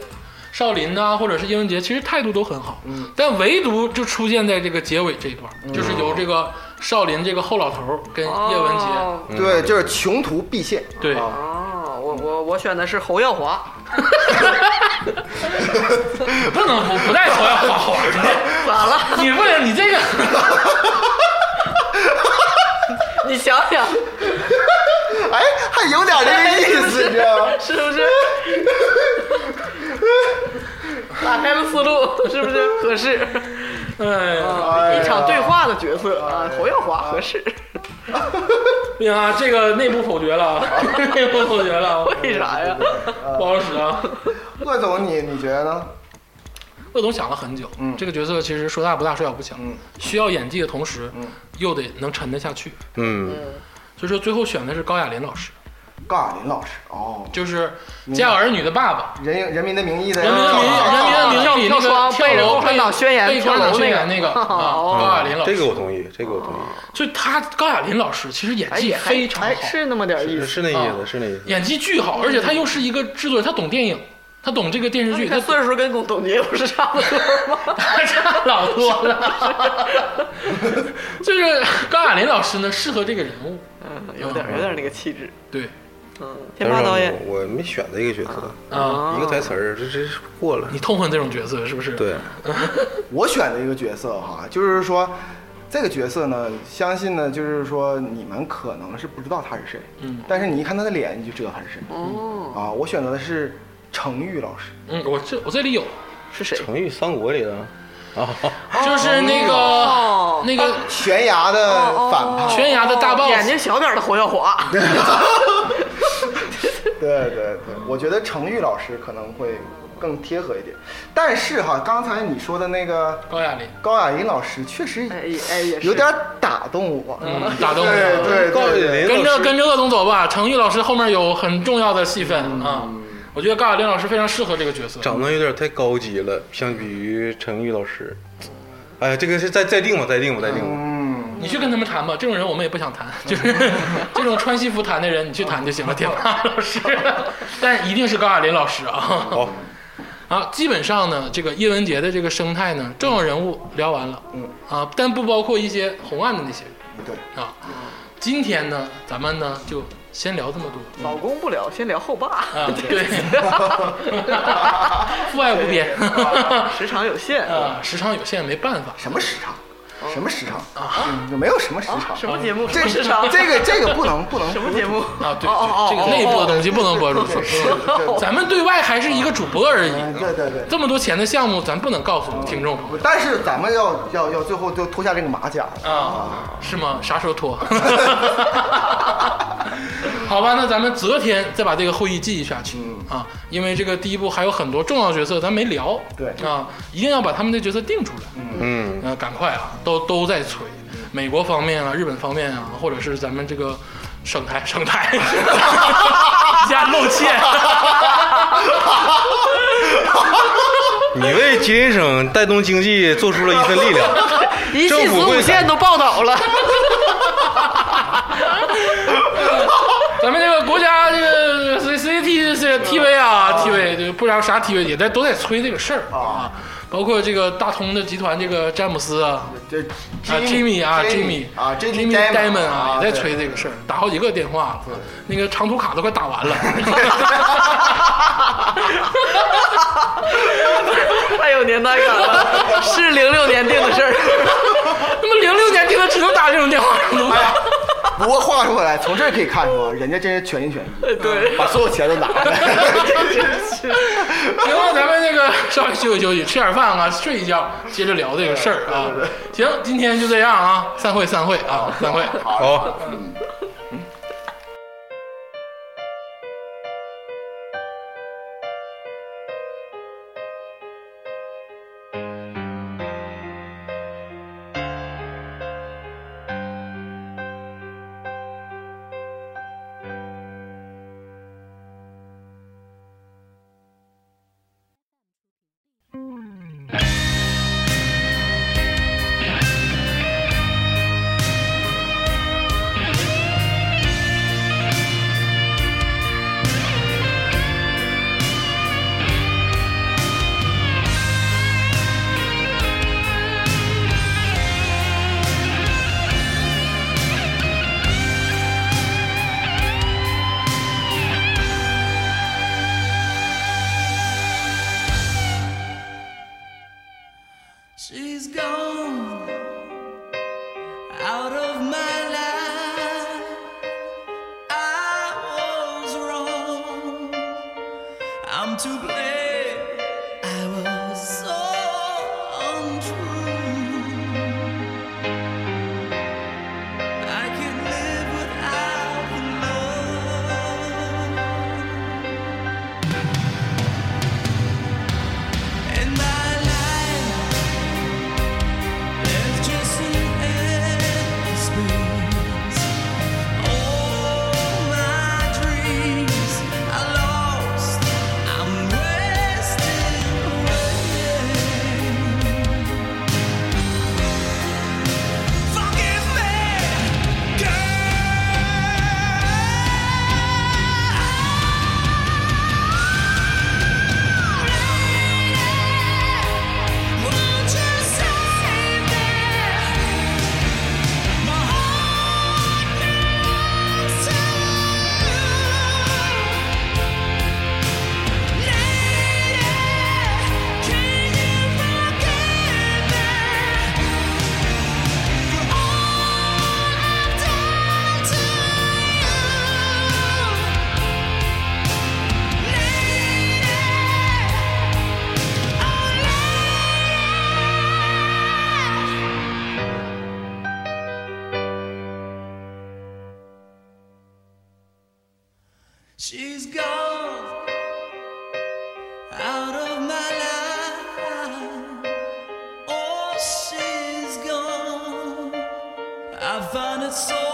A: 少林呐、或者是叶文洁，其实态度都很好。嗯，但唯独就出现在这个结尾这一段，就是由这个少林这个后老头儿跟嗯叶文洁。
B: 哦
D: 对，就是穷途必现。
A: 对
D: 啊
B: 哦，我我我选的是侯耀华，
A: 不能不不带说要花花的，
B: 咋了？
A: 你不能你这个，
B: 你想想
D: 哎，还有点那个意思，你知
A: [laughs]
D: 道吗？
B: 是不是？打开了思路，是不是合适？
A: 哎，
B: 哦
D: 哎呀
B: 一场对话的角色啊，侯耀华合适。
A: 对啊，这个内部否决了，内部否决了，
B: 为啥呀？
A: 不好使啊。
D: 鄂总，你你觉得呢？
A: 鄂总想了很久，
B: 嗯
A: 这个角色其实说大不大，说小不小，需要演技的同时，
B: 嗯
A: 又得能沉得下去。
C: 嗯，
A: 所以说最后选的是高亚麟老师，
D: 高亚麟老师哦，
A: 就是《家有儿女》的爸爸，
D: 人人民的名义的
A: 《
B: 哎
A: 人民的名义》《人民的名义》里那
B: 跳窗
A: 个
B: 被人
A: 楼
B: 共产党宣言
A: 被共
B: 跳
A: 产党
B: 楼
A: 宣
B: 那
A: 言
B: 个
A: 那
B: [laughs]
A: 个啊，
B: 哦
A: 高亚麟老
C: 这
A: 师，哦
C: 个我同意，这个我同意，
A: 所以他高亚麟老师其实演
B: 哎，
A: 技
B: 也
A: 非常好
B: 还，是嗯那么点意
C: 是
B: 思。
C: 是那意
A: 啊
C: 思，是那意思。
A: 演技巨好，而且他又是一个制作人，他懂电影，他懂这个电视剧，
B: 你
A: 他
B: 看岁数跟董董洁不是差不多
A: [laughs]
B: 吗？
A: 他差老多了。 [laughs] 就是高亚麟老师呢，适合这个人物。
B: 嗯，有点有点那个气质。
A: 对，
B: 嗯，天霸导演，
C: 我我没选这个角色，
A: 啊，
C: 一个台词儿，这这过了。
A: 你痛恨这种角色是不是？，
C: 对，
D: 我选的一个角色哈，就是说这个角色呢，相信呢，就是说你们可能是不知道他是谁，
A: 嗯，
D: 但是你一看他的脸，你就知道他是谁。
B: 哦，
D: 啊，我选择的是程昱老师，
A: 嗯，我这我这里有，
B: 是谁？
C: 成语《三国》里的啊，
A: 就是那
B: 哦
A: 个那个
D: 悬崖的反派。
A: 悬崖的大 boss，
B: 眼睛小点的侯耀华。
D: 对对对，我觉得程昱老师可能会更贴合一点。但是哈，刚才你说的那个
A: 高亚麟，
D: 高亚麟老师确实
B: 哎也哎也是
D: 有点打动我。
A: 嗯，打动我
D: 对
A: 了。
D: 对
C: 高
D: 对
C: 亚
D: 对，
C: 麟
A: 跟
C: 老
A: 着
C: 师
A: 跟着鄂总走吧，程昱老师后面有很重要的戏
C: 嗯
A: 份啊。我觉得高亚麟老师非常适合这个角色。
C: 长得有点太高级了，相比于程昱老师。哎呀，这个是再再定吧，再定吧，再定吧。
D: 嗯，
A: 你去跟他们谈吧，这种人我们也不想谈，
C: 嗯
A: 就是 [laughs] 这种穿西服谈的人，你去谈就行了，天霸老
C: [laughs]
A: 师。但一定是高亚麟老师啊。
C: 好，
A: 啊，基本上呢，这个叶文洁的这个生态呢，重要人物聊完了，
D: 嗯
A: 啊，但不包括一些红案的那些
D: 对。
A: 人啊。今天呢，咱们呢就先聊这么多
B: 老公不聊，先聊后爸。 [laughs]
A: 啊，对， [laughs] 父爱无边 [laughs]
B: 时长有限，
A: 啊，时长有限，没办法。
D: 什么时长？什么时长？啊，就没有什么时长。
B: 什么节目？什
D: 这
B: 么时长？
D: 这个这个不能不能
B: 什么节目？ [laughs]
A: 啊，对，
B: 哦哦哦
A: 这个内部的东西不能播出
B: [laughs]
A: 去，咱们对外还是一个主播而已。
D: 嗯对对对。
A: 这么多钱的项目，咱不能告诉听众朋友
D: [laughs] 但是咱们要要要最后就脱下这个马甲了。
A: 啊，是吗？啥时候 [laughs] 脱？好吧，那咱们择天再把这个会议记一下去啊，因为这个第一部还有很多重要角色咱没聊，
D: 对
A: 啊，一定要把他们的角色定出来，
C: 嗯，
A: 呃，赶快啊，都都在催，美国方面啊，日本方面啊，或者是咱们这个省台省台， [laughs] 一下露怯，
C: 你为吉林省带动经济做出了一份力量，
B: [laughs] 一
C: 政
B: 汽
C: 府
B: 子
C: 会
B: 午线都报道了，
A: 咱们这个国家这个 C C T 这 T V 啊 T V 就不知道啥 T V 也在都在催这个事儿啊，包括这个大通的集团这个詹姆斯啊，
D: 这
A: 啊，Jimmy 啊
D: Jimmy 啊
A: ，Jimmy
D: Jimmy
A: Diamond 啊，嗯也在
D: 对
A: 催这个事儿，打好几个电话了，那个长途卡都快打完了。 [laughs]
B: 太有哎年代感了，是零六年定的事儿。 [laughs]
A: 那么零六年定的只能打这种电话，怎么办？
D: 不过话说回来，从这儿可以看出，人家真是全心全意，
B: 对，
D: 把所有钱都拿了。
A: [laughs] 行了，咱们那个稍微休息休息，吃点饭啊，睡一觉，接着聊这个事儿啊。行，今天就这样啊，散会散会啊，散会。
C: 好。
E: She's gone out of my life. I was wrong. I'm to blame. I was so untrue. I can live without the love. And my life there's just an empty space. All my dreams are lost. I'm wasting Forgive me, won't you save me? My heart belongs to you, lady. Can you forgive me for all I've done to you, lady? She's gone out of my life. Oh, she's gone. I found it so